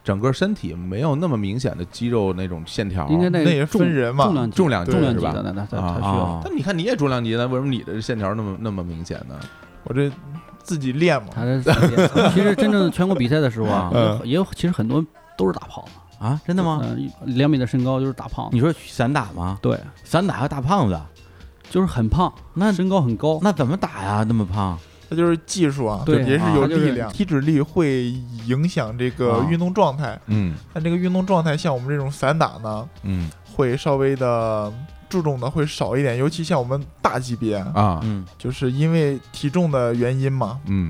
Speaker 2: 整个身体没有那么明显的肌肉那种线条。啊
Speaker 3: 应该那
Speaker 5: 那也
Speaker 3: 个重
Speaker 5: 分人嘛
Speaker 3: 重量级
Speaker 2: 重量级
Speaker 3: 重量
Speaker 2: 是
Speaker 3: 级
Speaker 2: 吧
Speaker 3: 的那那他
Speaker 2: 啊
Speaker 3: 他需要
Speaker 1: 啊，
Speaker 2: 但你看你也重量级的，为什么你的线条那么那么明显呢？
Speaker 5: 我这自己练嘛，
Speaker 3: 他这其实真正全国比赛的时候啊，
Speaker 5: 嗯
Speaker 3: 也有其实很多都是打胖子，
Speaker 1: 啊，真的吗？
Speaker 3: 嗯，两米的身高就是打胖子
Speaker 1: 你，说散打吗？
Speaker 3: 对，
Speaker 1: 散打还大胖子，
Speaker 3: 就是很胖，那身高很高，
Speaker 1: 那怎么打呀？那么胖
Speaker 5: 它就是技术啊，
Speaker 3: 对
Speaker 5: 也是有
Speaker 3: 啊
Speaker 5: 力量，体脂率会影响这个
Speaker 1: 啊
Speaker 5: 运动状态。
Speaker 2: 嗯
Speaker 5: 但这个运动状态，像我们这种散打呢，
Speaker 2: 嗯
Speaker 5: 会稍微的注重的会少一点，尤其像我们大级别，
Speaker 2: 啊
Speaker 1: 嗯，
Speaker 5: 就是因为体重的原因嘛，
Speaker 2: 嗯，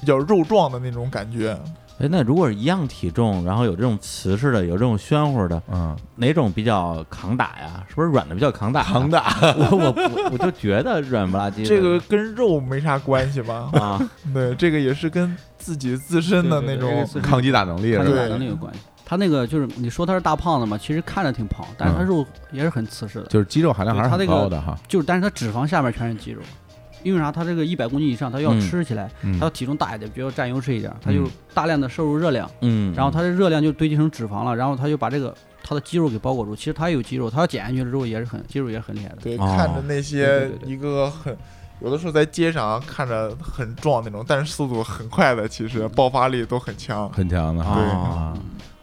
Speaker 5: 比较肉壮的那种感觉。
Speaker 1: 哎，那如果是一样体重，然后有这种瓷实的，有这种暄乎的，
Speaker 2: 嗯，
Speaker 1: 哪种比较扛打呀？是不是软的比较扛打？
Speaker 2: 扛
Speaker 1: 打，
Speaker 3: (laughs)
Speaker 1: (laughs) 我我不我就觉得软不拉几的。？
Speaker 5: 这个跟肉没啥关系吧
Speaker 1: 啊，
Speaker 5: 对，这个也是跟自己自身的那种
Speaker 2: 抗击打能力
Speaker 3: 跟
Speaker 2: 是
Speaker 5: 对
Speaker 2: 吧？
Speaker 3: 打能力有关系。他那个就是你说他是大胖子嘛，其实看着挺胖，但是他
Speaker 2: 嗯
Speaker 3: 肉也是很瓷实的，
Speaker 2: 就是肌肉含量还是
Speaker 3: 对他
Speaker 2: 很
Speaker 3: 这个
Speaker 2: 高的哈。
Speaker 3: 就是但是他脂肪下面全是肌肉，因为啥？他这个一百公斤以上，他要
Speaker 1: 嗯
Speaker 3: 吃起来，
Speaker 2: 嗯
Speaker 3: 他要体重大一点，比如说占优势一点，他就
Speaker 2: 嗯
Speaker 3: 大量的摄入热量，
Speaker 2: (laughs)
Speaker 1: 嗯，
Speaker 3: 然后他的热量就堆积成脂肪了，然后他就把这个他的肌肉给包裹住。其实他也有肌肉，他要减下去了之后也是很肌肉也是很厉害的。
Speaker 5: 对，
Speaker 1: 哦
Speaker 5: 看着那
Speaker 3: 对
Speaker 5: 些
Speaker 3: 对对对
Speaker 5: 一个个很。有的时候在街上啊看着很壮那种，但是速度很快的，其实爆发力都很强。
Speaker 2: 很强的哈。
Speaker 5: 对
Speaker 1: 啊，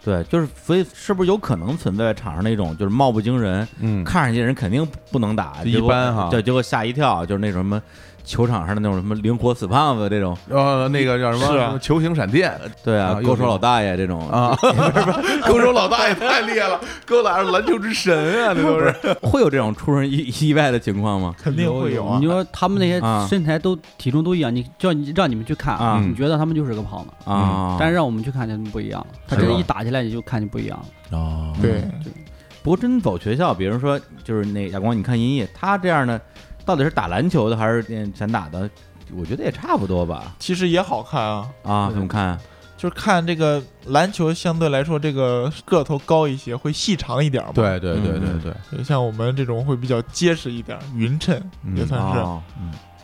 Speaker 1: 对，就是所以是不是有可能存在场上那种就是貌不惊人，
Speaker 2: 嗯，
Speaker 1: 看上去人肯定不能打，
Speaker 2: 就
Speaker 1: 结果
Speaker 2: 一般哈
Speaker 1: 对，结果吓一跳，就是那种什么球场上的那种什么灵活死胖子这种，
Speaker 2: 呃，那个叫什么
Speaker 5: 是啊
Speaker 2: 什么球形闪电
Speaker 1: 对啊
Speaker 2: 啊，有
Speaker 1: 勾手
Speaker 2: 这
Speaker 1: 老
Speaker 2: 种
Speaker 1: 大爷这种，
Speaker 2: 啊， (laughs) 勾手老大也太厉害了，勾老是篮球之神啊，这都是。
Speaker 1: 会有这种出人意意外的情况吗？
Speaker 5: 肯定会有啊
Speaker 3: 你。说他们那些
Speaker 1: 啊
Speaker 3: 身材都体重都一样，你叫你让你们去
Speaker 1: 啊
Speaker 3: 看，你觉得他们就是个胖子，
Speaker 2: 嗯
Speaker 1: 啊，
Speaker 3: 但是让我们去看见不一样了。他
Speaker 2: 是
Speaker 3: 真
Speaker 2: 吧
Speaker 3: 一打起来你就看见不一样了。
Speaker 2: 哦
Speaker 5: 对，
Speaker 1: 不过真走学校，比如说就是那亚光，你看银翼他这样的，到底是打篮球的还是嗯散打的？我觉得也差不多吧。
Speaker 5: 其实也好看啊，
Speaker 1: 啊，
Speaker 3: 对
Speaker 1: 怎么看？
Speaker 5: 就是看这个篮球相对来说这个个头高一些，会细长一点嘛。
Speaker 2: (laughs) 对对对对对，
Speaker 5: 对，像我们这种会比较结实一点，匀称
Speaker 2: 嗯
Speaker 5: 也算是。
Speaker 1: 哦，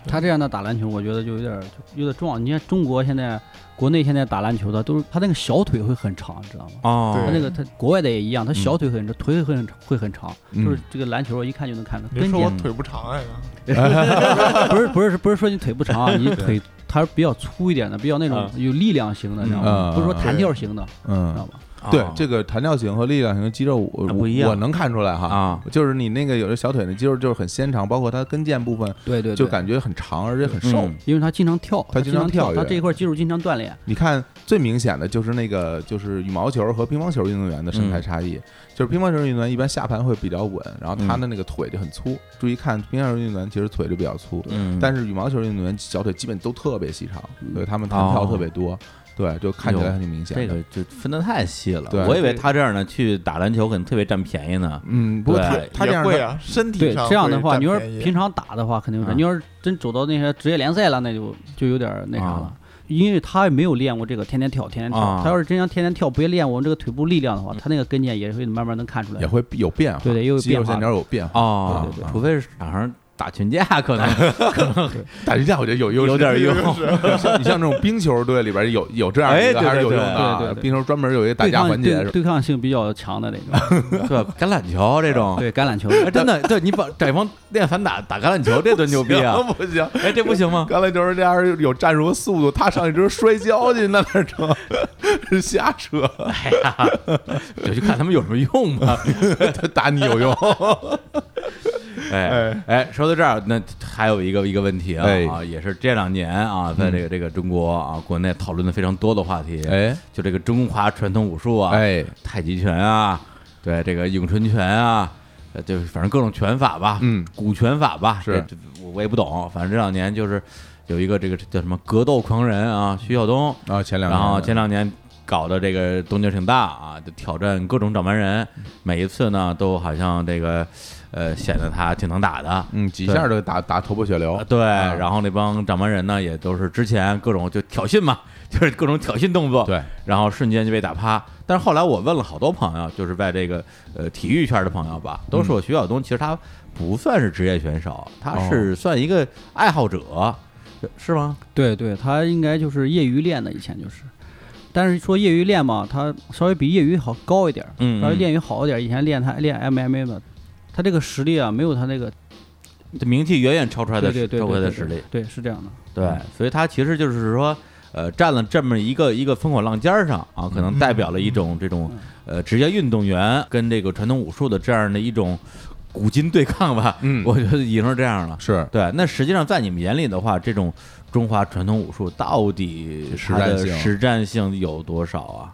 Speaker 3: 他这样的打篮球，我觉得就有点就有点壮。你看中国现在国内现在打篮球的都是他那个小腿会很长，你知道吗？他
Speaker 1: 哦
Speaker 5: 对
Speaker 3: 那个他国外的也一样，他小腿会很长，腿会很会很长，
Speaker 2: 嗯
Speaker 3: 就是这个篮球我一看就能看出
Speaker 5: 你
Speaker 3: 跟
Speaker 5: 说我
Speaker 3: 腱
Speaker 5: 腿不长啊来着？
Speaker 2: (laughs)
Speaker 3: 不是不是不是说你腿不长啊，你腿它是比较粗一点的，比较那种有力量型的，你知道
Speaker 2: 啊嗯
Speaker 3: 吗？不是说弹跳型的，知道
Speaker 2: 嗯，
Speaker 3: 吧？
Speaker 2: 对，
Speaker 1: 哦
Speaker 2: 这个弹跳型和力量型的肌肉，我
Speaker 1: 啊不一样
Speaker 2: 我能看出来哈。
Speaker 1: 啊
Speaker 2: 就是你那个有的小腿的肌肉就是很纤长，包括它跟腱部分
Speaker 3: 对对
Speaker 2: 就感觉很长，而且很瘦。
Speaker 1: 嗯
Speaker 3: 因为他经常跳，
Speaker 2: 他
Speaker 3: 他
Speaker 2: 经
Speaker 3: 经
Speaker 2: 常跳跃
Speaker 3: 他这一块肌肉经常锻炼，
Speaker 2: 你看最明显的就是那个就是羽毛球和乒乓球运动员的身材差异，就是乒乓球运动员一般下盘会比较稳，然后他的那个腿就很粗。注意看乒乓球运动员其实腿就比较粗，
Speaker 1: 嗯，
Speaker 2: 但是羽毛球运动员小腿基本都特别细长，所以他们弹跳特别多，对，就看起来还挺明显的。
Speaker 1: 这个就分得太细了。
Speaker 2: 对
Speaker 1: 我以为他这样的去打篮球可能特别占便宜呢。
Speaker 2: 嗯，不过他
Speaker 1: 对
Speaker 2: 他这
Speaker 5: 也
Speaker 2: 样
Speaker 5: 会
Speaker 2: 的
Speaker 5: 啊，身体
Speaker 3: 对
Speaker 5: 上
Speaker 3: 这样的话，
Speaker 5: 会占
Speaker 3: 你要是
Speaker 5: 便宜
Speaker 3: 平常打的话肯定是
Speaker 1: 啊，
Speaker 3: 你要是真走到那些职业联赛了，那就就有点那啥
Speaker 1: 啊
Speaker 3: 了。因为他也没有练过这个，天天跳，天天跳。
Speaker 2: 啊
Speaker 3: 他要是真想天天跳，不练我们这个腿部力量的话，他那个跟腱也会慢慢能看出来
Speaker 2: 也。会有变化，
Speaker 3: 对对也有
Speaker 2: 肌肉
Speaker 3: 变化
Speaker 2: 线条有变化。
Speaker 1: 哦
Speaker 2: 对对对
Speaker 1: 除非是场上打群架，可能
Speaker 2: 打群架我觉得有优势，
Speaker 1: 有点用。
Speaker 2: 像 (laughs) 你像这种冰球队里边有有这样
Speaker 1: 哎
Speaker 2: 一个
Speaker 1: 对
Speaker 2: 还是有用
Speaker 1: 对对
Speaker 2: 的啊
Speaker 3: 对对，对
Speaker 2: 冰球专门有一个打
Speaker 3: 对
Speaker 2: 架
Speaker 3: 抗
Speaker 2: 环节
Speaker 3: 对
Speaker 2: 是吧？
Speaker 3: 对抗性比较强的那种，
Speaker 2: (laughs)
Speaker 1: 对橄榄球这种，
Speaker 3: 对橄榄球。
Speaker 1: 哎，真的，对你把对方练散打打橄榄球，这多牛逼啊！
Speaker 2: 不行，
Speaker 1: 哎，这不行 (laughs)
Speaker 2: (laughs)
Speaker 1: 吗？
Speaker 2: 刚才就是这样有战术和速度，他上去之后摔跤去，那哪成？ (laughs) 是瞎扯， (laughs)
Speaker 1: 哎呀，就去看他们有什么用吧。
Speaker 2: 他打你有用。
Speaker 1: 哎
Speaker 2: 哎
Speaker 1: 哎，说到这儿，那还有一个一个问题啊，
Speaker 2: 哎嗯
Speaker 1: 啊也是这两年啊，在这个这个中国啊，国内讨论的非常多的话题，
Speaker 2: 哎
Speaker 1: 就这个中华传统武术啊，
Speaker 2: 哎，
Speaker 1: 太极拳啊，对这个咏春拳啊，呃，就是反正各种拳法吧，
Speaker 2: 嗯，
Speaker 1: 古拳法吧，
Speaker 2: 是
Speaker 1: 这这我我也不懂，反正这两年就是有一个这个叫什么格斗狂人啊，徐晓东，
Speaker 2: 啊，前两
Speaker 1: 然后
Speaker 2: 天
Speaker 1: 前两年搞的这个动静挺大啊，就挑战各种掌门人，每一次呢都好像这个呃显得他挺能打的。
Speaker 2: 嗯几下就打打头破血流
Speaker 1: 啊，对，
Speaker 2: 啊
Speaker 1: 然后那帮掌门人呢，也都是之前各种就挑衅嘛， (laughs) 就是各种挑衅动作，
Speaker 2: 对，
Speaker 1: 然后瞬间就被打趴。但是后来我问了好多朋友，就是在这个呃体育圈的朋友吧，都说徐晓东其实他不算是职业选手，他是算一个爱好者，是吗？
Speaker 3: 对对，他应该就是业余练的，以前就是。但是说业余练嘛，他稍微比业余好高一点儿，
Speaker 1: 嗯
Speaker 3: 稍微
Speaker 1: 嗯
Speaker 3: 练余好一点儿。以前练他练 MMA 的，他这个实力啊，没有他那个
Speaker 1: 这名气远远超出他
Speaker 3: 对
Speaker 1: 的
Speaker 3: 对对
Speaker 1: 超出他
Speaker 3: 对
Speaker 1: 的
Speaker 3: 对
Speaker 1: 实力。
Speaker 3: 对，是这样的。
Speaker 1: 对，所以他其实就是说，呃，站了这么一个一个风口浪尖儿上啊，可能代表了一种这种呃职业运动员跟这个传统武术的这样的一种古今对抗吧。(laughs)
Speaker 2: 嗯
Speaker 1: 我觉得已经是这样了。
Speaker 2: 是
Speaker 1: 对，那实际上在你们眼里的话，这种中华传统武术到底
Speaker 2: 实
Speaker 1: 它的
Speaker 2: 战性
Speaker 1: 实战性有多少啊？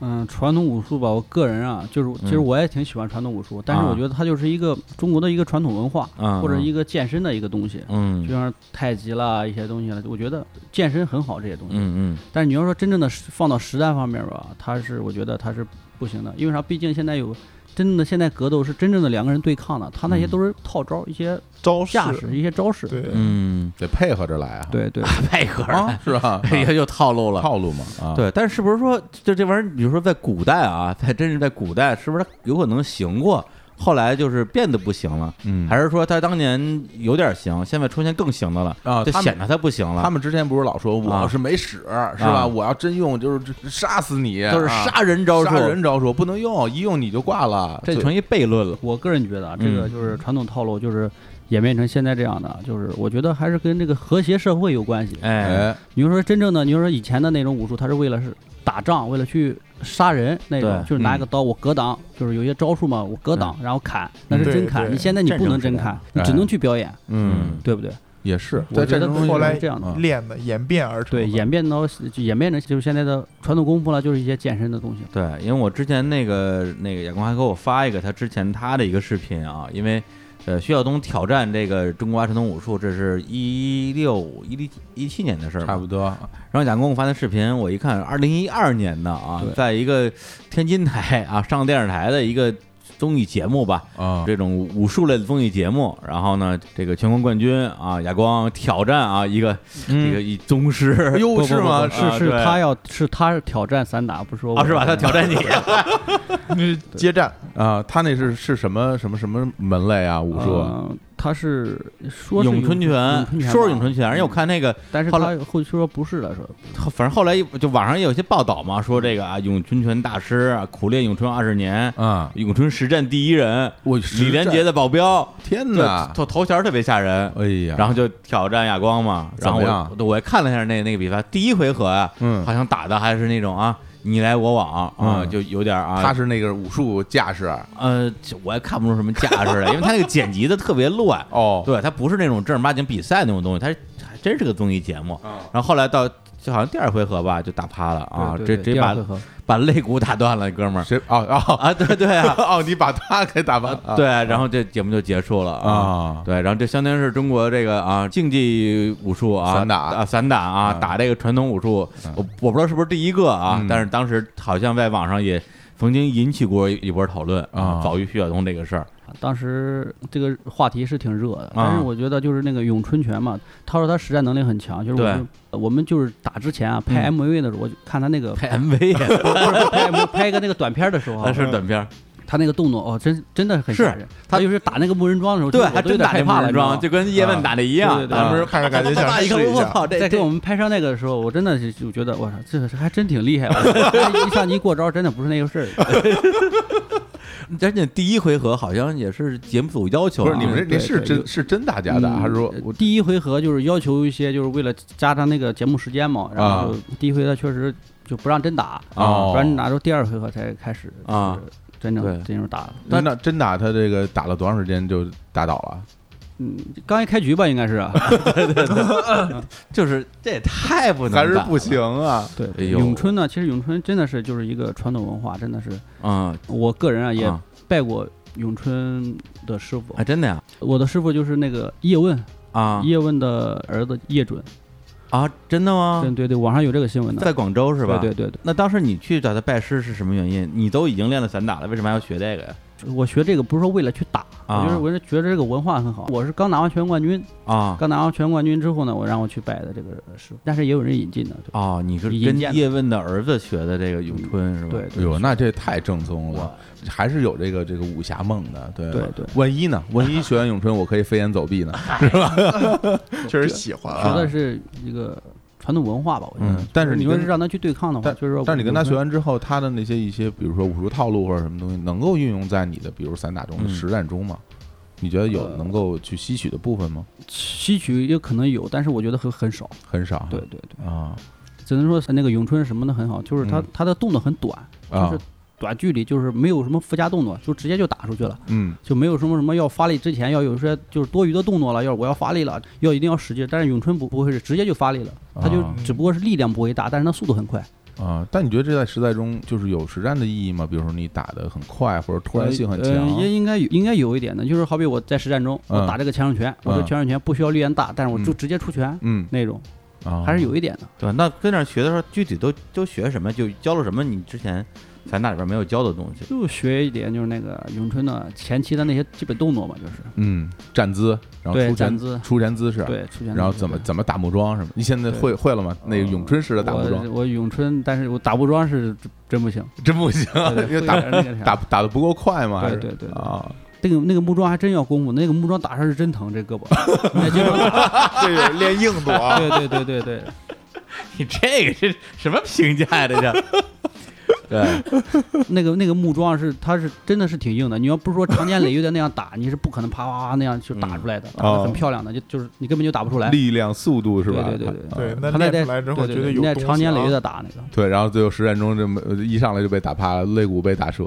Speaker 3: 嗯，传统武术吧，我个人啊，就是其实
Speaker 1: 嗯
Speaker 3: 我也挺喜欢传统武术，但是
Speaker 1: 啊
Speaker 3: 我觉得它就是一个中国的一个传统文化，
Speaker 1: 嗯
Speaker 3: 或者
Speaker 1: 嗯
Speaker 3: 一个健身的一个东西，就
Speaker 1: 嗯
Speaker 3: 像太极啦一些东西了。我觉得健身很好这些东西，
Speaker 1: 嗯
Speaker 3: 但是你要说真正的实放到实战方面吧，它是我觉得它是不行的，因为啥？毕竟现在有真正的现在格斗是真正的两个人对抗的，他那些
Speaker 1: 嗯
Speaker 3: 都是套招、一些
Speaker 5: 招
Speaker 3: 架势、
Speaker 5: 式，
Speaker 3: 一些招式。
Speaker 5: 对，
Speaker 1: 嗯
Speaker 2: 得配合着来啊，
Speaker 3: 对对，
Speaker 1: 嗯，配合
Speaker 2: (laughs) 啊，是
Speaker 1: (laughs)
Speaker 2: 吧？
Speaker 1: 也就套路了。
Speaker 2: 套路嘛啊，
Speaker 1: 哎对，但是不是说就这玩意儿，比如说在古代啊，在真是在古代，是不是它有可能行过，后来就是变得不行了，
Speaker 2: 嗯，
Speaker 1: 还是说他当年有点行，现在出现更行的了，
Speaker 2: 啊
Speaker 1: 就
Speaker 2: 他们
Speaker 1: 显得他不行了，
Speaker 2: 他们之前不是老说
Speaker 1: 啊
Speaker 2: 我是没使是吧？
Speaker 1: 啊
Speaker 2: 我要真用就是杀死你，
Speaker 1: 都是
Speaker 2: 啊
Speaker 1: 哎杀人招数，
Speaker 2: 杀人招数，不能用，一用你就挂了。
Speaker 1: 这
Speaker 2: 就
Speaker 1: 成一悖论了。
Speaker 3: 我个人觉得啊，这个
Speaker 1: 嗯
Speaker 3: 就是传统套路，就是演变成现在这样的，就是我觉得还是跟这个和谐社会有关系。
Speaker 1: 哎，
Speaker 2: 哎，
Speaker 3: 你就说真正的，你就说以前的那种武术，它是为了是打仗，为了去杀人那种
Speaker 1: 对，
Speaker 3: 就是
Speaker 5: 嗯
Speaker 3: 拿一个刀我格挡，就是有些招数嘛，我格挡然后砍，那是
Speaker 5: 对
Speaker 3: 真砍。
Speaker 5: 对哎
Speaker 3: 你现在你不能真
Speaker 1: 战
Speaker 3: 砍，你只能去表演，
Speaker 2: 嗯，
Speaker 3: 对不对？
Speaker 2: 也是
Speaker 3: 我
Speaker 2: 在
Speaker 3: 觉
Speaker 2: 战
Speaker 3: 得
Speaker 2: 争中
Speaker 5: 后
Speaker 2: 也
Speaker 5: 来
Speaker 3: 是这样的。
Speaker 2: 嗯
Speaker 5: 练的演变而成的。
Speaker 3: 对，演变到就演变成就是现在的传统功夫了，就是一些健身的东西。
Speaker 1: 对，因为我之前那个那个亚光还给我发一个他之前他的一个视频啊，因为呃徐晓东挑战这个中国传统武术，这是一六一一七年的事儿吧，
Speaker 2: 差不多。啊
Speaker 1: 然后贾公我发那视频，我一看，二零一二年的啊
Speaker 3: 对，
Speaker 1: 在一个天津台啊 (laughs) 上电视台的一个综艺节目吧，
Speaker 3: 哦
Speaker 2: 啊，
Speaker 1: 这种武术类的综艺节目。然后呢，这个全国冠军啊，亚光挑战啊一个
Speaker 2: 嗯
Speaker 1: 一个一宗师，
Speaker 2: 哎呦
Speaker 1: 不
Speaker 2: 是
Speaker 1: 不
Speaker 2: 吗
Speaker 1: 不不啊
Speaker 3: 是是
Speaker 1: 对
Speaker 3: 他要是他挑战散打，不是我
Speaker 1: 啊是吧？他挑战
Speaker 3: (laughs)
Speaker 1: 你，
Speaker 5: 那是接战，
Speaker 2: 啊，他那是是什么什么什么门类啊？武术
Speaker 3: 呃他是说是
Speaker 1: 咏春拳
Speaker 3: 咏春，拳吧
Speaker 1: 说是咏春拳，哎因为我
Speaker 3: 嗯
Speaker 1: 看那个，
Speaker 3: 但是
Speaker 1: 后来
Speaker 3: 他后期说不是了，说
Speaker 1: 反正后来就网上也有些报道嘛，说这个啊咏春拳大师啊，苦练咏春二十年，
Speaker 3: 嗯
Speaker 2: 啊，
Speaker 1: 咏春实战第一人，
Speaker 2: 我
Speaker 1: 李连杰
Speaker 2: 的
Speaker 1: 的保镖。
Speaker 2: 天
Speaker 1: 对
Speaker 2: 哪，
Speaker 1: 头头衔儿特别吓人。
Speaker 2: 啊哎呀，
Speaker 1: 然后
Speaker 2: 后
Speaker 1: 就挑战亚光嘛，然后
Speaker 2: 怎么样
Speaker 1: 我我也看了一下那那个比赛，第一回合啊，
Speaker 2: 嗯
Speaker 1: 好像打的还是那种啊你来我往啊，
Speaker 2: 嗯
Speaker 1: 就有点啊，
Speaker 2: 他是那个武术架势
Speaker 1: 呃，就我也看不出什么架势来，因为 (laughs) 他那个剪辑的特别乱，
Speaker 2: 哦，
Speaker 1: 对他不是那种正儿八经比赛那种东西，他是还真是个综艺节目。
Speaker 2: 嗯
Speaker 1: 然后后来到就好像第二回合吧，就打趴了啊，直
Speaker 3: 对对
Speaker 1: 直
Speaker 3: 对
Speaker 1: 接
Speaker 3: 第
Speaker 1: 把
Speaker 3: 二回合
Speaker 1: 把肋骨打断了，哥们儿
Speaker 2: 谁哦哦 (laughs)
Speaker 1: 啊，对对啊，
Speaker 2: 哦，你把他给打啊翻
Speaker 1: 对，然后这节目就结束了啊。
Speaker 2: 啊，
Speaker 1: 对，然后这相当于是中国这个啊竞技武术啊
Speaker 2: 散打
Speaker 1: 啊散打啊、
Speaker 2: 嗯
Speaker 1: 打这个传统武术，我我不知道是不是第一个啊，
Speaker 2: 嗯
Speaker 1: 但是当时好像在网上也。曾经引起过一波讨论
Speaker 2: 啊
Speaker 1: 早于徐晓东这个事儿，
Speaker 3: 当时这个话题是挺热的，
Speaker 1: 啊
Speaker 3: 但是我觉得就是那个咏春拳嘛，他说他实战能力很强，就是我
Speaker 1: 对嗯
Speaker 3: 们我们就是打之前啊拍 MV 的时候，我就看他那个
Speaker 1: 拍 MV
Speaker 3: 不是拍 MV 拍一个那个短片的时候
Speaker 1: (laughs) 那
Speaker 3: 啊，
Speaker 1: 是短片儿，
Speaker 3: 他那个动作哦，真真的很
Speaker 1: 是
Speaker 3: 吓人。他就是打那个木人桩的时候，
Speaker 1: 对，
Speaker 3: 我
Speaker 1: 还
Speaker 3: 都有
Speaker 1: 真
Speaker 3: 点
Speaker 1: 打
Speaker 3: 害
Speaker 1: 那
Speaker 3: 怕
Speaker 1: 木
Speaker 3: 了，
Speaker 1: 人
Speaker 3: 你知道
Speaker 1: 桩，
Speaker 3: 吗
Speaker 1: 就跟叶问打的一样，啊
Speaker 3: 对对对
Speaker 1: 当时
Speaker 5: 啊看着感觉想
Speaker 1: 打一个，
Speaker 5: 试一
Speaker 1: 我
Speaker 5: 下
Speaker 1: 操，这
Speaker 3: 在给
Speaker 1: 这
Speaker 3: 我们拍摄那个的时候，我真的是就觉得，我操，这还真挺厉害。
Speaker 1: (laughs)
Speaker 3: 一上一过招，真的不是那个事
Speaker 1: 哎
Speaker 3: 儿。
Speaker 1: 而且第一回合好像也是节目组要求啊，
Speaker 2: 不是你们这
Speaker 1: 对
Speaker 2: 这是
Speaker 1: 对呃
Speaker 2: 真是真打假的，还是说
Speaker 3: 嗯第一回合就是要求一些，就是为了加上那个节目时间嘛，
Speaker 1: 啊
Speaker 3: 然后就第一回合确实就不让真打，啊
Speaker 2: 哦
Speaker 3: 不让真打，之后第二回合才开始
Speaker 1: 啊，
Speaker 3: 就是真
Speaker 1: 对
Speaker 3: 正进入打。
Speaker 2: 那那真打他这个打了多长时间就打倒了？
Speaker 3: 嗯，刚一开局吧，应该是
Speaker 1: (laughs)
Speaker 3: 啊
Speaker 1: 就是这也太不能
Speaker 2: 还是
Speaker 1: 打
Speaker 2: 不行啊？
Speaker 3: 对
Speaker 1: 哎。呦
Speaker 3: 咏春呢，其实咏春真的是就是一个传统文化，真的是
Speaker 1: 啊，
Speaker 3: 我个人啊也
Speaker 1: 啊
Speaker 3: 拜过咏春的师傅
Speaker 1: 还，
Speaker 2: 哎
Speaker 1: 真的呀
Speaker 3: 我的师傅就是那个叶问，
Speaker 1: 啊
Speaker 3: 叶问的儿子叶准，
Speaker 1: 啊，真的吗
Speaker 3: 对？对对，网上有这个新闻的，
Speaker 1: 在广州是吧？
Speaker 3: 对对对
Speaker 1: 那当时你去找他拜师是什么原因？你都已经练了散打了，为什么还要学这个呀？
Speaker 3: 对，我学这个不是说为了去打，
Speaker 1: 啊
Speaker 3: 我就是我是觉得这个文化很
Speaker 2: 啊
Speaker 3: 好。我是刚拿完全冠军，
Speaker 1: 啊
Speaker 3: 刚拿完全冠军之后呢，我让我去拜的这个师傅，但是也有人引进的，对
Speaker 1: 哦，你是
Speaker 3: 引
Speaker 1: 跟
Speaker 3: 荐的
Speaker 1: 叶问的儿子学的这个咏春是吧？
Speaker 3: 对
Speaker 2: 哎呦，那这太正宗了，还是有这个这个武侠梦的，对
Speaker 3: 对对
Speaker 2: 万一呢？万一学完咏春，我可以飞檐走壁呢？
Speaker 5: 确实喜欢
Speaker 3: 学
Speaker 5: 啊。
Speaker 3: 的是一个传统文化吧，我觉得。
Speaker 2: 嗯但是你
Speaker 3: 你要
Speaker 2: 跟
Speaker 3: 是让他去对抗的话，就是说，
Speaker 2: 但是你跟他学，完之后，他的那些一些，比如说武术套路或者什么东西，能够运用在你的比如散打中的
Speaker 1: 嗯
Speaker 2: 实战中吗？你觉得有能够去吸取的部分吗？
Speaker 3: 吸取也可能有，但是我觉得很很少。
Speaker 2: 很少。
Speaker 3: 对对对，
Speaker 2: 啊
Speaker 3: 只能说那个咏春什么的很好，就是他
Speaker 2: 嗯
Speaker 3: 他的动作很短，就
Speaker 2: 啊
Speaker 3: 是短距离，就是没有什么附加动作，就直接就打出去了。
Speaker 2: 嗯
Speaker 3: 就没有什么什么要发力之前要有一些就是多余的动作了，要是我要发力了，要一定要使劲。但是咏春不不会是直接就发力了，他就
Speaker 2: 啊
Speaker 3: 只不过是力量不会大，但是他速度很快。
Speaker 2: 啊！但你觉得这在实战中就是有实战的意义吗？比如说你打的很快，或者突然性很强
Speaker 3: 呃也应该有应该有一点的，就是好比我在实战中
Speaker 2: 嗯
Speaker 3: 我打这个前手拳，我这
Speaker 2: 嗯
Speaker 3: 前手拳不需要力量大，但是我就
Speaker 2: 嗯
Speaker 3: 直接出拳
Speaker 2: 嗯
Speaker 3: 那种，
Speaker 2: 啊，
Speaker 3: 还是有一点的。
Speaker 1: 对，那跟那儿学的时候，具体都都学什么？就教了什么？你之前散打里边没有教的东西
Speaker 3: 就学一点就是那个咏春的前期的那些基本动作嘛，就是
Speaker 2: 嗯站姿，然后
Speaker 3: 对
Speaker 2: 出
Speaker 3: 站
Speaker 2: 拳
Speaker 3: 姿
Speaker 2: 出拳姿势，
Speaker 3: 对出拳。
Speaker 2: 然后怎么怎么打木桩什么？你现在
Speaker 3: 对呃
Speaker 2: 会会了吗？那个咏春式的打木桩
Speaker 3: 我我咏春，但是我打木桩是真真不行，
Speaker 2: 真不行，
Speaker 3: 对
Speaker 2: 因为
Speaker 3: 会
Speaker 2: 打
Speaker 3: 有点那个啥
Speaker 2: 打打的不够快吗？还
Speaker 3: 对
Speaker 2: 是
Speaker 3: 对对对
Speaker 2: 啊，
Speaker 3: 那个那个木桩还真要功夫，那个木桩打上是真疼，这胳膊。那经常打
Speaker 5: (laughs) 这也是练硬度啊，
Speaker 3: 对对对对对，
Speaker 1: (laughs) 你这个是什么评价呀？这叫 (laughs) 对
Speaker 3: 那个那个木桩是它是真的是挺硬的，你要不是说长年累月的那样打，你是不可能啪啪啪那样就
Speaker 5: 嗯
Speaker 3: 打出来的，打
Speaker 5: 哦
Speaker 3: 的很漂亮的，就就是你根本就打不出来。
Speaker 2: 力量、速度是吧？
Speaker 3: 对对对对
Speaker 2: 啊
Speaker 5: 对，那
Speaker 3: 他那在
Speaker 5: 练出来之后
Speaker 3: 对
Speaker 5: 绝
Speaker 3: 对对
Speaker 5: 有
Speaker 3: 你在
Speaker 5: 东西
Speaker 3: 长年累
Speaker 5: 啊
Speaker 3: 月的打那个，
Speaker 2: 对，然后最后实战中这么一上来就被打趴了，肋骨被打
Speaker 3: (laughs)
Speaker 2: 折，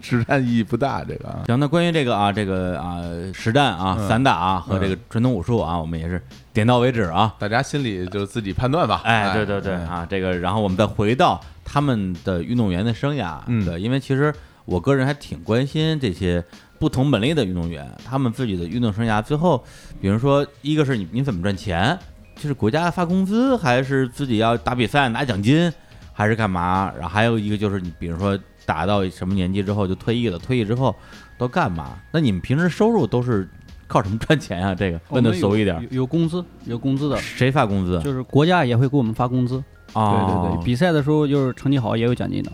Speaker 2: 实战意义不大。这个啊
Speaker 1: 行，那关于这个啊，这个啊，实战啊，
Speaker 2: 嗯
Speaker 1: 散打啊和
Speaker 2: 嗯
Speaker 1: 这个传统武术啊，我们也是点到为止啊。
Speaker 2: 大家心里就自己判断吧。
Speaker 1: 哎，对对对
Speaker 2: 哎
Speaker 1: 啊，这个，然后我们再回到他们的运动员的生涯，
Speaker 2: 嗯
Speaker 1: 对，因为其实我个人还挺关心这些不同本类的运动员，他们自己的运动生涯最后，比如说，一个是你你怎么赚钱，就是国家发工资，还是自己要打比赛拿奖金，还是干嘛？然后还有一个就是你，比如说打到什么年纪之后就退役了，退役之后都干嘛？那你们平时收入都是靠什么赚钱啊？这个问的
Speaker 3: 我
Speaker 1: 俗
Speaker 3: 们
Speaker 1: 一
Speaker 3: 有
Speaker 1: 点，
Speaker 3: 有有工资，有工资的，
Speaker 1: 谁发工资？
Speaker 3: 就是国家也会给我们发工资。对对
Speaker 1: 哦
Speaker 3: 对，比赛的时候就是成绩好也有奖金的。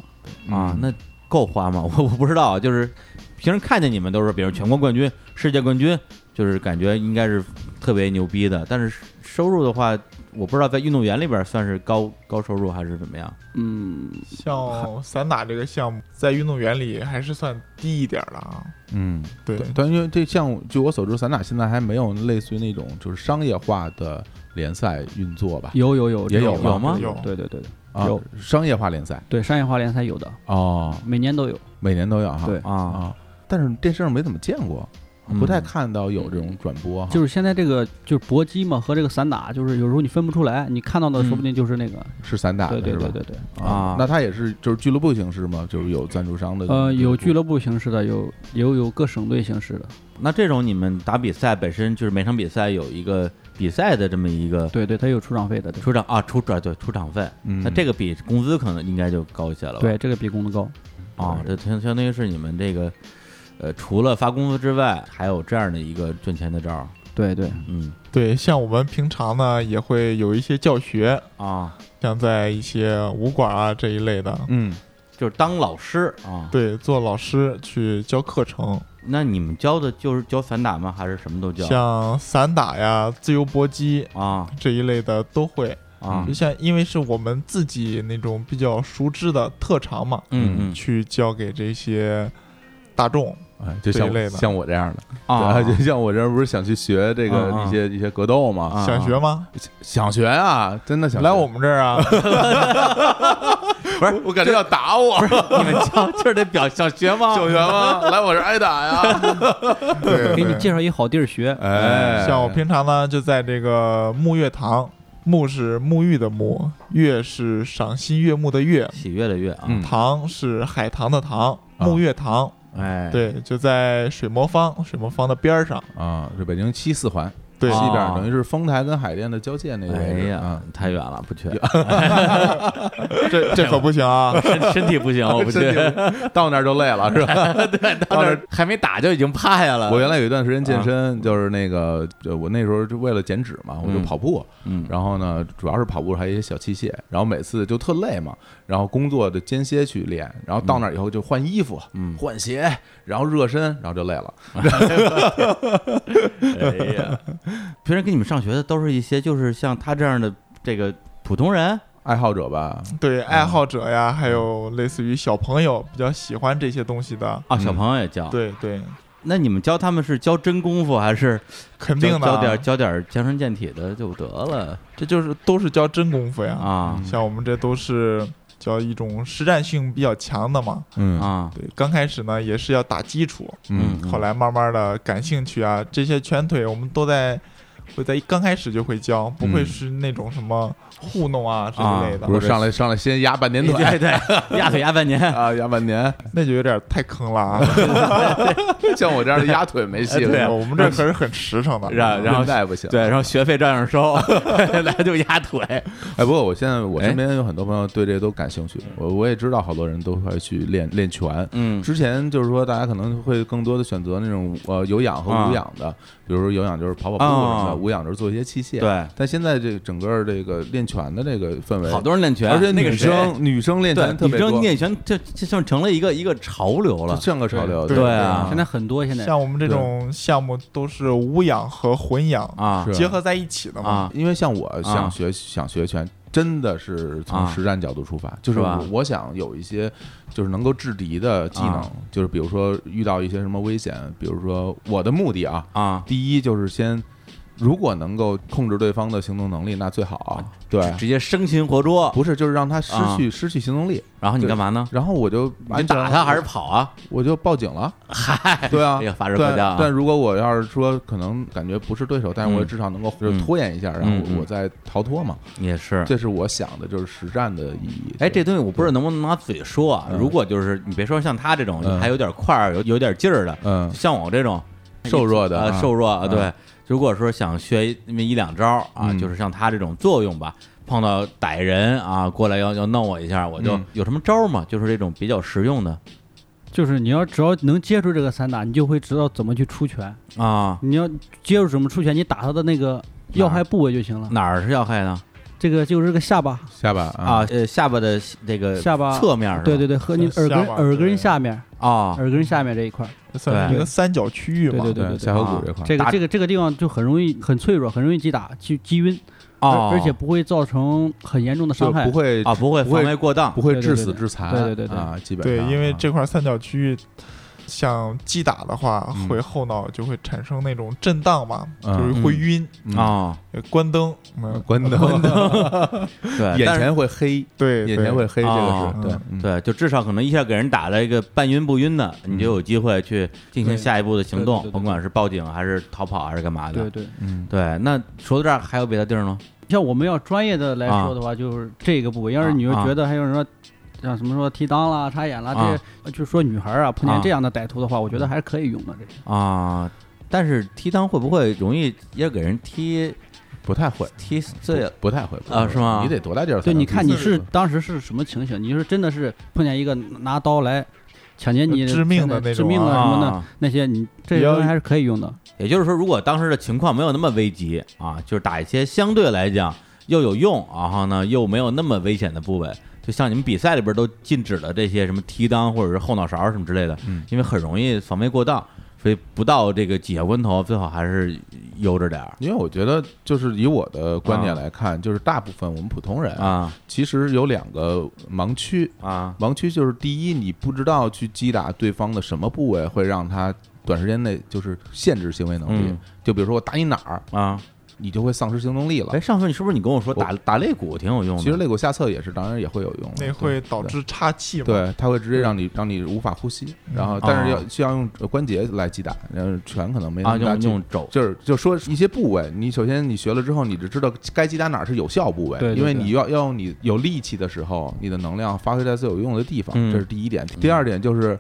Speaker 3: 嗯
Speaker 1: 啊，那够花吗？ (laughs) 我我不知道啊，就是平时看见你们都是，比如全国冠军、世界冠军，就是感觉应该是特别牛逼的。但是收入的话，我不知道在运动员里边算是高高收入还是怎么样
Speaker 3: 嗯，
Speaker 5: 像散打这个项目，在运动员里还是算低一点儿的啊。
Speaker 2: 嗯，
Speaker 5: 对，
Speaker 2: 但因为这项目，据我所知，散打现在还没有类似于那种就是商业化的联赛运作吧？
Speaker 3: 有有有
Speaker 2: 也有
Speaker 1: 有吗
Speaker 5: 有
Speaker 3: 对对对对
Speaker 2: 啊
Speaker 3: 有，
Speaker 2: 商业化联赛
Speaker 3: 对，商业化联赛有的，
Speaker 2: 哦，
Speaker 3: 每年都有。
Speaker 2: 每年都有哈。
Speaker 3: 对嗯
Speaker 1: 啊？
Speaker 2: 啊，但是电视上没怎么见过。不太看到有这种转播哈。
Speaker 3: 就是是现在这个就是搏击嘛和这个散打，就是有时候你分不出来，你看到的说不定就是那个，
Speaker 2: 是散嗯打的
Speaker 3: 对对
Speaker 2: 是吧
Speaker 3: 对对对。
Speaker 1: 啊
Speaker 2: 那它也是就是俱乐部形式嘛，就是有赞助商的。
Speaker 3: 呃，有俱
Speaker 2: 部
Speaker 3: 乐部形式的，有有有各省队形式的，
Speaker 1: 那这种你们打比赛本身就是每场比赛有一个比赛的这么一个
Speaker 3: 对对，它有出场费的，对
Speaker 1: 出场啊出转对出场费，
Speaker 2: 嗯
Speaker 1: 那这个比工资可能应该就高一些了吧？
Speaker 3: 对，这个比工资高。
Speaker 1: 啊，这相相当于是你们这个呃除了发工资之外，还有这样的一个赚钱的招儿，
Speaker 3: 对对，
Speaker 1: 嗯
Speaker 5: 对，像我们平常呢也会有一些教学，
Speaker 1: 啊，
Speaker 5: 像在一些武馆啊这一类的，
Speaker 2: 嗯，
Speaker 1: 就是当老师啊。
Speaker 5: 对，做老师去教课程，
Speaker 1: 那你们教的就是教散打吗？还是什么都教？
Speaker 5: 像散打呀、自由搏击
Speaker 1: 啊
Speaker 5: 这一类的都会。
Speaker 1: 啊
Speaker 5: 就像因为是我们自己那种比较熟知的特长嘛，
Speaker 1: 嗯嗯
Speaker 5: 去教给这些大众。
Speaker 2: 哎，就
Speaker 5: 这
Speaker 2: 像
Speaker 5: 一类的
Speaker 2: 像我这样的，
Speaker 1: 啊， (laughs)
Speaker 2: 对就像我这不是想去学这个
Speaker 1: 啊啊
Speaker 2: 一些一些格斗嘛，
Speaker 1: 啊
Speaker 5: 想学吗？
Speaker 2: 想学啊，真的想学
Speaker 5: 来我们这儿
Speaker 1: (laughs)
Speaker 5: 啊！
Speaker 2: 不是，我感觉要打我，
Speaker 1: 你们教就是得表想学吗？
Speaker 5: (laughs)
Speaker 2: 想学吗？来我这儿挨打呀！
Speaker 5: 对
Speaker 3: 给你
Speaker 5: 对
Speaker 3: 介绍一好地儿学，
Speaker 2: 哎，
Speaker 5: 像我平常呢，就在这个沐月堂，沐是沐浴的沐，月是赏心悦目的月，
Speaker 1: 喜悦的悦啊，
Speaker 2: 嗯
Speaker 5: 堂是海棠的堂，
Speaker 2: 啊
Speaker 5: 沐月堂。
Speaker 1: 哎，
Speaker 5: 对，就在水魔方，水魔方的边儿上。
Speaker 2: 啊，是北京西四环
Speaker 5: 对，
Speaker 2: 西边
Speaker 1: 啊，
Speaker 2: 等于是丰台跟海淀的交界那个位
Speaker 1: 哎
Speaker 2: 置
Speaker 1: 呀
Speaker 2: 啊。，
Speaker 1: 太远了，不去，
Speaker 5: 这这可不行啊！
Speaker 1: 身身体不行，我不去。
Speaker 2: 到那儿就累了，是吧？
Speaker 1: (laughs) 到那儿还没打就已经趴下了。
Speaker 2: 我原来有一段时间
Speaker 1: 啊
Speaker 2: 健身，就是那个，就我那时候就为了减脂嘛，我就
Speaker 1: 嗯
Speaker 2: 跑步，
Speaker 1: 嗯
Speaker 2: 然后呢，主要是跑步还有一些小器械，然后每次就特累嘛，然后工作的间歇去练，然后到那儿以后就换衣服、
Speaker 1: 嗯，
Speaker 2: 换鞋，然后热身，然后就累了。
Speaker 1: 哎呀，平时跟你们上学的都是一些就是像他这样的这个普通人
Speaker 2: 爱好者吧，
Speaker 5: (laughs) 对爱好者呀，还有类似于小朋友比较喜欢这些东西的，
Speaker 1: 啊，
Speaker 2: 嗯
Speaker 1: 小朋友也教。，
Speaker 5: 对对，
Speaker 1: 那你们教他们是教真功夫还是
Speaker 5: 肯
Speaker 1: 教
Speaker 5: 定的
Speaker 1: 教
Speaker 5: 啊
Speaker 1: 点，教点强身健体的就得了
Speaker 5: 这就是都是教真功夫呀。
Speaker 1: 啊
Speaker 5: 像我们这都是教一种实战性比较强的嘛。
Speaker 2: 嗯
Speaker 1: 啊
Speaker 5: 对，刚开始呢也是要打基础，
Speaker 2: 嗯
Speaker 1: 嗯
Speaker 5: 后来慢慢的感兴趣啊，这些拳腿我们都在会在刚开始就会教，不会
Speaker 2: 嗯
Speaker 5: 是那种什么糊弄啊之类的，
Speaker 2: 不是上来上来先压半 (laughs) 年
Speaker 1: (laughs) 对
Speaker 2: 腿
Speaker 1: 对，压腿压半年。
Speaker 2: (laughs) 啊，压半年，
Speaker 5: 那就有点太坑了啊。
Speaker 2: 像我这样的压腿
Speaker 1: 哎
Speaker 2: 没戏了，
Speaker 5: 我们这可是很实诚的。
Speaker 1: 然啊然后
Speaker 2: 韧带不行。
Speaker 1: 对，然后学费照样
Speaker 2: (laughs)
Speaker 1: 收，来就压腿。
Speaker 2: 哎，不过我现在我
Speaker 1: 哎
Speaker 2: 身边有很多朋友对这都感兴趣，我我也知道好多人都会去练练拳。
Speaker 1: 嗯
Speaker 2: 之前就是说，大家可能会更多的选择那种呃有氧和
Speaker 1: 啊
Speaker 2: 无氧的，比如说有氧就是跑跑步什么
Speaker 1: 啊
Speaker 2: 的，无氧就是做一些器械。，
Speaker 1: 对，
Speaker 2: 但现在这个整个这个练拳的这个氛围，
Speaker 1: 好多人练拳，
Speaker 2: 而且
Speaker 1: 那个
Speaker 2: 女
Speaker 1: 谁
Speaker 2: 生女生练
Speaker 1: 对
Speaker 2: 拳特
Speaker 1: 女
Speaker 2: 别多
Speaker 1: 生，练拳，这这算成了一个一个潮流
Speaker 2: 就
Speaker 1: 了。
Speaker 2: 像个潮流。
Speaker 1: 对啊
Speaker 3: 现在很多现在
Speaker 5: 像我们这种项目都是无氧和混氧
Speaker 1: 啊
Speaker 2: 是
Speaker 5: 结合在一起的嘛。
Speaker 1: 啊，
Speaker 2: 因为像我
Speaker 1: 啊
Speaker 2: 想学、想学拳，真的是从
Speaker 1: 啊
Speaker 2: 实战角度出发，就是
Speaker 1: 是吧
Speaker 2: 我我想有一些就是能够制敌的技能，
Speaker 1: 啊
Speaker 2: 就是比如说遇到一些什么危险，比如说我的目的啊，
Speaker 1: 啊，
Speaker 2: 第一就是先。如果能够控制对方的行动能力，那最好啊。对，
Speaker 1: 直接生擒活捉，
Speaker 2: 不是就是让他失去、失去行动力，
Speaker 1: 然后你
Speaker 2: 对
Speaker 1: 干嘛呢？
Speaker 2: 然后我就
Speaker 1: 啊你打他还是
Speaker 2: 我
Speaker 1: 跑啊？
Speaker 2: 我就报警了。嗨，对
Speaker 1: (laughs)
Speaker 2: 啊
Speaker 1: 哎，呀，法治国
Speaker 2: 但
Speaker 1: 家啊
Speaker 2: 但如果我要是说可能感觉不是对手，但是我
Speaker 1: 嗯
Speaker 2: 至少能够就
Speaker 1: 嗯
Speaker 2: 是拖延一下，然后
Speaker 1: 嗯嗯
Speaker 2: 我我再逃脱嘛。
Speaker 1: 也是。
Speaker 2: 这是我想的，就是实战的意义。
Speaker 1: 哎，这东西我不知道能不能拿嘴说啊。
Speaker 2: 嗯
Speaker 1: 如果就是你别说像他这种
Speaker 2: 嗯
Speaker 1: 还有点块儿、有有点劲儿的，
Speaker 2: 嗯
Speaker 1: 像我这种
Speaker 2: 瘦弱的
Speaker 1: 呃
Speaker 2: 啊
Speaker 1: 瘦弱啊，
Speaker 2: 嗯
Speaker 1: 对。如果说想学那么一两招啊，
Speaker 2: 嗯
Speaker 1: 就是像他这种作用吧，碰到歹人啊过来要要弄我一下，我就
Speaker 2: 嗯
Speaker 1: 有什么招吗？就是这种比较实用的
Speaker 3: 就是你要只要能接触这个散打，你就会知道怎么去出拳。
Speaker 1: 啊，
Speaker 3: 你要接触怎么出拳，你打他的那个要害部位就行了。
Speaker 1: 哪儿是要害呢？
Speaker 3: 这个就是这个下巴，
Speaker 2: 下巴啊，
Speaker 1: 啊，呃，下巴的这个
Speaker 3: 下巴
Speaker 1: 侧面是吧？
Speaker 3: 对对对，和你耳
Speaker 5: 下
Speaker 3: 根
Speaker 5: 巴
Speaker 3: 耳
Speaker 5: 对
Speaker 3: 根下面，
Speaker 1: 啊，
Speaker 3: 耳根下面这一块儿，
Speaker 5: 这算是一个三角区域嘛。
Speaker 3: 对对
Speaker 2: 下颌
Speaker 1: 啊
Speaker 2: 骨这块儿，
Speaker 3: 这个
Speaker 1: 打
Speaker 3: 这个这个地方就很容易很脆弱，很容易击打击击晕，而
Speaker 1: 哦，
Speaker 3: 而且不会造成很严重的
Speaker 2: 就
Speaker 3: 伤害
Speaker 2: 不。会
Speaker 1: 啊不会
Speaker 2: 不会
Speaker 1: 防卫过当
Speaker 2: 不会
Speaker 3: 对对
Speaker 2: 致
Speaker 3: 对
Speaker 2: 死
Speaker 3: 对
Speaker 2: 致残，
Speaker 3: 对对对对
Speaker 2: 啊，基本
Speaker 5: 对
Speaker 2: 上
Speaker 5: 因为
Speaker 2: 啊
Speaker 5: 这块三角区域像击打的话
Speaker 2: 嗯，
Speaker 5: 会后脑就会产生那种震荡嘛，
Speaker 2: 嗯
Speaker 5: 就是会晕。
Speaker 2: 嗯，
Speaker 1: 啊，
Speaker 5: 呃关灯，嗯，
Speaker 2: 关灯， (laughs)
Speaker 1: 对，
Speaker 2: 眼
Speaker 1: 但是
Speaker 2: 前会黑，
Speaker 5: 对，
Speaker 2: 眼
Speaker 5: 对
Speaker 2: 前会黑，这
Speaker 1: 哦
Speaker 2: 个是对嗯
Speaker 1: 对，就至少可能一下给人打了一个半晕不晕的，你就
Speaker 2: 嗯
Speaker 1: 有机会去进行
Speaker 3: 对
Speaker 1: 下一步的行动
Speaker 3: 对对对，对
Speaker 1: 甭管是报警还是逃跑还是干嘛
Speaker 3: 对
Speaker 1: 的。
Speaker 3: 对，
Speaker 2: 嗯
Speaker 1: 对，那说到这儿还有别的地儿吗？
Speaker 3: 像我们要专业的来
Speaker 1: 啊
Speaker 3: 说的话，就是这个部位。要是你又觉得还有人说，像什么说提裆啦、插眼啦，
Speaker 1: 啊
Speaker 3: 这就是说女孩儿啊碰
Speaker 1: 啊嗯
Speaker 3: 见这样的歹徒的话，我觉得还是可以用的。这是
Speaker 1: 啊，但是踢裆会不会容易也给人踢
Speaker 2: 不太会，
Speaker 1: 踢碎了？
Speaker 2: 不太会不太
Speaker 1: 啊
Speaker 2: 会
Speaker 1: 是吗
Speaker 2: 你得多大劲儿才
Speaker 3: 对，
Speaker 2: 能
Speaker 3: 你
Speaker 2: 踢死？
Speaker 3: 看你是当时是什么情形？你就是真的是碰见一个拿刀来抢劫你
Speaker 5: 致命的那种啊
Speaker 3: 致命的什么的
Speaker 1: 啊，
Speaker 3: 那些，你这些
Speaker 5: 比较
Speaker 3: 东西还是可以用的。
Speaker 1: 也就是说，如果当时的情况没有那么危急啊，就是打一些相对来讲又有用，然后呢又没有那么危险的部位，就像你们比赛里边都禁止了这些什么踢裆或者是后脑勺什么之类的，
Speaker 2: 嗯
Speaker 1: 因为很容易防卫过当，所以不到这个紧要关头，最好还是悠着点儿
Speaker 2: 因为我觉得，就是以我的观点
Speaker 1: 啊
Speaker 2: 来看，就是大部分我们普通人，
Speaker 1: 啊
Speaker 2: 其实有两个盲区。
Speaker 1: 啊
Speaker 2: 盲区就是第一，你不知道去击打对方的什么部位会让他短时间内就是限制行为能力。
Speaker 1: 嗯
Speaker 2: 就比如说我打你哪儿，
Speaker 1: 啊！
Speaker 2: 你就会丧失行动力了
Speaker 1: 哎，。上次你是不是你跟我说打打肋骨挺有用的？
Speaker 2: 其实肋骨下侧也是，当然也会有用的，
Speaker 5: 那会导
Speaker 2: 对
Speaker 5: 致岔气嘛？，
Speaker 2: 对，它会直接让你让你无法呼吸，然后但是要
Speaker 1: 嗯哦
Speaker 2: 需要用关节来击打，然后拳可能没那
Speaker 1: 啊
Speaker 2: 么大
Speaker 1: 用
Speaker 2: 劲
Speaker 1: 用肘
Speaker 2: 就是就说一些部位，你首先你学了之后，你就知道该击打哪儿是有效部位，
Speaker 3: 对对
Speaker 2: 因为
Speaker 3: 对
Speaker 2: 你要要用你有力气的时候，你的能量发挥在最有用的地方，
Speaker 1: 嗯
Speaker 2: 这是第一点。第二点就是。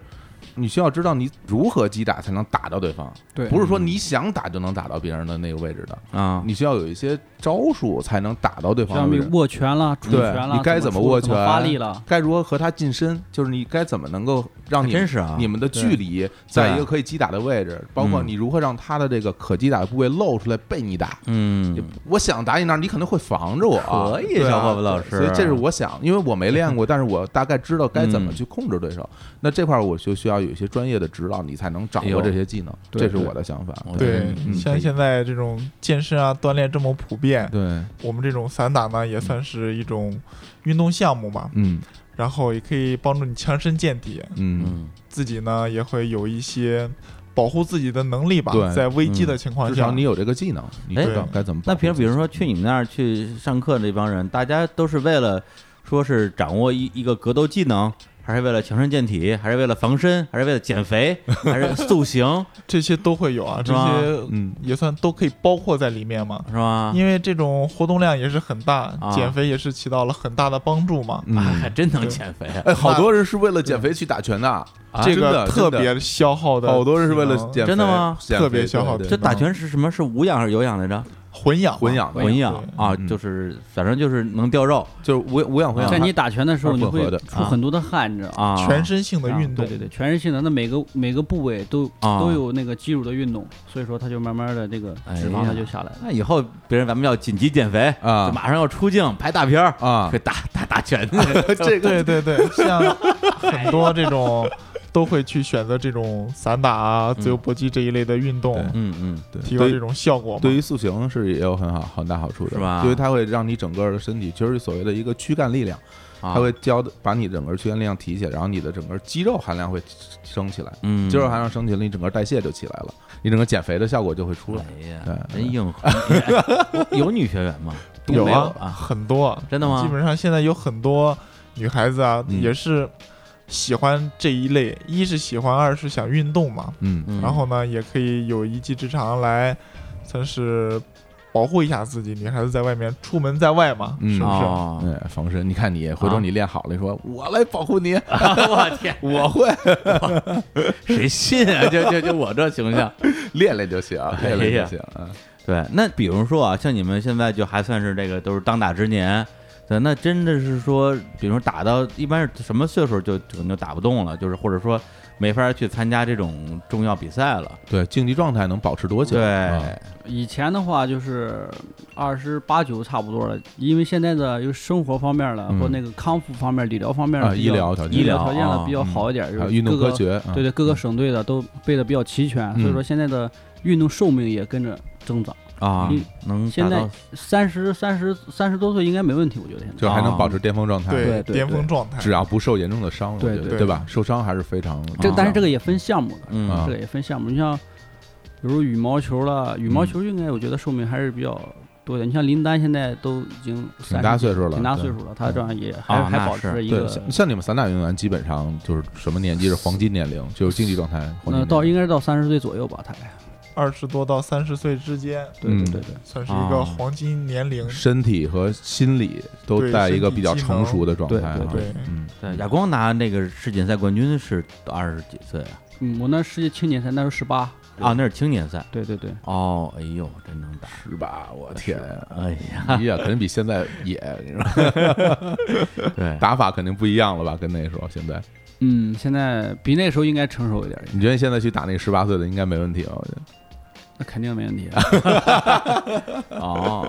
Speaker 2: 你需要知道你如何击打才能打到对方，
Speaker 3: 对
Speaker 2: 不是说你想打就能打到别人的那个位置的，
Speaker 1: 嗯啊，
Speaker 2: 你需要有一些招数才能打到对方的
Speaker 3: 像
Speaker 2: 位
Speaker 3: 你
Speaker 2: 置。
Speaker 3: 握拳啦、出
Speaker 2: 对
Speaker 3: 拳啦，
Speaker 2: 你该
Speaker 3: 怎
Speaker 2: 怎么
Speaker 3: 出
Speaker 2: 握
Speaker 3: 怎么发
Speaker 2: 拳
Speaker 3: 力了，
Speaker 2: 该如何和他近身，就是你该怎么能够让
Speaker 1: 还
Speaker 2: 你
Speaker 1: 真是啊
Speaker 2: 你们的距离在一个可以击打的位置，包括你如何让他的这个可击打的部位露出来被你打。
Speaker 1: 嗯
Speaker 2: 也我想打你那儿，你可能会防着我啊。
Speaker 1: 可以
Speaker 2: 对啊
Speaker 1: 小伙子老师
Speaker 2: 所以这是我想，因为我没练
Speaker 1: (laughs)
Speaker 2: 过，但是我大概知道该怎
Speaker 1: 嗯
Speaker 2: 么去控制对手。那这块儿我就需要有一些专业的指导，你才能掌
Speaker 1: 哎呦
Speaker 2: 握这些技能。
Speaker 3: 对
Speaker 2: 这是我的想法。
Speaker 1: 我觉得
Speaker 5: 对
Speaker 1: 你，
Speaker 2: 嗯
Speaker 5: 像现在这种健身啊、锻炼这么普遍，
Speaker 2: 对，
Speaker 5: 我们这种散打呢，也算是一种运动项目嘛，
Speaker 2: 嗯
Speaker 5: 然后也可以帮助你强身健体，
Speaker 2: 嗯，
Speaker 1: 嗯
Speaker 5: 自己呢也会有一些保护自己的能力吧
Speaker 2: 对，嗯
Speaker 5: 在危机的情况
Speaker 2: 至
Speaker 5: 下，
Speaker 2: 少你有这个技能，你知道
Speaker 5: 哎
Speaker 2: 该怎么保护自己。
Speaker 1: 那平时比如说去你们那儿去上课那帮人，大家都是为了说是掌握一一个格斗技能，还是为了强身健体，还是为了防身，还是为了减肥，还是塑形，
Speaker 5: 这些都会有啊，
Speaker 1: 是
Speaker 5: 这
Speaker 1: 吧
Speaker 5: 些
Speaker 2: 嗯，啊
Speaker 5: 也算都可以包括在里面嘛。
Speaker 1: 是吧？
Speaker 5: 因为这种活动量也是很大
Speaker 1: 啊，
Speaker 5: 减肥也是起到了很大的帮助嘛。
Speaker 2: 嗯
Speaker 1: 哎还真能减肥啊，
Speaker 2: 哎，好多人是为了减肥去打拳的，啊
Speaker 5: 啊这
Speaker 2: 真
Speaker 5: 个
Speaker 2: 的真
Speaker 5: 特。
Speaker 2: 的
Speaker 5: 别消耗的，
Speaker 2: 好多人是为了减肥，
Speaker 1: 真的吗
Speaker 2: 减肥
Speaker 5: 特别消耗
Speaker 1: (laughs)
Speaker 2: 对
Speaker 1: 这
Speaker 2: 对
Speaker 1: 打拳是什么？是无氧还是有氧来着？
Speaker 5: 混氧嘛
Speaker 2: 混氧的
Speaker 1: 混氧
Speaker 5: 对
Speaker 1: 啊，
Speaker 2: 嗯
Speaker 1: 就是反正就是能掉肉
Speaker 2: 就是无无氧混氧
Speaker 3: 在
Speaker 2: 嘛。
Speaker 3: 你打拳的时候，
Speaker 2: 二
Speaker 3: 你
Speaker 2: 混
Speaker 3: 会
Speaker 2: 合的啊
Speaker 3: 出很多的汗，你知道吗？
Speaker 1: 啊，
Speaker 5: 全身性的
Speaker 3: 啊
Speaker 5: 运动
Speaker 3: 对，
Speaker 5: (laughs)
Speaker 3: 对对，全身性的，那每个每个部位都、
Speaker 1: 啊
Speaker 3: 都有那个肌肉的运动，所以说它就慢慢的这个脂
Speaker 1: 哎
Speaker 3: 肪
Speaker 1: 呀
Speaker 3: 它就下来了。
Speaker 1: 那以后别人咱们要紧急减肥
Speaker 2: 啊
Speaker 1: 就马上要出镜拍大片儿
Speaker 2: 啊
Speaker 1: (laughs) 会打打打拳
Speaker 5: 啊
Speaker 2: 这个
Speaker 5: 对对对， (laughs) 像很多这种都会去选择这种散打啊、自由搏击这一类的运动，
Speaker 1: (laughs) 嗯嗯，
Speaker 5: 提高
Speaker 2: 对
Speaker 5: 这种效果嘛。
Speaker 2: 对于塑形是也有很好很大好处的，
Speaker 1: 是吧
Speaker 2: 因为它会让你整个的身体，其实所谓的一个躯干力量，
Speaker 1: 啊
Speaker 2: 它会教的把你整个躯干力量提起来，然后你的整个肌肉含量会升起来，
Speaker 1: 嗯
Speaker 2: 肌肉含量升起来，你整个代谢就起来了，你整个减肥的效果就会出来。
Speaker 1: 哎
Speaker 2: 对
Speaker 1: 呀，
Speaker 2: 对
Speaker 1: 真硬核！ (laughs) 有女学员吗？
Speaker 5: 有
Speaker 1: 没
Speaker 5: 啊，
Speaker 1: 啊，
Speaker 5: 很多，
Speaker 1: 真的吗
Speaker 5: 基本上现在有很多女孩子啊，
Speaker 2: 嗯
Speaker 5: 也是喜欢这一类，一是喜欢，二是想运动嘛。
Speaker 2: 嗯
Speaker 1: 嗯
Speaker 5: 然后呢，也可以有一技之长来，算是保护一下自己。女孩子在外面，出门在外嘛，
Speaker 2: 嗯
Speaker 5: 是不是？
Speaker 1: 哦，
Speaker 2: 哎，防身，你看你回
Speaker 1: 啊
Speaker 2: 头你练好了，你说我来保护你， (laughs)
Speaker 1: 嗯哦 (laughs) 我天，
Speaker 2: 我会
Speaker 1: 谁信啊？就就就我这形象。
Speaker 2: 练练就行，
Speaker 1: 哎
Speaker 2: 练练就行。嗯
Speaker 1: 对，那比如说啊，像你们现在就还算是这个都是当打之年，对，那真的是说，比如说打到一般是什么岁数就可能就打不动了，就是或者说没法去参加这种重要比赛了。
Speaker 2: 对，竞技状态能保持多久？
Speaker 1: 对，
Speaker 2: 啊
Speaker 3: 以前的话就是二十八九差不多了，因为现在的就是生活方面了，
Speaker 2: 嗯
Speaker 3: 或那个康复方面、理疗方面
Speaker 2: 啊
Speaker 3: 比
Speaker 2: 医
Speaker 3: 较
Speaker 2: 疗条件
Speaker 3: 医疗条
Speaker 1: 医疗
Speaker 3: 件了
Speaker 1: 啊
Speaker 3: 比较好一点，就
Speaker 2: 还有
Speaker 3: 是
Speaker 2: 运动
Speaker 3: 各
Speaker 2: 科
Speaker 3: 个
Speaker 2: 学，嗯啊
Speaker 3: 对对各个省队的都备的比较齐全，所以说现在的运动寿命也跟着增长。
Speaker 1: 啊、啊
Speaker 3: 嗯，
Speaker 1: 能达
Speaker 3: 现在
Speaker 1: 到
Speaker 3: 三十三十三十多岁应该没问题，我觉得现在
Speaker 2: 就还能保持巅峰状态，
Speaker 3: 对对
Speaker 5: 巅峰状态，
Speaker 2: 只要不受严重的伤，我觉
Speaker 3: 啊对
Speaker 2: 得
Speaker 5: 对
Speaker 2: 对吧？受伤还是非常
Speaker 3: 这
Speaker 1: 啊
Speaker 3: 但是这个也分项目的，
Speaker 1: 嗯
Speaker 2: 啊
Speaker 3: 这个也分项目。你像，比如羽毛球了，羽
Speaker 2: 嗯
Speaker 3: 毛球应该我觉得寿命还是比较多的。你像林丹现在都已经
Speaker 2: 挺大
Speaker 3: 30
Speaker 2: 岁数了，
Speaker 3: 挺大岁
Speaker 2: 对
Speaker 3: 数了，他这样也还
Speaker 1: 啊
Speaker 3: 还
Speaker 1: 那
Speaker 3: 保
Speaker 1: 是
Speaker 3: 持一
Speaker 2: 对，
Speaker 3: 个，
Speaker 2: 像像你们散打运动员，基本上就是什么年纪是黄金年龄，就是竞技状态黄金年
Speaker 3: 那
Speaker 2: 龄。
Speaker 3: 到应该是到三十岁左右吧，大概。
Speaker 5: 二十多到三十岁之间，
Speaker 3: 对
Speaker 2: 嗯
Speaker 3: 对对对，
Speaker 5: 算是一个
Speaker 1: 啊
Speaker 5: 黄金年龄。
Speaker 2: 身体和心理都
Speaker 5: 对
Speaker 2: 在一
Speaker 5: 身
Speaker 2: 个
Speaker 5: 体
Speaker 2: 比较
Speaker 5: 机
Speaker 2: 成
Speaker 5: 能
Speaker 2: 熟的状态
Speaker 3: 对
Speaker 2: 啊。
Speaker 5: 对对
Speaker 2: 嗯，
Speaker 1: 对亚光拿那个世锦赛冠军是二十几岁啊，
Speaker 3: 嗯，我那世界青年赛那时候十八，
Speaker 1: 啊，那是青年赛
Speaker 3: 对对对，
Speaker 1: 哦，哎呦，真能打，
Speaker 2: 是吧？我天呀，
Speaker 3: 啊
Speaker 1: 哎
Speaker 3: (laughs)
Speaker 1: 呀，
Speaker 2: 你也肯定比现在野，你知道吗
Speaker 1: 对，
Speaker 2: 打法肯定不一样了吧？跟那时候现在，
Speaker 3: 嗯，现在比那时候应该成熟一点，
Speaker 2: 你觉得现在去打那十八岁的应该没问题吧？我觉得
Speaker 3: 那肯定没问题。啊
Speaker 1: 哦，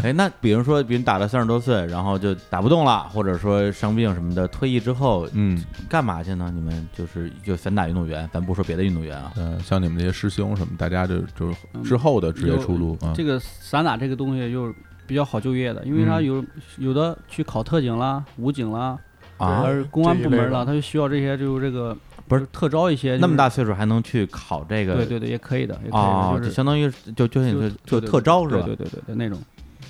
Speaker 1: 哎，那比如说，比如打到三十多岁，然后就打不动了，或者说伤病什么的，退役之后
Speaker 2: 嗯，
Speaker 1: 干嘛去呢？你们就是就散打运动员，咱不说别的运动员啊，
Speaker 2: 呃，像你们这些师兄什么，大家就就是
Speaker 3: 嗯
Speaker 2: 之后的职业
Speaker 3: 有
Speaker 2: 出路啊，
Speaker 3: 这个散打这个东西就是比较好就业的，因为啥
Speaker 2: 嗯
Speaker 3: 有有的去考特警啦、武警啦，
Speaker 1: 啊
Speaker 3: 而公安
Speaker 5: 这一
Speaker 3: 部门
Speaker 5: 类
Speaker 3: 儿
Speaker 5: 的
Speaker 3: 了，他就需要这些，就是这个
Speaker 1: 不是
Speaker 3: 就特招一些、
Speaker 1: 那么大
Speaker 3: 就是，
Speaker 1: 岁数还能去考这个，
Speaker 3: 对对对，也可以的，也可以的，
Speaker 1: 哦，
Speaker 3: 就
Speaker 1: 就是相当于就就像你说
Speaker 3: 就
Speaker 1: 就特招是吧？
Speaker 3: 对对对对对，那种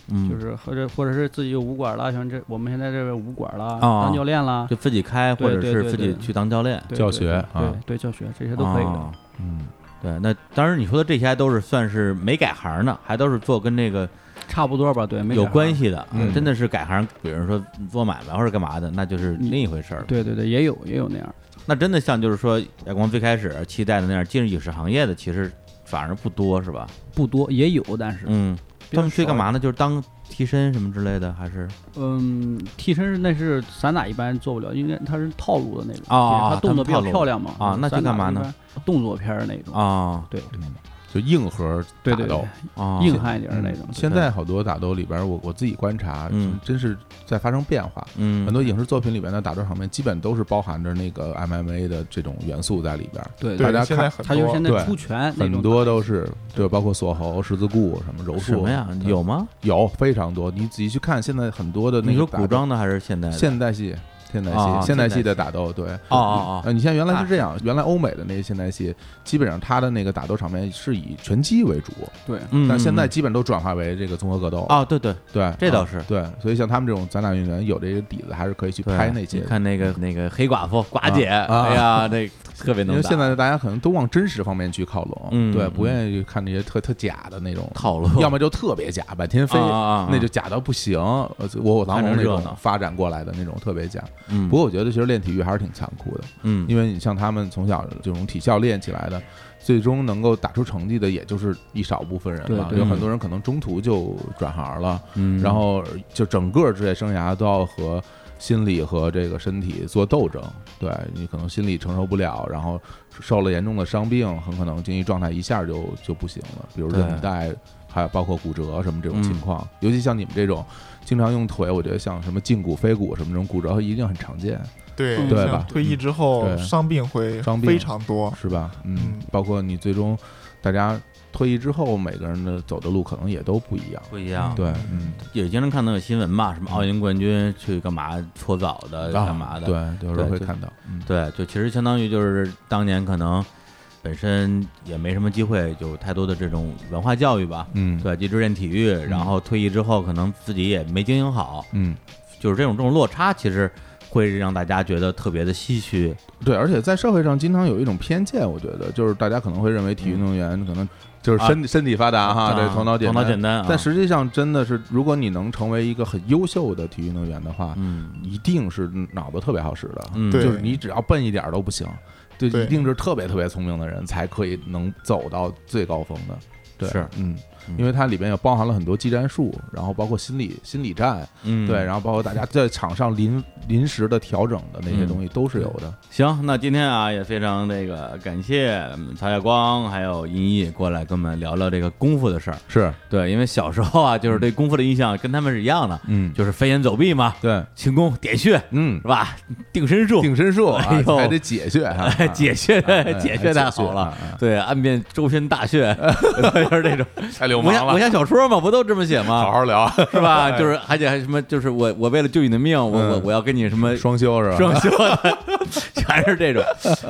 Speaker 1: 嗯，
Speaker 3: 就是或者或者是自己有武馆啦，像这我们现在这边武馆啦，
Speaker 1: 啊
Speaker 3: 当教练啦，
Speaker 1: 就自己开，或
Speaker 3: 对
Speaker 1: 者
Speaker 3: 对
Speaker 1: 是
Speaker 3: 对
Speaker 1: 自己
Speaker 3: 对
Speaker 1: 去当教练，
Speaker 3: 对
Speaker 2: 教
Speaker 3: 对
Speaker 2: 学
Speaker 3: 对
Speaker 2: 啊
Speaker 3: 对教学这些都可以的。
Speaker 1: 哦
Speaker 2: 嗯，
Speaker 1: 对，那当然你说的这些都是算是没改行呢，还都是做跟这个
Speaker 3: 差不多吧，对，没
Speaker 1: 有
Speaker 3: 改行
Speaker 1: 关。系的。啊
Speaker 2: 嗯
Speaker 1: 真的是改行，比如说做买卖或者干嘛的，那就是另一回事儿了。
Speaker 2: 嗯
Speaker 3: 对对对，也有也有那样，
Speaker 1: 那真的像就是说，亚光最开始期待的那样进入影视行业的，其实反而不多，是吧？
Speaker 3: 不多也有，但是
Speaker 1: 嗯，
Speaker 5: 比
Speaker 1: 他
Speaker 5: 较
Speaker 1: 们去
Speaker 5: 少
Speaker 1: 干嘛呢？就是当替身什么之类的，还是
Speaker 3: 嗯，替身是那是散打一般做不了，因为他是套路的那种，
Speaker 1: 哦
Speaker 3: 他动作比较
Speaker 1: 他们套路
Speaker 3: 漂亮嘛嗯
Speaker 1: 啊那去
Speaker 3: 散打
Speaker 1: 干嘛
Speaker 3: 一
Speaker 1: 呢
Speaker 3: 般动作片儿那种，
Speaker 1: 啊
Speaker 3: 对
Speaker 2: 嗯就硬核
Speaker 3: 对
Speaker 2: 打
Speaker 3: 对
Speaker 2: 斗嗯
Speaker 3: 对，，
Speaker 1: 啊
Speaker 3: 硬汉一点儿的那种。
Speaker 2: 现在好多打斗里边儿，我我自己观察，
Speaker 1: 嗯
Speaker 2: 真是在发生变化。
Speaker 1: 嗯，
Speaker 2: 很多影视作品里边的打斗场面，基本都是包含着那个 MMA 的这种元素在里边儿，
Speaker 3: 对
Speaker 2: 大
Speaker 5: 对，
Speaker 2: 家
Speaker 5: 现在
Speaker 2: 看
Speaker 5: 很
Speaker 3: 他就是现
Speaker 5: 多
Speaker 3: 在
Speaker 2: 对
Speaker 3: 出拳那
Speaker 2: 很
Speaker 3: 种
Speaker 2: 多都是，就包括锁喉、十字固什么柔术
Speaker 1: 什么呀？有吗？
Speaker 2: 有非常多，你仔细去看，现在很多的
Speaker 1: 你
Speaker 2: 那个
Speaker 1: 说
Speaker 2: 打
Speaker 1: 古
Speaker 2: 斗
Speaker 1: 装的还是现代的？
Speaker 2: 现代戏、现代
Speaker 1: 啊
Speaker 2: 戏、现代戏的打斗，对，
Speaker 1: 哦哦哦
Speaker 2: 呃，你像原来是这样，原来欧美的那些现代戏，基本上它的那个打斗场面是以拳击为主，
Speaker 3: 对，
Speaker 1: 嗯，
Speaker 2: 但现在
Speaker 1: 嗯
Speaker 2: 基本都转化为这个综合格斗
Speaker 1: 嗯，哦，对对，
Speaker 2: 对，
Speaker 1: 这倒
Speaker 2: 啊
Speaker 1: 是
Speaker 2: 对，所以像他们这种散打运动员有这个底子，还是可以去
Speaker 1: 对
Speaker 2: 拍那些
Speaker 1: 你。看那个那个黑寡妇寡姐，
Speaker 2: 啊啊
Speaker 1: 哎呀，那特别
Speaker 2: 因
Speaker 1: 能
Speaker 2: 为
Speaker 1: 打，
Speaker 2: 现在大家可能都往真实方面去靠拢，
Speaker 1: 嗯
Speaker 2: 对，
Speaker 1: 嗯
Speaker 2: 不愿意去看那些特特假的那种，
Speaker 1: 套路，
Speaker 2: 要么就特别假，满天飞，
Speaker 1: 啊啊啊
Speaker 2: 那就假到不行。呃我我狼龙那
Speaker 1: 看着热
Speaker 2: 种
Speaker 1: 闹
Speaker 2: 发展过来的那种特别假。
Speaker 1: 嗯，
Speaker 2: 不过我觉得其实练体育还是挺残酷的，
Speaker 1: 嗯，
Speaker 2: 因为你像他们从小这种体校练起来的，最终能够打出成绩的，也就是一少部分人
Speaker 3: 对
Speaker 2: 了。
Speaker 3: 对
Speaker 2: 有很多人可能中途就转行了，
Speaker 1: 嗯
Speaker 2: 然后就整个职业生涯都要和心理和这个身体做斗争。对你可能心理承受不了，然后受了严重的伤病，很可能经济状态一下就就不行了，比如
Speaker 1: 对
Speaker 2: 韧带，还有包括骨折什么这种情
Speaker 1: 嗯
Speaker 2: 况。尤其像你们这种经常用腿，我觉得像什么胫骨、腓骨什么这种骨折一定很常见，
Speaker 5: 对
Speaker 3: 嗯
Speaker 2: 对
Speaker 5: 像
Speaker 2: 吧
Speaker 5: 退役之后
Speaker 2: 对
Speaker 5: 伤病会
Speaker 2: 伤病
Speaker 5: 非常多，
Speaker 2: 是吧？嗯
Speaker 5: 嗯，
Speaker 2: 包括你最终大家退役之后，每个人的走的路可能也都不一样。
Speaker 1: 不一样，
Speaker 2: 对，嗯，
Speaker 1: 也经常看到有新闻嘛，什么奥运冠军去干嘛搓澡的，
Speaker 2: 啊
Speaker 1: 呃干嘛的，
Speaker 2: 对，有时候
Speaker 1: 对
Speaker 2: 会
Speaker 1: 就
Speaker 2: 看到，嗯，
Speaker 1: 对，就其实相当于就是当年可能本身也没什么机会，有太多的这种文化教育吧，
Speaker 2: 嗯，，
Speaker 1: 对，一直练体育，然后退役之后可能自己也没经营好，
Speaker 2: 嗯。
Speaker 1: 就是这种这种落差，其实会让大家觉得特别的唏嘘，
Speaker 2: 对，而且在社会上经常有一种偏见，我觉得就是大家可能会认为
Speaker 1: 嗯
Speaker 2: 体育运动员可能就是身、身体发达哈，啊对，头脑简
Speaker 1: 啊头脑简单啊，
Speaker 2: 但实际上真的是，如果你能成为一个很优秀的体育运动员的话，
Speaker 1: 嗯
Speaker 2: 一定是脑子特别好使的，
Speaker 1: 嗯，
Speaker 5: 对
Speaker 2: 就是你只要笨一点儿都不行，对，
Speaker 5: 对
Speaker 2: 一定是特别特别聪明的人才可以能走到最高峰的。对，
Speaker 1: 是
Speaker 2: 嗯
Speaker 1: 嗯。
Speaker 2: 因为它里边也包含了很多技战术，然后包括心理心理战，
Speaker 1: 嗯
Speaker 2: 对，然后包括大家在场上临临时的调整的那些
Speaker 1: 嗯
Speaker 2: 东西都是有的。
Speaker 1: 行，那今天啊也非常这个感谢嗯曹亚光还有音译过来跟我们聊聊这个功夫的事儿。
Speaker 2: 是，
Speaker 1: 对，因为小时候啊，就是对功夫的印象跟他们是一样的，
Speaker 2: 嗯，
Speaker 1: 就是飞檐走壁嘛，
Speaker 2: 对，
Speaker 1: 轻功、点穴
Speaker 2: 嗯
Speaker 1: 是，吧？定身术，
Speaker 2: 定身术啊
Speaker 1: 哎呦
Speaker 2: 还得解穴啊，
Speaker 1: 哎解穴
Speaker 2: 哎
Speaker 1: (laughs) 解穴太好了，
Speaker 2: 哎 (laughs)
Speaker 1: 对，按遍周身大穴，就是这种
Speaker 2: 解穴啊哎太流有
Speaker 1: 武侠
Speaker 2: 忙
Speaker 1: 武
Speaker 2: 了，
Speaker 1: 侠小说嘛，不都这么写
Speaker 2: 好
Speaker 1: 吗？
Speaker 2: 好
Speaker 1: (laughs)
Speaker 2: 聊。
Speaker 1: 是吧？就是还得还什么，就是我我为了救你的命，我我
Speaker 2: 嗯
Speaker 1: 我要跟你什么
Speaker 2: 双啊休是吧？
Speaker 1: 双修的， (laughs) 全是
Speaker 2: (laughs)
Speaker 1: 这种。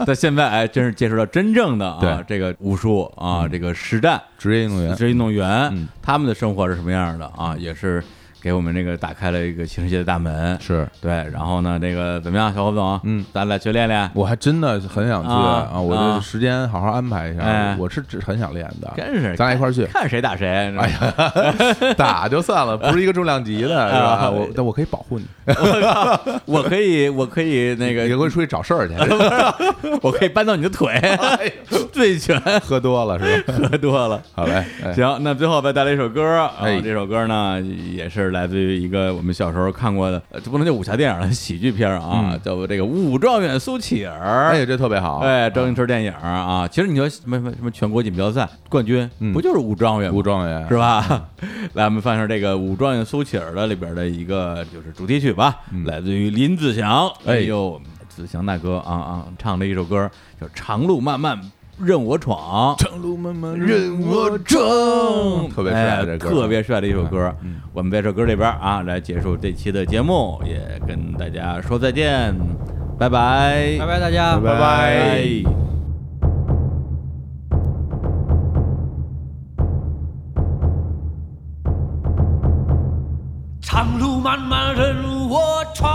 Speaker 1: 但现在哎，真是接触到真正的啊
Speaker 2: 对，嗯
Speaker 1: 这个武术啊，这个实战
Speaker 2: 职业运动员，
Speaker 1: 职业运动员
Speaker 2: 嗯，
Speaker 1: 他们的生活是什么样的啊？也是给我们这个打开了一个新世界的大门。
Speaker 2: 是
Speaker 1: 对，然后呢，这个怎么样，小伙总？
Speaker 2: 嗯，
Speaker 1: 咱俩去练练。
Speaker 2: 我还真的很想去
Speaker 1: 啊
Speaker 2: 啊！我
Speaker 1: 啊
Speaker 2: 这时间好好安排一
Speaker 1: 哎
Speaker 2: 下，我是只很想练的，
Speaker 1: 真是，
Speaker 2: 咱俩一块儿去
Speaker 1: 看谁打谁。哎呀，
Speaker 2: 打就算了，不是一个重量级的，是
Speaker 1: 啊
Speaker 2: 吧？我但我可以保护你，
Speaker 1: 我可以，我可以那
Speaker 2: 也
Speaker 1: 个，
Speaker 2: (laughs) 会出去找事
Speaker 1: (laughs)
Speaker 2: 儿去。
Speaker 1: 我可以扳到你的腿，
Speaker 2: 哎
Speaker 1: 醉拳
Speaker 2: 喝多了是吧？
Speaker 1: 喝多了。
Speaker 2: 好嘞，哎
Speaker 1: 行，那最后再带来一首歌儿啊，
Speaker 2: 哎
Speaker 1: 这首歌呢也是来自于一个我们小时候看过的，呃这不能叫武侠电影了，喜剧片儿啊，
Speaker 2: 嗯
Speaker 1: 叫做这个《武状元苏乞儿》。
Speaker 2: 哎，这特别好，
Speaker 1: 哎，周星驰电影儿啊，其实你说什么什么什么全国锦标赛冠军，
Speaker 2: 嗯
Speaker 1: 不就是武状元吗
Speaker 2: 武状元
Speaker 1: 是吧？ (laughs) 来，我们放一下这个《武状元苏乞儿》的里边的一个就是主题曲吧，
Speaker 2: 嗯
Speaker 1: 来自于林子祥。
Speaker 2: 哎
Speaker 1: 呦，子祥大哥啊啊，唱的一首歌叫《长路漫漫任我闯》。
Speaker 2: 长路漫漫
Speaker 1: 任我
Speaker 2: 闯，特
Speaker 1: 特
Speaker 2: 别帅，啊这歌
Speaker 1: 哎特别帅的一首歌。
Speaker 2: 嗯
Speaker 1: 我们在这首歌里边啊，来结束这期的节目，也跟大家说再见，拜拜，
Speaker 3: 拜拜大家，
Speaker 2: 拜拜
Speaker 1: 拜
Speaker 7: 长路漫漫任我闯，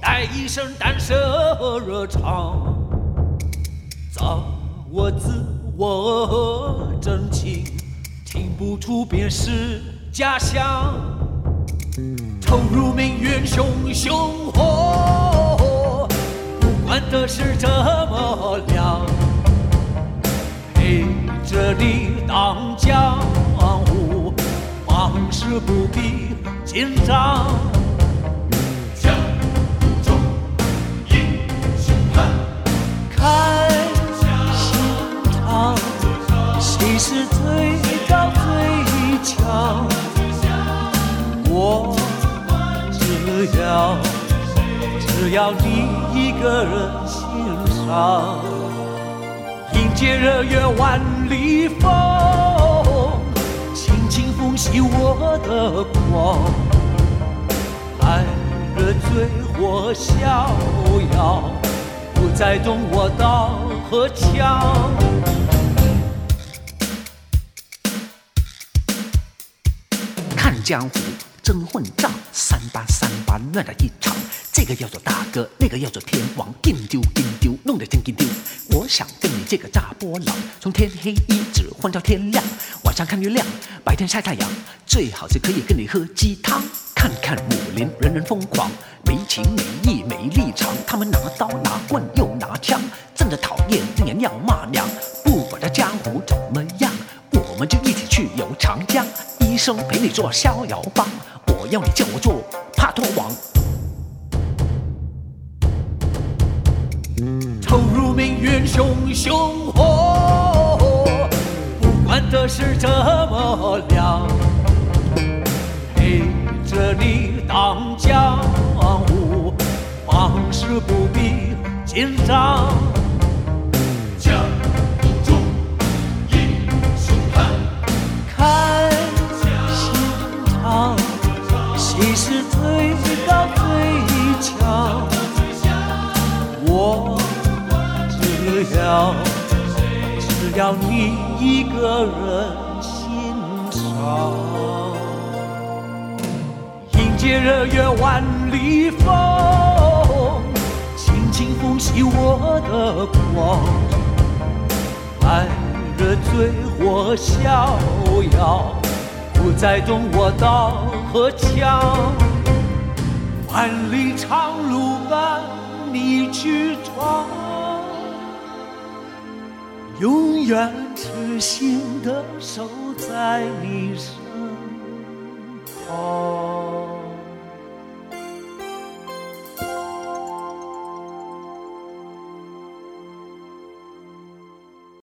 Speaker 7: 带一身胆色热肠，造我自我真情，听不出便是家乡。投入命运熊熊火，不管得失怎么量，陪着你荡江湖，往事不必紧张。江湖中英雄汉，开心肠，谁是最高最强？我只要只要你一个人欣赏。迎接日月万里风，轻轻风袭我的狂，爱的醉火逍遥，不再懂我刀和枪。
Speaker 8: 看江湖争混账，三八三八乱了一场。这个叫做大哥，那个叫做天王，硬丢硬丢，弄得真硬丢。我想跟你这个大波浪，从天黑一直混到天亮，晚上看月亮，白天晒太阳，最好是可以跟你喝鸡汤。看看武林，人人疯狂，没情没义没立场，他们拿刀拿棍又拿枪，真的讨厌，令人要骂娘。不管这江湖怎么样，我们就一起去游长江。医生陪你做逍遥帮，我要你叫我做帕托王。
Speaker 7: 投入命运熊熊火，不管得失怎么量，陪着你荡江湖，往事不必紧张。江湖中英雄汉，看心肠，谁是最高最强？我只要只要你一个人欣赏，迎接日月万里风，轻轻风袭我的光，爱的醉火逍遥，不再懂我刀和枪。万里长路伴你去闯，永远痴心的守在你身。